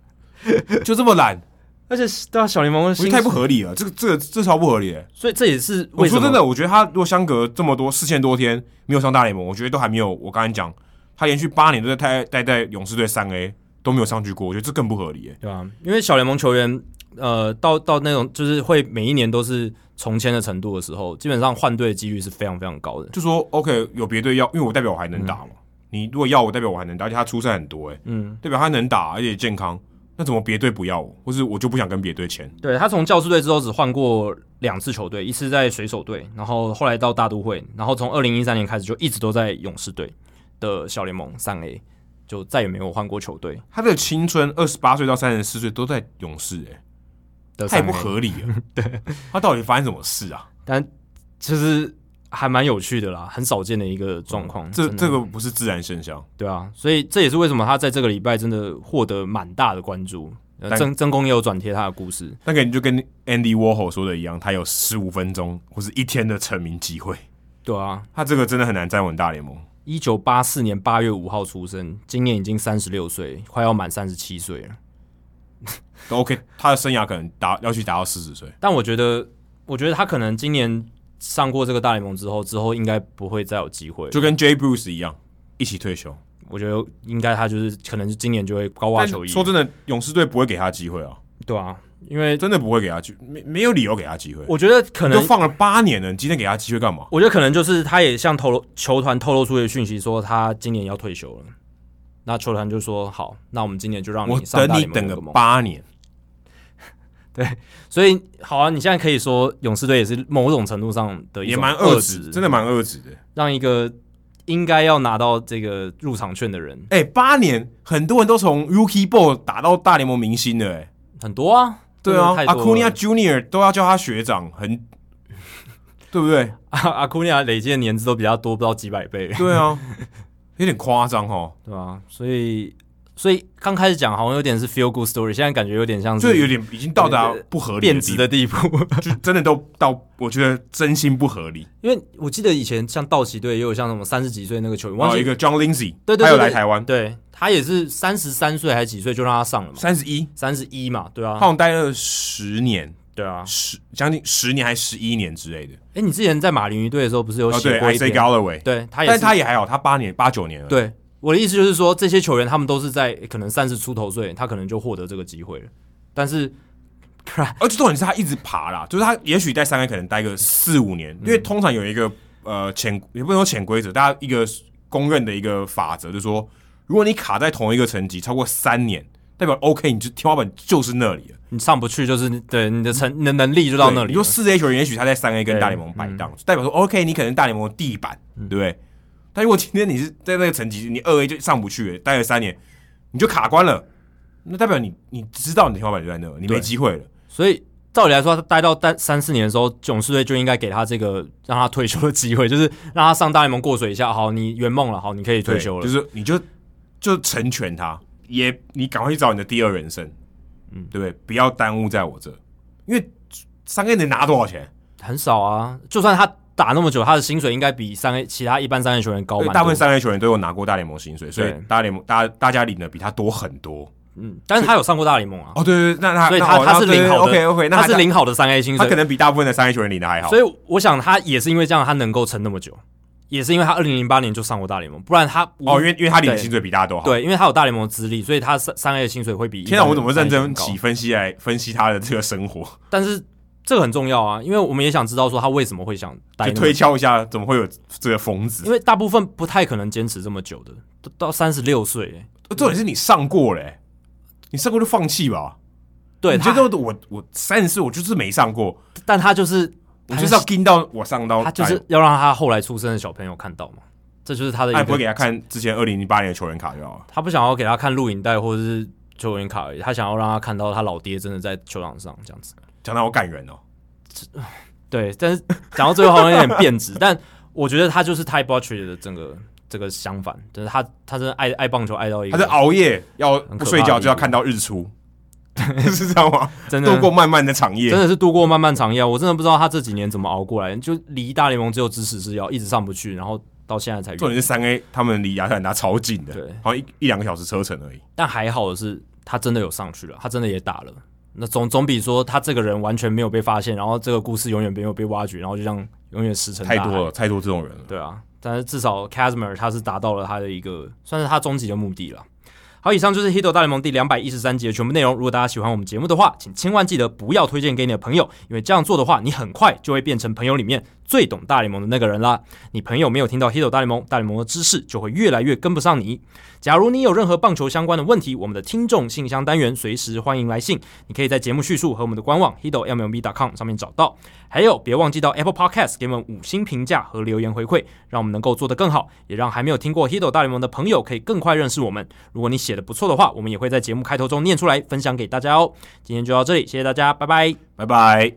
S1: 就这么 懒，
S2: 而且是对啊，小联盟的
S1: 我觉
S2: 薪
S1: 得太
S2: 水
S1: 不，合理了，这个这个这超不合理的。
S2: 所以这也是
S1: 我
S2: 为什
S1: 说
S2: 么
S1: 真的，我觉得他如果相隔这么多四千多天没有上大联盟，我觉得都还没有我刚才讲，他连续八年都在待待在勇士队三 A 都没有上去过，我觉得这更不合理耶。
S2: 对啊，因为小联盟球员呃，到到那种就是会每一年都是重签的程度的时候，基本上换队的几率是非常非常高的。
S1: 就说 OK，有别队要，因为我代表我还能打嘛。你如果要我，代表我还能打，而且他出赛很多、欸，
S2: 嗯，
S1: 代表他能打，而且健康，那怎么别队不要我，或是我就不想跟别队签？
S2: 对他从教师队之后只换过两次球队，一次在水手队，然后后来到大都会，然后从二零一三年开始就一直都在勇士队的小联盟三 A，就再也没有换过球队
S1: 他的青春二十八岁到三十四岁都在勇士、欸，
S2: 的
S1: 太
S2: 三 A。
S1: 不合理了。对，他到底发生什么事啊？
S2: 但就是还蛮有趣的啦，很少见的一个状况。
S1: 这
S2: 真的
S1: 这个不是自然现象，
S2: 对啊，所以这也是为什么他在这个礼拜真的获得蛮大的关注。呃
S1: 但
S2: 曾曾公也有转贴他的故事，
S1: 那个你就跟 Andy Warhol 说的一样，他有十五分钟或是一天的成名机会，
S2: 对啊，
S1: 他这个真的很难站稳大联盟。
S2: 一九八四年八月五号出生，今年已经三十六岁，快要满三十七岁了。
S1: 都 OK，他的生涯可能达要去达到四十岁，
S2: 但我觉得，我觉得他可能今年上过这个大联盟之后，之后应该不会再有机会了。
S1: 就跟 J. Bruce 一样，一起退休。
S2: 我觉得应该他就是可能是今年就会高挂
S1: 但
S2: 球衣，
S1: 说真的，勇士队不会给他机会啊，
S2: 对啊，因为
S1: 真的不会给他机，没没有理由给他机会。
S2: 我觉得可
S1: 就
S2: 能，
S1: 放了八年了，你今天给他机会干嘛？
S2: 我觉得可能就是他也向透露球团透露出的讯息说他今年要退休了，那球团就说好，那我们今年就让
S1: 我
S2: 上
S1: 等
S2: 大
S1: 你
S2: 联盟
S1: 等
S2: 这
S1: 个
S2: 梦，
S1: 八年，
S2: 所以好啊，你现在可以说勇士队也是某种程度上的一
S1: 也
S2: 种
S1: 蛮
S2: 遏
S1: 恶
S2: 制，
S1: 质，真的蛮恶质的。
S2: 让一个应该要拿到这个入场券的人
S1: 哎、八年，很多人都从 Rookie Ball 打到大联盟明星了、哎，
S2: 很多啊，
S1: 对啊，
S2: 真的
S1: 阿
S2: 太
S1: 库
S2: 多
S1: 尼亚
S2: 了
S1: Junior 都要叫他学长， 很，对不对？
S2: 阿阿库尼亚累积的年资都比较多，不知道几百倍。
S1: 对啊，有点夸张 哦，
S2: 对啊，所以所以刚开始讲好像有点是 feel good story，现在感觉有点像
S1: 就是有
S2: 是
S1: 点已经到达不合理
S2: 贬
S1: 的
S2: 值
S1: 地
S2: 的地步。
S1: 步，就真的都到，我觉得真心不合理。
S2: 因为我记得以前像道奇队也有像什么三十几岁那个球员，
S1: 然
S2: 忘
S1: 后哦
S2: 记
S1: 一个 John Lindsay，
S2: 对对对
S1: 他有来
S2: 对
S1: 台湾，
S2: 对他也是三十三岁还是几岁就让他上了嘛，
S1: 三十一，
S2: 三十一嘛，对
S1: 他
S2: 啊
S1: 好，像待了十年，
S2: 对啊。
S1: 十将近十年还十一年之类的。
S2: 哎，你之前在马林鱼队的时候不是有
S1: 哦，
S2: 写
S1: 对
S2: 过一
S1: ，I C
S2: 篇？
S1: Galloway，
S2: 对，他也
S1: 但
S2: 是
S1: 是他也还好，他八年八九年了。
S2: 对我的意思就是说，这些球员他们都是在可能三十出头岁，他可能就获得这个机会了，但是
S1: 而且重点是他一直爬啦，就是他也许在三 A 可能待个四五年，
S2: 嗯
S1: 因为通常有一个呃潜也不能说潜规则，大家一个公认的一个法则，就是说如果你卡在同一个层级超过三年，代表 OK，你就天花板就是那里了，
S2: 你上不去就是对你的成你的能力就到那
S1: 对
S2: 里
S1: 你
S2: 了嗯
S1: 说。四 A 球员也许他在三 A 跟
S2: 对
S1: 大联盟摆荡，代表说 OK，你可能大联盟的地板，
S2: 嗯
S1: 对不对？但如果今天你是在那个层级，你二 A 就上不去了，待了三年你就卡关了，那代表你你知道你的天花板就在那，你没
S2: 对
S1: 机会了。
S2: 所以照理来说，他待到三三四年的时候，勇士队就应该给他这个让他退休的机会，就是让他上大联盟过水一下。好，你圆梦了，好，你可以退休了。
S1: 对就是你就就成全他，也你赶快去找你的第二人生，嗯，对不对？不要耽误在我这，因为三 A 能拿多少钱？
S2: 很少啊，就算他打那么久，他的薪水应该比三 A 其他一般三 A 球员高
S1: 对
S2: 蛮，多。
S1: 大部分三 A 球员都有拿过大联盟薪水，所以
S2: 对
S1: 大联盟大大家领的比他多很多。
S2: 嗯，但是他有上过大联盟啊，
S1: 哦，对对对，那他
S2: 所以
S1: 那
S2: 他
S1: 哦
S2: 他是
S1: 那对
S2: 领好的
S1: OK OK，那
S2: 他是，领好的三 A 薪
S1: 他可
S2: 水，
S1: 能比大部分的三 A 球员领的还好。
S2: 所以我想他也是因为这样，他能够撑那么久，也是因为他二零零八年就上过大联盟，不然他
S1: 哦，因为因为他领的
S2: 对
S1: 薪水比大家都好。，
S2: 对，因为他有大联盟的资历，所以他三三 A 的薪水会比一般
S1: 天哪，我怎么认
S2: 三 A 球
S1: 真
S2: 员高
S1: 起分析来分析他的这个生活？
S2: 但是这个很重要啊，因为我们也想知道说他为什么会想待
S1: 就
S2: 那么
S1: 推
S2: 久，
S1: 敲一下，怎么会有这个疯子
S2: 因？为大部分不太可能坚持这么久的，都到三十六岁耶，
S1: 重点是你上过嘞、你上过就放弃吧。
S2: 对，
S1: 你觉
S2: 他
S1: 得我我三十岁我就是没上过，
S2: 但他就是
S1: 我
S2: 他
S1: 就是要盯到我上到，
S2: 他就是要让他后来出生的小朋友看到嘛，这就是他
S1: 哎
S2: 的
S1: 他
S2: 一
S1: 也不会
S2: 个，
S1: 给他看之前二零零八年的球员卡就好了。
S2: 他不想要给他看录影带或者是球员卡而已，他想要让他看到他老爹真的在球场上这样子。
S1: 讲到我感人哦，
S2: 对，但是 讲到最后好像有点变质，但我觉得他就是 Ty b o t c h 的整个这个相反，就是他他真的爱爱棒球爱到一
S1: 他
S2: 个，
S1: 是熬夜要不
S2: 很可怕的
S1: 睡觉就要
S2: 地步
S1: 看到日出， 是啊这样吗？
S2: 真的
S1: 度过漫漫的长夜
S2: 真，的是度过漫漫长夜。我真的不知道他这几年怎么熬过来，就离大联盟只有支持之遥，一直上不去，然后到现在才
S1: 重
S2: 远。
S1: 点是三 A 他们离亚特兰大超近的
S2: 对，
S1: 好像一一两个小时车程而已。
S2: 但还好的是，他真的有上去了，他真的也打了。那总总比说他这个人完全没有被发现，然后这个故事永远没有被挖掘，然后就这样永远石沉
S1: 太
S2: 大海
S1: 多了，。太多这种人了。
S2: 对啊，但是至少 Casimir 他是达到了他的一个算是他终极的目的了。好，以上就是《h i t o 大联盟》第两百一十三集的全部内容。如果大家喜欢我们节目的话，请千万记得不要推荐给你的朋友，因为这样做的话，你很快就会变成朋友里面最懂大联盟的那个人啦。你朋友没有听到《h i t o 大联盟》，大联盟的知识就会越来越跟不上你。假如你有任何棒球相关的问题，我们的听众信箱单元随时欢迎来信，你可以在节目叙述和我们的官网 h i t o mlb.com 上面找到。还有，别忘记到 Apple Podcast 给我们五星评价和留言回馈，让我们能够做得更好，也让还没有听过 Hito 大联盟的朋友可以更快认识我们。如果你写的不错的话，我们也会在节目开头中念出来，分享给大家哦。今天就到这里，谢谢大家，拜拜。
S1: 拜拜。